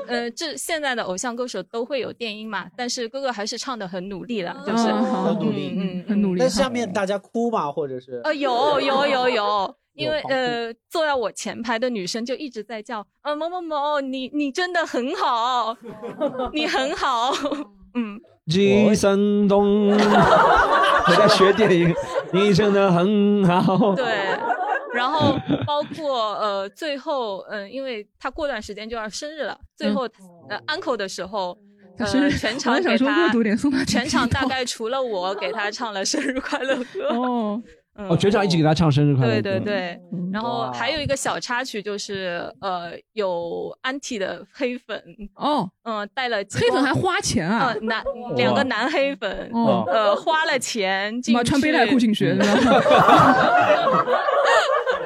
J: 呃，这现在的偶像歌手都会有电音嘛，但是哥哥还是唱的很努力了，就是，
B: 哦啊
E: 很努力，
J: 嗯
B: 很努力
E: 但下面大家哭嘛，或者是
J: 呃，有有有 有，因为
E: 跑
J: 呃，坐在我前排的女生就一直在叫，呃，某某某，你你真的很好，你很好，嗯，
C: 金生 东，我在学电影，你真的很好。
J: 对。然后包括呃，最后嗯、因为他过段时间就要生日了，最后、呃 uncle 的时候。
B: 他嗯哦生
J: 呃，
B: 日
J: 全
B: 我
J: 场
B: 还想
J: 给
B: 说
J: 他
B: 恶毒点送他这
J: 全
B: 个
J: 场
B: 一
J: 大
B: 套
J: 概除了我给他唱了生日快乐歌。
B: 哦，
J: 嗯
C: 哦，全场一起给他唱生日快乐
J: 对
C: 歌。
J: 对对，
B: 嗯
J: 然后
C: 哇
J: 还有一个小插曲就是，呃，有 anti 的黑粉
B: 哦，
J: 嗯，带了
B: 黑粉还花钱啊
J: 呃男两个男黑粉，
B: 哦
J: 呃，花了钱进
B: 妈穿背带裤进
C: 嗯
B: 去，知道吗？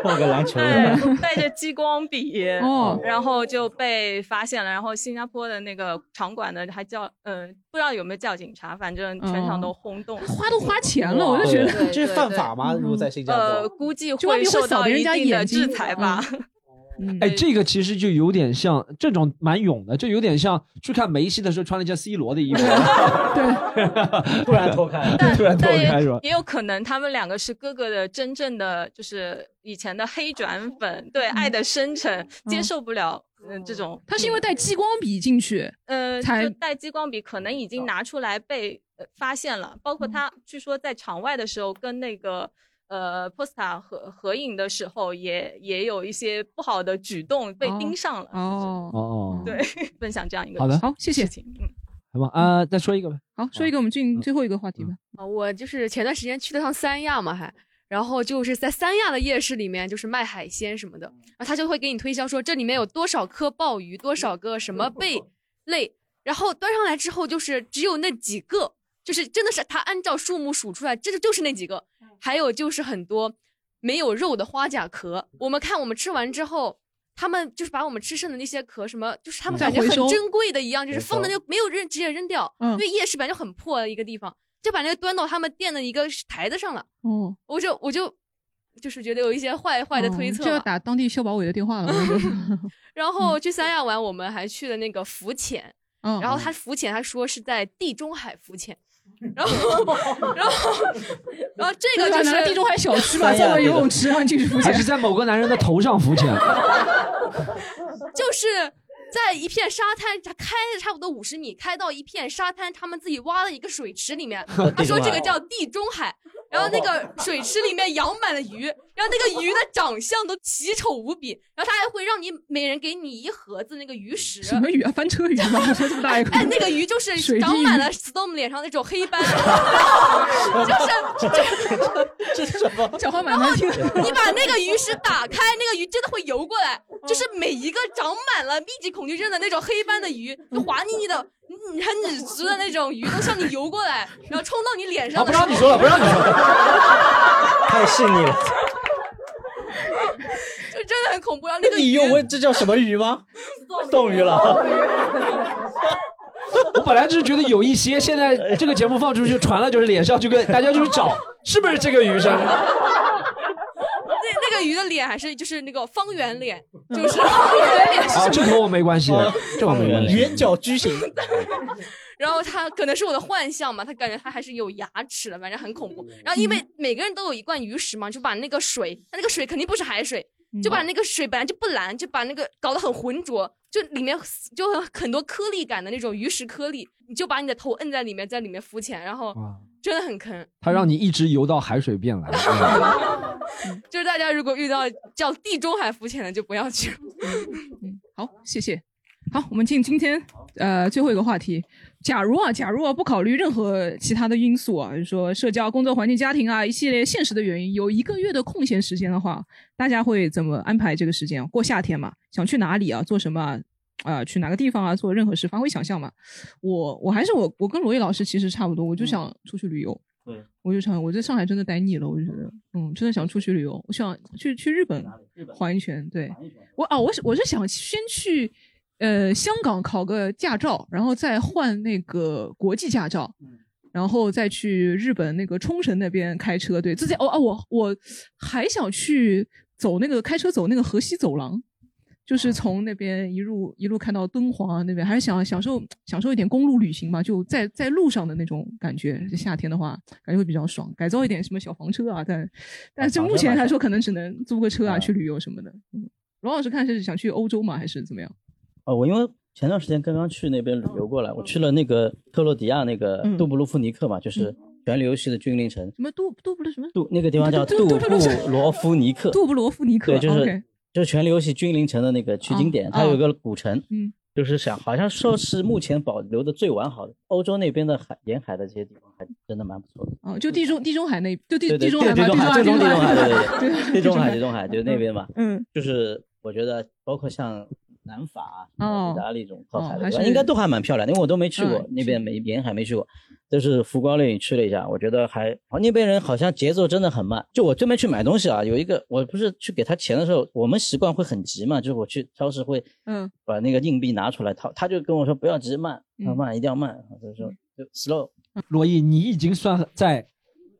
D: 抱个篮球
F: 哎
J: 带带着激光笔，
B: 哦
J: 然后就被发现了。然后新加坡的那个场馆的还叫，嗯、不知道有没有叫警察，反正全场都轰动。
B: 嗯花都花钱了，我就觉得嗯
E: 这是犯法吗？如果在新加坡，
J: 呃，估计
B: 就外面会
J: 受
B: 扫
J: 到
B: 别人
J: 一
B: 家
J: 定的
B: 眼睛嗯
J: 制裁吧。
C: 哎，这个其实就有点像这种蛮勇的，就有点像去看梅西的时候穿了一件 C 罗的衣服，对，
D: 突然偷看，
C: 突然偷看
J: 但
C: 是
J: 也
C: 吧？
J: 也有可能他们两个是哥哥的真正的，就是以前的黑转粉，对爱的深沉，接受不了嗯这种。
B: 嗯哦他是因为带激光笔进去，
J: 呃，
B: 才哦
J: 就带激光笔可能已经拿出来被、呃发现了，包
B: 嗯
J: 括他据说在场外的时候跟那个。呃，Posta 合合影的时候也也有一些不好的举动被盯上了，
B: 哦
C: 哦，
J: 对， 分享这样一个
C: 好的
B: 好，谢谢。
F: 嗯
C: 好吧，啊，再说一个嗯吧。
B: 好，说一个我们进最后一个话题吧。
F: 啊，我就是前段时间去了趟三亚嘛，还。然后就是在三亚的夜市里面，就是卖海鲜什么的，
B: 嗯
F: 然后他就会给你推销说这里面有多少颗鲍鱼，多少个什么贝
B: 嗯
F: 类，然后端上来之后就是只有那几个，就是真的是他按照数目数出来，这就就是那几个，
B: 嗯
F: 还有就是很多没有肉的花甲壳。我们看我们吃完之后，他们就是把我们吃剩的那些壳什么，就是他们
B: 嗯再
F: 感觉
B: 回
F: 很
B: 收
F: 珍贵的一样，就是
B: 回
F: 放在
B: 收
F: 那个没有扔直接扔掉，
B: 嗯
F: 因为夜市本来就很破的一个地方，就把那个端到他们店的一个台子上了。
C: 嗯
B: 哦，
F: 我就我就就是觉得有一些坏坏的推测
B: 这嗯
F: 吧。
B: 要打当地消保委的电话了。我跟你说
F: 然后去三亚玩，我们还去了那个浮潜，
B: 嗯
F: 然后他浮潜，他说是在地中海浮潜。 然后，然后， 然后这个
B: 对吧
F: 就
B: 拿
F: 是
B: 来地中海小区吧造个游泳池让你进去浮潜
C: 还是在某个男人的头上浮 潜？
F: 就是在一片沙滩，他开了差不多五十米，开到一片沙滩，他们自己挖了一个水池里 面
C: 哦，
F: 他说
C: 地中海
F: 这个叫地中海。然后那个水池里面养满了鱼，然后那个鱼的长相都奇丑无比，然后他还会让你每人给你一盒子那个鱼食。
B: 什么鱼啊？翻车鱼吗？我说这么大一个。
F: 哎，那个鱼就是
B: 水滴
F: 长满
B: 鱼
F: 了 Storm 脸上那种黑 斑， 就是
B: 这是 什么？小花蛮难听的。
F: 哦 你把那个鱼食打开，那个鱼真的会游过来，
D: 嗯
F: 就是每一个长满了密集恐惧症的那种黑斑的鱼，就滑腻腻的、嗯很拧直的那种鱼，都向你游过来，然后冲到你脸上
D: 啊
F: 的
D: 不让
F: 时候。
D: 你说了不让你说 太细腻了。
F: 就真的很恐怖。然后那个
E: 你
F: 鱼
E: 又 问这叫什么 鱼吗？
D: 冻鱼了。
C: 我本来就是觉得有一些，现在这个节目放出去传了，就是脸上就跟大家就去找是不是这个鱼上。
F: 那那个鱼的脸还是就是那个方圆脸，就 是
C: 啊，这和我没关系的，这我没关系。
E: 圆角矩形，
F: 然后他可能是我的幻象嘛，他感觉他还是有牙齿的，反正很恐怖。然后因为每个人都有一罐鱼食嘛，就把那个水，他那个水肯定不是海水，就把那个水本来就不蓝，就把那个搞得很浑浊，就里面就很多颗粒感的那种鱼食颗粒，你就把你的头摁在里面，在里面浮潜，然后真的很坑。
C: 他让你一直游到海水变蓝。
F: 就是大家如果遇到叫地中海浮潜的，就不要去。
B: 好，谢谢。好，我们进今天呃最后一个话题。假如啊，假如啊，不考虑任何其他的因素啊，比如说社交、工作环境、家庭啊一系列现实的原因，有一个月的空闲时间的话，大家会怎么安排这个时间啊？过夏天嘛，想去哪里啊？做什么啊？呃，去哪个地方啊？做任何事，发挥想象嘛。我我还是我，我跟罗毅老师其实差不多，我就想出去旅游。
D: 对，
B: 我就想，我在上海真的待腻了，我就觉得，嗯，真的想出去旅游，我想去去日本环一圈。对，我哦，我是我是想先去呃香港考个驾照，然后再换那个国际驾照，然后再去日本那个冲绳那边开车。对，自己哦哦，我我还想去走那个开车走那个河西走廊。
D: 哦
B: 就是从那边一路一路看到敦煌啊那边，还是想享受享受一点公路旅行嘛，就在在路上的那种感觉。夏天的话，感觉会比较爽，改造一点什么小房车啊，但但是目前来说，可能只能租个车啊去旅游什么的。嗯，罗老师看是想去欧洲吗，还是怎么样？
D: 哦，我因为前
B: 嗯
D: 段时间刚刚去那边旅游过来，我去了那个克罗地亚那个杜布卢夫尼克嘛，就是权力游戏的君临城，
B: 什么杜杜布勒什么
D: 杜那个地方叫
B: 嗯杜
D: 杜
B: 杜
D: 布罗夫尼克，
B: 杜布罗夫尼克，
D: 对，就
B: OK
D: 是就是权力游戏君临城的那个取景点，
B: 啊
D: 它有一个古城，
B: 嗯，
D: 就是想好像说是目前保留的最完好的欧洲那边的海沿海的这些地方，还真的蛮不错的。
B: 哦，就地中地中海那就地
D: 嗯对
B: 地
D: 对
B: 中海吧，
D: 地中
B: 海
D: 海，
B: 中
D: 地中海，
B: 海，
D: 对对，地中海，地
B: 地
D: 中海，就是那边嘛，
B: 嗯，
D: 就是我觉得包括像南法、啊
B: 哦
D: 意大利这种靠海
B: 嗯还
D: 的，地
B: 是
D: 方，应该都还蛮漂亮的，因为我都没去过
B: 嗯，
D: 那边没沿海没去过，就是浮光掠影去了一下，我觉得还好，那边人好像节奏真的很慢。就我这边去买东西啊，有一个我不是去给他钱的时候，我们习惯会很急嘛，就是我去超市会
B: 嗯
D: 把那个硬币拿出来，他他就跟我说不要急，慢，
B: 嗯
D: 慢一定要慢，就是说就 slow。
C: 罗毅，你已经算在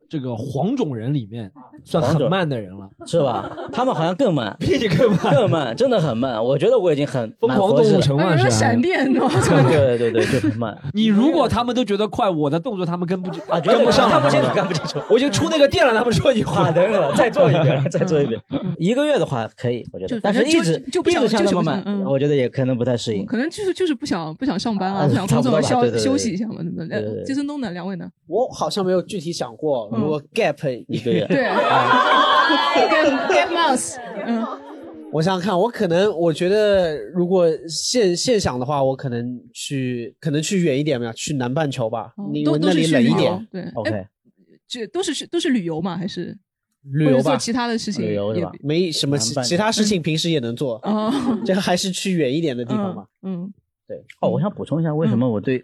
C: 这个黄种人里面算很慢的人了，
D: 是吧？他们好像更慢，
C: 比你更慢，
D: 更慢，真的很慢。我觉得我已经很
C: 疯狂动物城了哎是吧 闪电
B: 呢
D: 对对对，就很慢。
C: 你如果他们都觉得快，我的动作他们跟不
D: 啊绝对
C: 跟不上了，
D: 干不清楚
C: 他们
D: 干不清楚
C: 我已经出那个店了，他们说 你
D: 啊，等等，再做一 遍，再做一遍。一个月的话可以，我觉
B: 嗯就
D: 得，但是
B: 反正
D: 一
B: 就
D: 直
B: 就不
D: 一
B: 想
D: 直像那
B: 就
D: 么
B: 不
D: 慢
B: 想嗯，
D: 我觉得也可能不太适应。
B: 可能就是就是不想不想上班啊，
D: 啊
B: 不想工
D: 差不多吧
B: 作消
D: 对对对
B: 休息一下嘛，对不对？
D: 对对
B: 呃
D: 对
B: 杰森东呢？两位呢？
K: 我好像没有具体想过，
B: 嗯
K: 我 gap 一
D: 个月
B: 对
E: 哎
B: ，Get Get Mouse，嗯，
K: 我想想看，我可能我觉得，如果现现想的话，我可能去，可能去远一点吧，去南半球吧，因
B: 哦都
K: 为那
B: 都是
K: 里
B: 去
K: 冷
B: 旅
K: 一
B: 游
K: 点。
B: 对哎这都是都是旅游嘛，还是
K: 旅
B: 或
K: 游
B: 者做
K: 吧，
B: 其他的事情？也比
K: 没什么其
D: 南半球
K: 其他事情，平时也能做。
B: 嗯哦，
K: 这还是去远一点的地方吧。
B: 嗯，
D: 对。哦，我想补充一下，为什么我对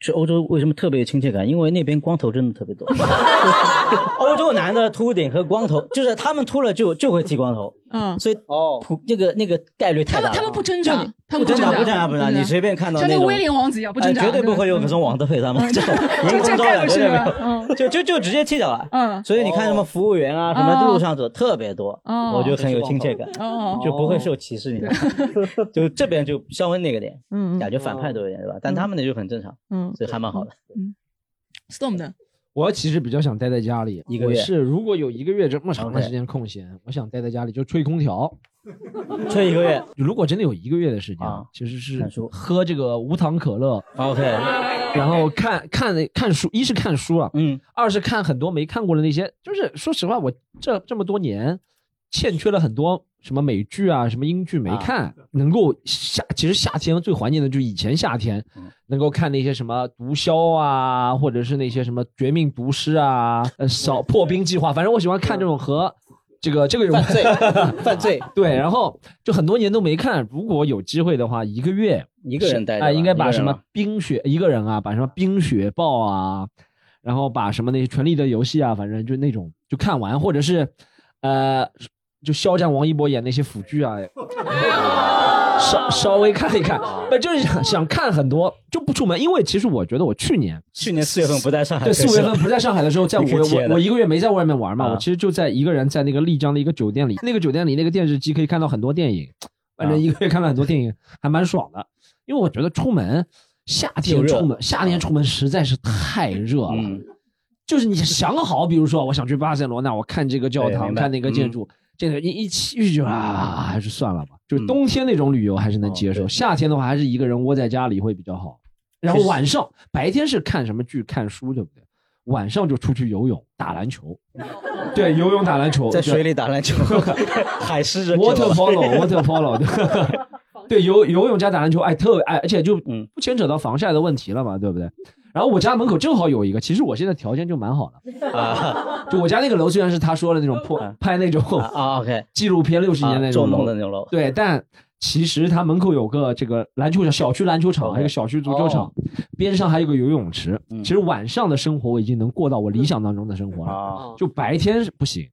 D: 去欧洲为什么特别有亲切感？因为那边光头真的特别多。 欧洲男的秃顶和光头，就是他们秃了就就会剃光头，
B: 嗯，
D: 所以
K: 哦，
D: 那个那个概率太大了。
B: 他们不挣
K: 啊
B: 扎，他
D: 不
B: 们
D: 挣
B: 扎，啊
D: 扎，不挣扎，不挣扎，你随便看到
B: 像那
D: 种
B: 个威廉王子一样不
D: 哎
B: 挣扎，
D: 绝对不会有
B: 吧
D: 那种网的配 他们，
B: 这
D: 这
B: 这
D: 人工
B: 这
D: 招
B: 概
D: 揽
B: 率
D: 绝
B: 是
D: 对没
B: 吧？
D: 有，
B: 嗯，
D: 就就就直接剃掉了。
B: 嗯
D: 所以你看什么服务员啊，什么路上走特别多，
B: 哦
D: 我就很有亲切感，
B: 哦
D: 就不会受歧视。你知道吗 就这边就稍微那个点，
B: 嗯嗯
D: 感觉反派多一点，对吧？但他们那就很正常，
B: 嗯
D: 所以还蛮好的。
B: Storm 的，
C: 我其实比较想待在家里，
D: 一个月
C: 我是如果有一个月这么长的时间空闲，我想待在家里就吹空调，嗯
D: 吹一个月。啊
C: 如果真的有一个月的时间，其实是喝这个无糖可乐
D: ，OK，
C: 然后看看看书，一是看书啊，
D: 嗯，
C: 二是看很多没看过的那些，就是说实话，我这这么多年欠缺了很多什么美剧啊，什么英剧没看，能够夏其实夏天最怀念的就是以前夏天、
D: 嗯
C: 能够看那些什么毒枭啊，或者是那些什么绝命毒师啊，呃，扫破冰计划，反正我喜欢看这种和。这个这个有
K: 犯罪 犯罪
C: 对，然后就很多年都没看。如果有机会的话，一个月
D: 一个人待着吧
C: 哎，应该
D: 一个
C: 把
D: 人
C: 什么
D: 吧
C: 冰雪一个人啊，把什么冰雪豹啊，然后把什么那些权力的游戏啊，反正就那种就看完，或者是呃，就肖战、王一博演那些腐剧啊，
D: 哎
C: 稍稍微看一 看，不就是想想看很多就不出门，因为其实我觉得我去年
D: 去年四月份不在上海
C: 对
D: 的时
C: 四
D: 候，
C: 五月份不在上海的时候， 在我
D: 你可接
C: 我
D: 了
C: 我一个月没在外面玩嘛，
D: 啊
C: 我其实就在一个人在那个丽江的一个酒店里，那个酒店里那个电视机可以看到很多电影，反
D: 啊
C: 正一个月看了很多电影，还蛮爽的。因为我觉得出门，夏天
D: 就热啊嗯
C: 出门，夏天出门实在是太热了。就是你想好，比如说我想去巴塞罗那，我看这个教
D: 对
C: 堂，
D: 明白嗯
C: 看那个建筑，这个一一去就啊，还是算了吧。就是冬天那种旅游还是能接受，夏天的话还是一个人窝在家里会比较好。然后晚上，白天是看什么剧、看书，对不对？晚上就出去游泳、打篮球。对，游泳、打篮球，
D: 哦在水 里 打篮球，海狮人
C: water polo，water polo，对对，游游泳加打篮球，哎，特别哎，而且就
D: 嗯
C: 不牵扯到防晒的问题了嘛，对不对？然后我家门口正好有一个，其实我现在条件就蛮好的
D: 啊，
C: 就我家那个楼虽然是他说的那种破拍那种
D: 嗯啊，OK，
C: 纪录片六十年代那种
D: 啊做
C: 楼
D: 梦的那种楼
C: 对，但其实他门口有个这个篮球场，小区篮球场，还有个小区足球
D: 哦
C: 场，边上还有个游泳池。
D: 嗯
C: 其实晚上的生活我已经能过到我理想当中的生活
D: 啊
C: 了，就白天是不行。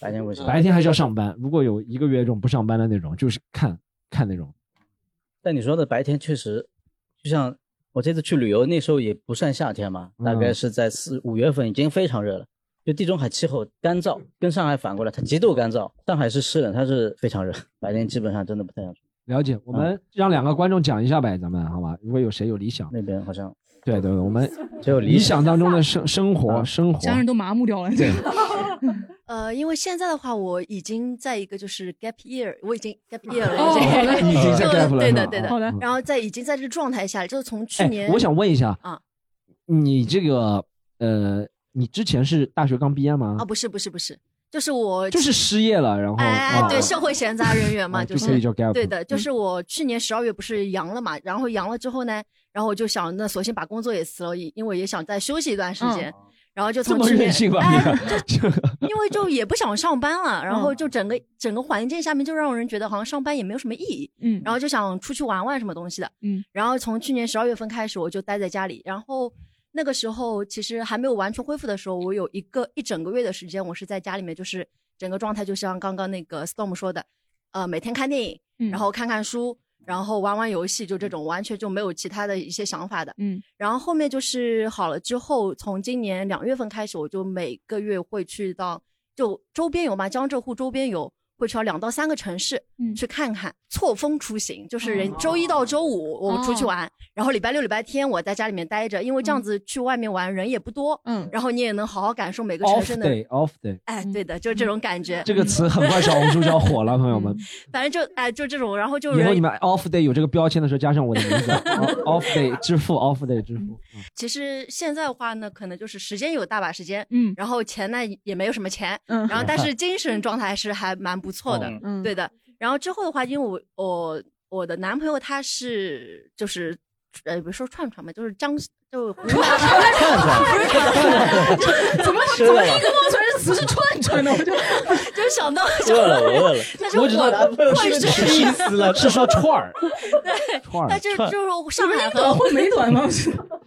D: 白天不行，
C: 白天还是要上班。如果有一个月这种不上班的那种，就是看看那种。
D: 但你说的白天确实，就像我这次去旅游，那时候也不算夏天嘛，大概是在四五月份，已经非常热了。就地中海气候干燥，跟上海反过来，它极度干燥。上海是湿冷，它是非常热，白天基本上真的不太想出。
C: 了解，我们让两个观众讲一下呗，咱们好吧？如果有谁有理想，
D: 嗯那边好像
C: 对对，对我们
D: 只有嗯
C: 理想当中的生生活生活。
B: 家人都麻木掉了。
C: 对
L: 呃，因为现在的话，我已经在一个就是 gap year，我已经 gap year 了，
C: 哦好嘞你已经在 gap 了
L: 对
C: 是吧
L: 的对的。
C: 好嘞
L: 然后在已经在这个状态下，就是从去啊
C: 哎
L: 年，，
C: 我想问一下，
L: 啊，
C: 你这个呃，你之前是大学刚毕业吗？
L: 啊，不是不是不是，就是我
C: 就是失业了，然后
L: 哎
C: 啊，
L: 对，社会闲杂人员嘛，
C: 啊
L: 就
C: 就是可以叫 gap
L: 对的，就是我去年十二月不是阳了嘛，然后阳了之后呢，然后我就想，那索性把工作也辞了，因因为我也想再休息一段时间，然后就
C: 这
L: 从
C: 么
L: 去
C: 任
L: 年，
C: 性吗？
L: 哎
C: 你
L: 因为就也不想上班了，然
B: 嗯
L: 后就整个、整个环境下面就让人觉得好像上班也没有什么意义，
B: 嗯，
L: 然后就想出去玩玩什么东西的，
B: 嗯，
L: 然后从去年十二月份开始我就待在家里，然后那个时候其实还没有完全恢复的时候，我有一个一整个月的时间我是在家里面，就是整个状态就像刚刚那个 Storm 说的，呃，每天看电影，
B: 嗯
L: 然后看看书，然后玩玩游戏，就这种完全就没有其他的一些想法的，
B: 嗯
L: 然后后面就是好了之后，从今年两月份开始，我就每个月会去到就周边游嘛，江浙沪周边游会去到两到三个城市、
B: 嗯
L: 去看看，错峰出行，就是人
B: 哦
L: 周一到周五我出去
B: 哦
L: 玩，然后礼拜六、礼拜天我在家里面待着，因为这样子去外面玩人也不多，
B: 嗯，
L: 然后你也能好好感 受每个城
C: off
L: 市的。
C: day，off day
L: 哎，对的，就是这种感觉。
C: 这个词很 快小红书就要火了，朋友们。
L: 反正就哎，就这种，然后就
C: 以
L: 人
C: 后你们 off day 有这个标签的时候，加上我的名字 off day 支付，off day 支付。
L: 其实现在的话呢，可能就是时间有大把时间，
B: 嗯，
L: 然后钱呢也没有什么钱，
B: 嗯
L: 然后但是精神状态还是还蛮不错的，
B: 嗯
L: 对的。然后之后的话，因为我我我的男朋友他是就是呃，比如说串串嘛，就是江就湖南
B: 串串
L: 不是
B: 怎么
L: 吃
B: 怎
L: 了
B: 么一个冒出来的词是串串呢？我就
L: 就想到
B: 就
L: 饿了我饿
D: 了
L: 但是我的我是
C: 了，是说串儿。串
L: 对
C: 儿，
L: 但是
C: 串
L: 就是上海
B: 短
L: 和
B: 混美短吗？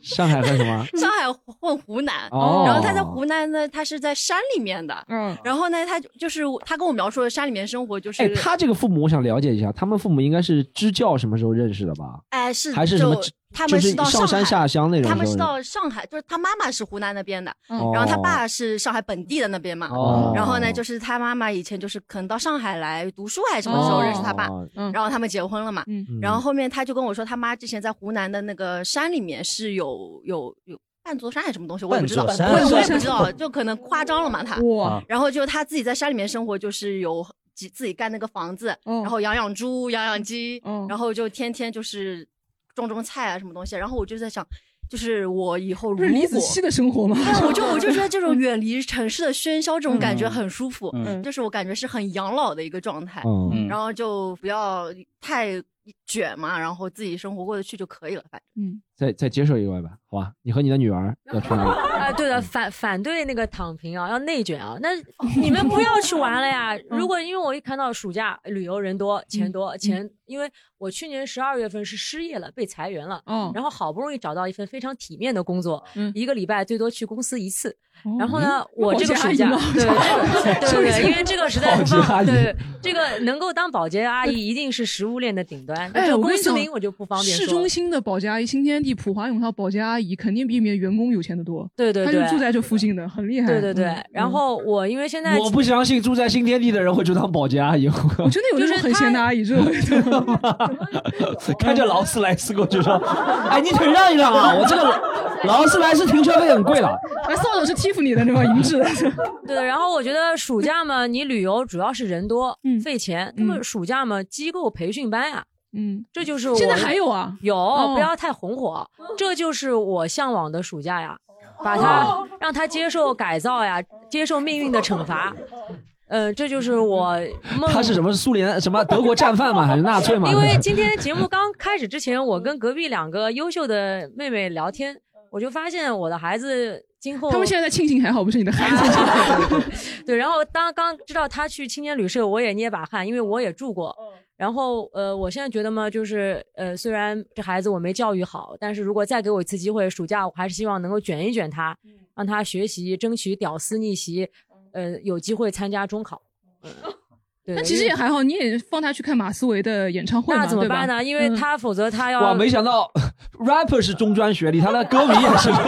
C: 上海和什 么？
L: 上海混湖南，
C: 哦
L: 然后他在湖南呢，他是在山里面的，
B: 嗯，
L: 然后呢，他就就是他跟我描述的山里面生活就是，
C: 哎，他这个父母我想了解一下，他们父母应该是支教什么时候认识的吧？
L: 哎是
C: 还是什
L: 就
C: 么支？
L: 他
C: 就
L: 们
C: 是
L: 是到
C: 上山
L: 海
C: 下乡那种
L: 他们
C: 时
L: 是
C: 候
L: 到上海，就是他妈妈是湖南那边的，
C: 嗯
L: 然后他
C: 哦
L: 爸是上海本地的那边嘛，
C: 哦
L: 然后呢，就是他妈妈以前就是可能到上海来读书还是什么时候
C: 哦
L: 认识他爸，
C: 嗯
L: 然后他们结婚了嘛，
B: 嗯
L: 然后后面他就跟我说，他妈之前在湖南的那个山里面是有有有。半座山还是什么东西，我也不知道，
B: 半
L: 我
B: 座
L: 也我
B: 山啊
L: 也不知道，就可能夸张了嘛他。
B: 哇
L: 然后就他自己在山里面生活，就是有自自己盖那个房子，
B: 哦
L: 然后养养猪、养养鸡，然后就天天就是种种菜啊什么东西。然后我就在想，就是我以后如
B: 不
L: 果
B: 是李子柒的生活吗？
L: 对，我就我就 觉得这种远离城市的喧嚣，这种感觉
B: 嗯
L: 很舒服，
B: 嗯
L: 就是我感觉是很养老的一个状态。
B: 嗯
L: 然后就不要太卷嘛，然后自己生活过得去就可以了，反正。
B: 嗯，
C: 再再接受一个吧，好吧？你和你的女儿要去哪 里？
G: 啊，对的，反反对那个躺平啊，要内卷啊。那你们不要去玩了呀！
B: 嗯
G: 如果因为我一看到暑假旅游人多，钱多，钱，因为我去年十二月份是失业了，被裁员了，
B: 嗯
G: 然后好不容易找到一份非常体面的工作，
B: 嗯
G: 一个礼拜最多去公司一次
B: 哦。
G: 然后呢
B: 嗯，
G: 我这个暑假
B: 保洁阿，姨吗
G: 对对对
B: 是
G: 对，
B: 不是
G: 因为这个实在
B: 保
G: 不
B: 洁阿
G: 方
B: 姨
G: 对这个能够当保洁阿姨一定是食物链的顶端。
B: 哎，
G: 这个
B: 我跟
G: 公
B: 你
G: 司
B: 讲，
G: 名我就不方便说
B: 市
G: 了。
B: 中心的保洁阿姨、新天地、普华永道保洁阿姨，肯定比你们员工有钱的多。
G: 对对对
B: 她就住在这附近的，很厉害。
G: 对对对
B: 嗯，
G: 然后我因为现在
C: 我不相信住在新天地的人会去当保洁阿姨。我
B: 真的有那种很闲的阿姨，这 种
C: 开着劳斯莱斯过去说：“哎，你腿让一让啊，我这个劳斯莱斯停车费很贵了。
B: 哎，扫帚是 Tiffany 的对吧？银质的。
G: 对，然后我觉得暑假嘛，你旅游主要是人多，费钱。那么暑假嘛，机构培训班呀、
B: 嗯，
G: 这就是我
B: 现在还有啊
G: 有，
B: 哦
G: 不要太红火，这就是我向往的暑假呀，
B: 哦
G: 把它让它接受改造呀，接受命运的惩罚。呃，这就是我”梦。
C: 他是什么苏联什么德国战犯吗？还是纳粹吗？
G: 因 为今天节目刚开始之前，我跟隔壁两个优秀的妹妹聊天，我就发现我的孩子今后
B: 他们现在在庆幸还好不是你的孩子。
G: 对，然后当刚知道他去青年旅社，我也捏把汗，因为我也住过。然后呃，我现在觉得嘛，就是呃，虽然这孩子我没教育好，但是如果再给我一次机会，暑假我还是希望能够卷一卷他，让他学习，争取屌丝逆袭，呃，有机会参加中考。嗯，对
B: 但其实也还好，你也放他去看马思唯的演唱会嘛，
G: 那怎么
B: 对吧
G: 办呢？因为
B: 嗯
G: 他否则他要
C: 哇，没想到 rapper 是中专学历，他的歌迷也是中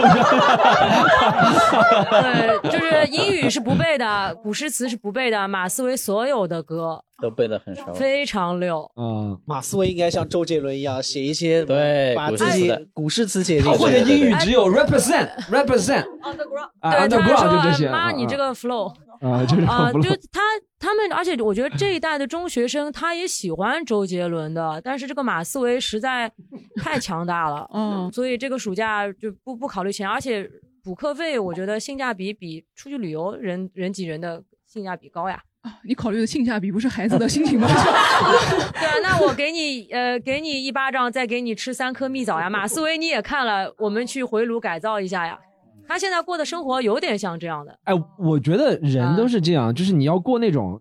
C: 专。
G: 对，就是英语是不背的， 古诗词是不背的，马思唯所有的歌
D: 都背得很
C: 哦
D: 熟。
G: 非常溜。
C: 嗯，
E: 马思唯应该像周杰伦一样写一些
D: 对
E: 把
D: 古
E: 自
D: 诗词
E: 己
D: 的
E: 古诗词写进
C: 他
E: 去。
C: 会的英语只有 represent represent 啊
G: 对，他
C: underground 就这些
G: 说哎妈，你这个 flow。
C: 啊，就是
G: 啊、
C: 不
G: 就他他们，而且我觉得这一代的中学生，他也喜欢周杰伦的，但是这个马思唯实在太强大了，
B: 嗯，
G: 所以这个暑假就不不考虑钱，而且。补课费，我觉得性价比比出去旅游人人挤人的性价比高呀。
B: 啊你考虑的性价比不是孩子的心 情吗？
G: 对啊，那我给你呃，给你一巴掌，再给你吃三颗蜜枣呀。马思唯你也看了，我们去回炉改造一下呀。他现在过的生活有点像这样的，
C: 哎，我觉得人都
D: 嗯
C: 是这样，就是你要过那种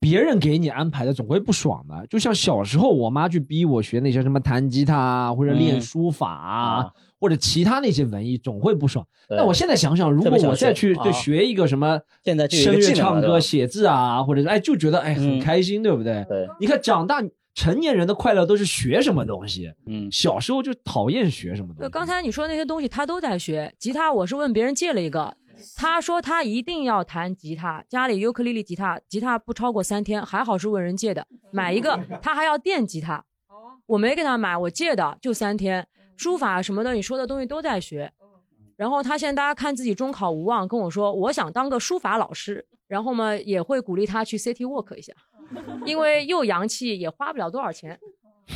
C: 别人给你安排的，总会不爽的。就像小时候我妈去逼我学那些什么弹吉他啊，或者练
E: 嗯
C: 书法啊，或者其他那些文艺，总会不爽。
E: 对
C: 那我现在想想，如
E: 特
C: 果
E: 别想
C: 我再
E: 学
C: 去对
E: 啊
C: 学一个什么
D: 现在就有
C: 声
D: 一个
C: 乐、
D: 技能
C: 唱
D: 了对
C: 歌、
D: 吧嗯
C: 写字啊，或者是哎就觉得哎很开心，对不对？
D: 对，
C: 你看长大成年人的快乐都是学什么东西，
D: 嗯，
C: 小时候就讨厌学什么东西。
G: 对，刚才你说那些东西他都在学。吉他我是问别人借了一个，他说他一定要弹吉他，家里尤克里里吉他，吉他不超过三天，还好是问人借的，买一个，他还要电吉他，我没给他买，我借的，就三天。书法什么的，你说的东西都在学。然后他现在大家看自己中考无望，跟我说我想当个书法老师，然后嘛也会鼓励他去 City Walk 一下，因为又洋气，也花不了多少钱，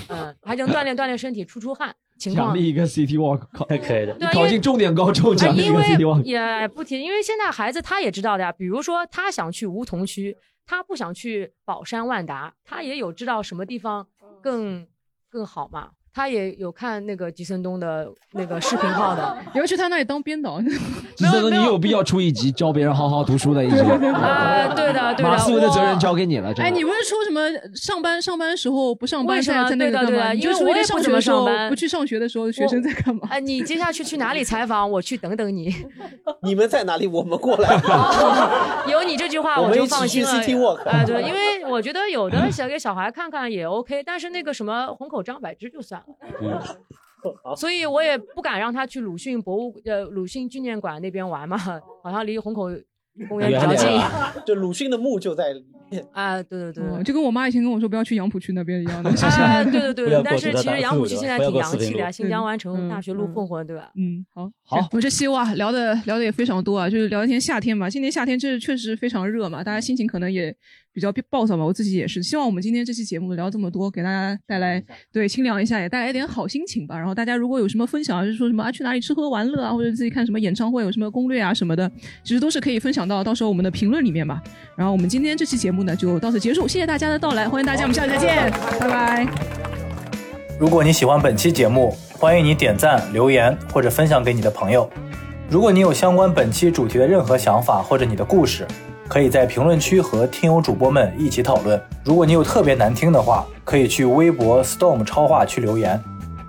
G: 嗯，还能锻炼锻炼身体，出出汗。情况
C: 奖励一个 City Walk 考，
D: 可以的
G: 对啊因
C: 考
G: 为
C: 进重点高中，
G: 啊
C: 奖励一
G: 因
C: 个 City
G: 为
C: Walk。
G: 也不提，因为现在孩子他也知道的呀。比如说，他想去梧桐区，他不想去宝山万达，他也有知道什么地方
B: 哦
G: 更更好嘛。他也有看那个吉森东的那个视频号 的，
B: 你要去他那里当编导。
C: 只是你有必要出一集教别人好好读书的一集。
B: 对对对啊
G: 对的对的
C: 马思唯的
G: 我
C: 责任交给你了，真的
B: 哎，你不是说什么上班上班时候不上班
G: 为什么
B: 在在那个
G: 对的
B: 干
G: 对
B: 嘛？
G: 的
B: 你
G: 因为
B: 就说
G: 我也
B: 你
G: 不
B: 上
G: 怎
B: 学
G: 么
B: 的时
G: 上
B: 候
G: 班
B: 不去上学的时候，学生在干嘛？
G: 哎，你接下去去哪里采访？我去等等你。
E: 你们在哪里？我们过来。
G: 有你这句话
E: 我们
G: 就
E: 一起
G: 放心
E: 去
G: 了。
E: City Walk
G: 哎，对，因为我觉得有的想给小孩看看也 OK，但是那个什么虹口张柏芝就算了。
D: 嗯
G: 嗯所以我也不敢让他去鲁迅博物呃鲁迅纪念馆那边玩嘛，好像离虹口公园比较近。
C: 啊
B: 啊
E: 就鲁迅的墓就在里面。
G: 啊，对对对
B: 嗯就跟我妈以前跟我说不要去杨浦区那边一样的。
G: 啊，对对
B: 不
G: 对
B: 要，
G: 但
B: 过
G: 是
B: 四
G: 其
B: 大
G: 实
B: 路
G: 杨浦区
B: 对吧
G: 现在
B: 不要
G: 挺
B: 过
G: 洋
B: 四平
G: 气的呀，
B: 路
G: 新疆完成
B: 嗯
G: 大学路混混，对吧？
B: 嗯，好，好，我这西瓜聊的聊的也非常多啊，就是聊一天夏天嘛，今年夏天这确实非常热嘛，大家心情可能也比较暴躁嘛，我自己也是。希望我们今天这期节目聊这么多，给大家带来对清凉一下，也带来一点好心情吧。然后大家如果有什么分享，就是说什么啊去哪里吃喝玩乐啊，或者自己看什么演唱会有什么攻略啊什么的，其实都是可以分享到到时候我们的评论里面嘛。然后我们今天这期节目呢就到此结束，谢谢大家的到来，欢迎大家，我们下期再见，拜拜。
A: 如果你喜欢本期节目，欢迎你点赞、留言或者分享给你的朋友。如果你有相关本期主题的任何想法或者你的故事，可以在评论区和听友主播们一起讨论。如果你有特别难听的话，可以去微博 Storm 超话区留言。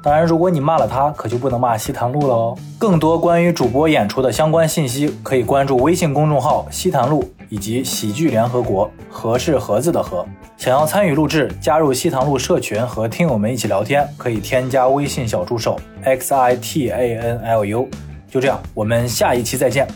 A: 当然，如果你骂了他，可就不能骂西坛路了哦。更多关于主播演出的相关信息，可以关注微信公众号“西坛路”以及“喜剧联合国”，和是盒子的和。想要参与录制，加入西塘路社群和听友们一起聊天，可以添加微信小助手 x i t a n l u。就这样，我们下一期再见。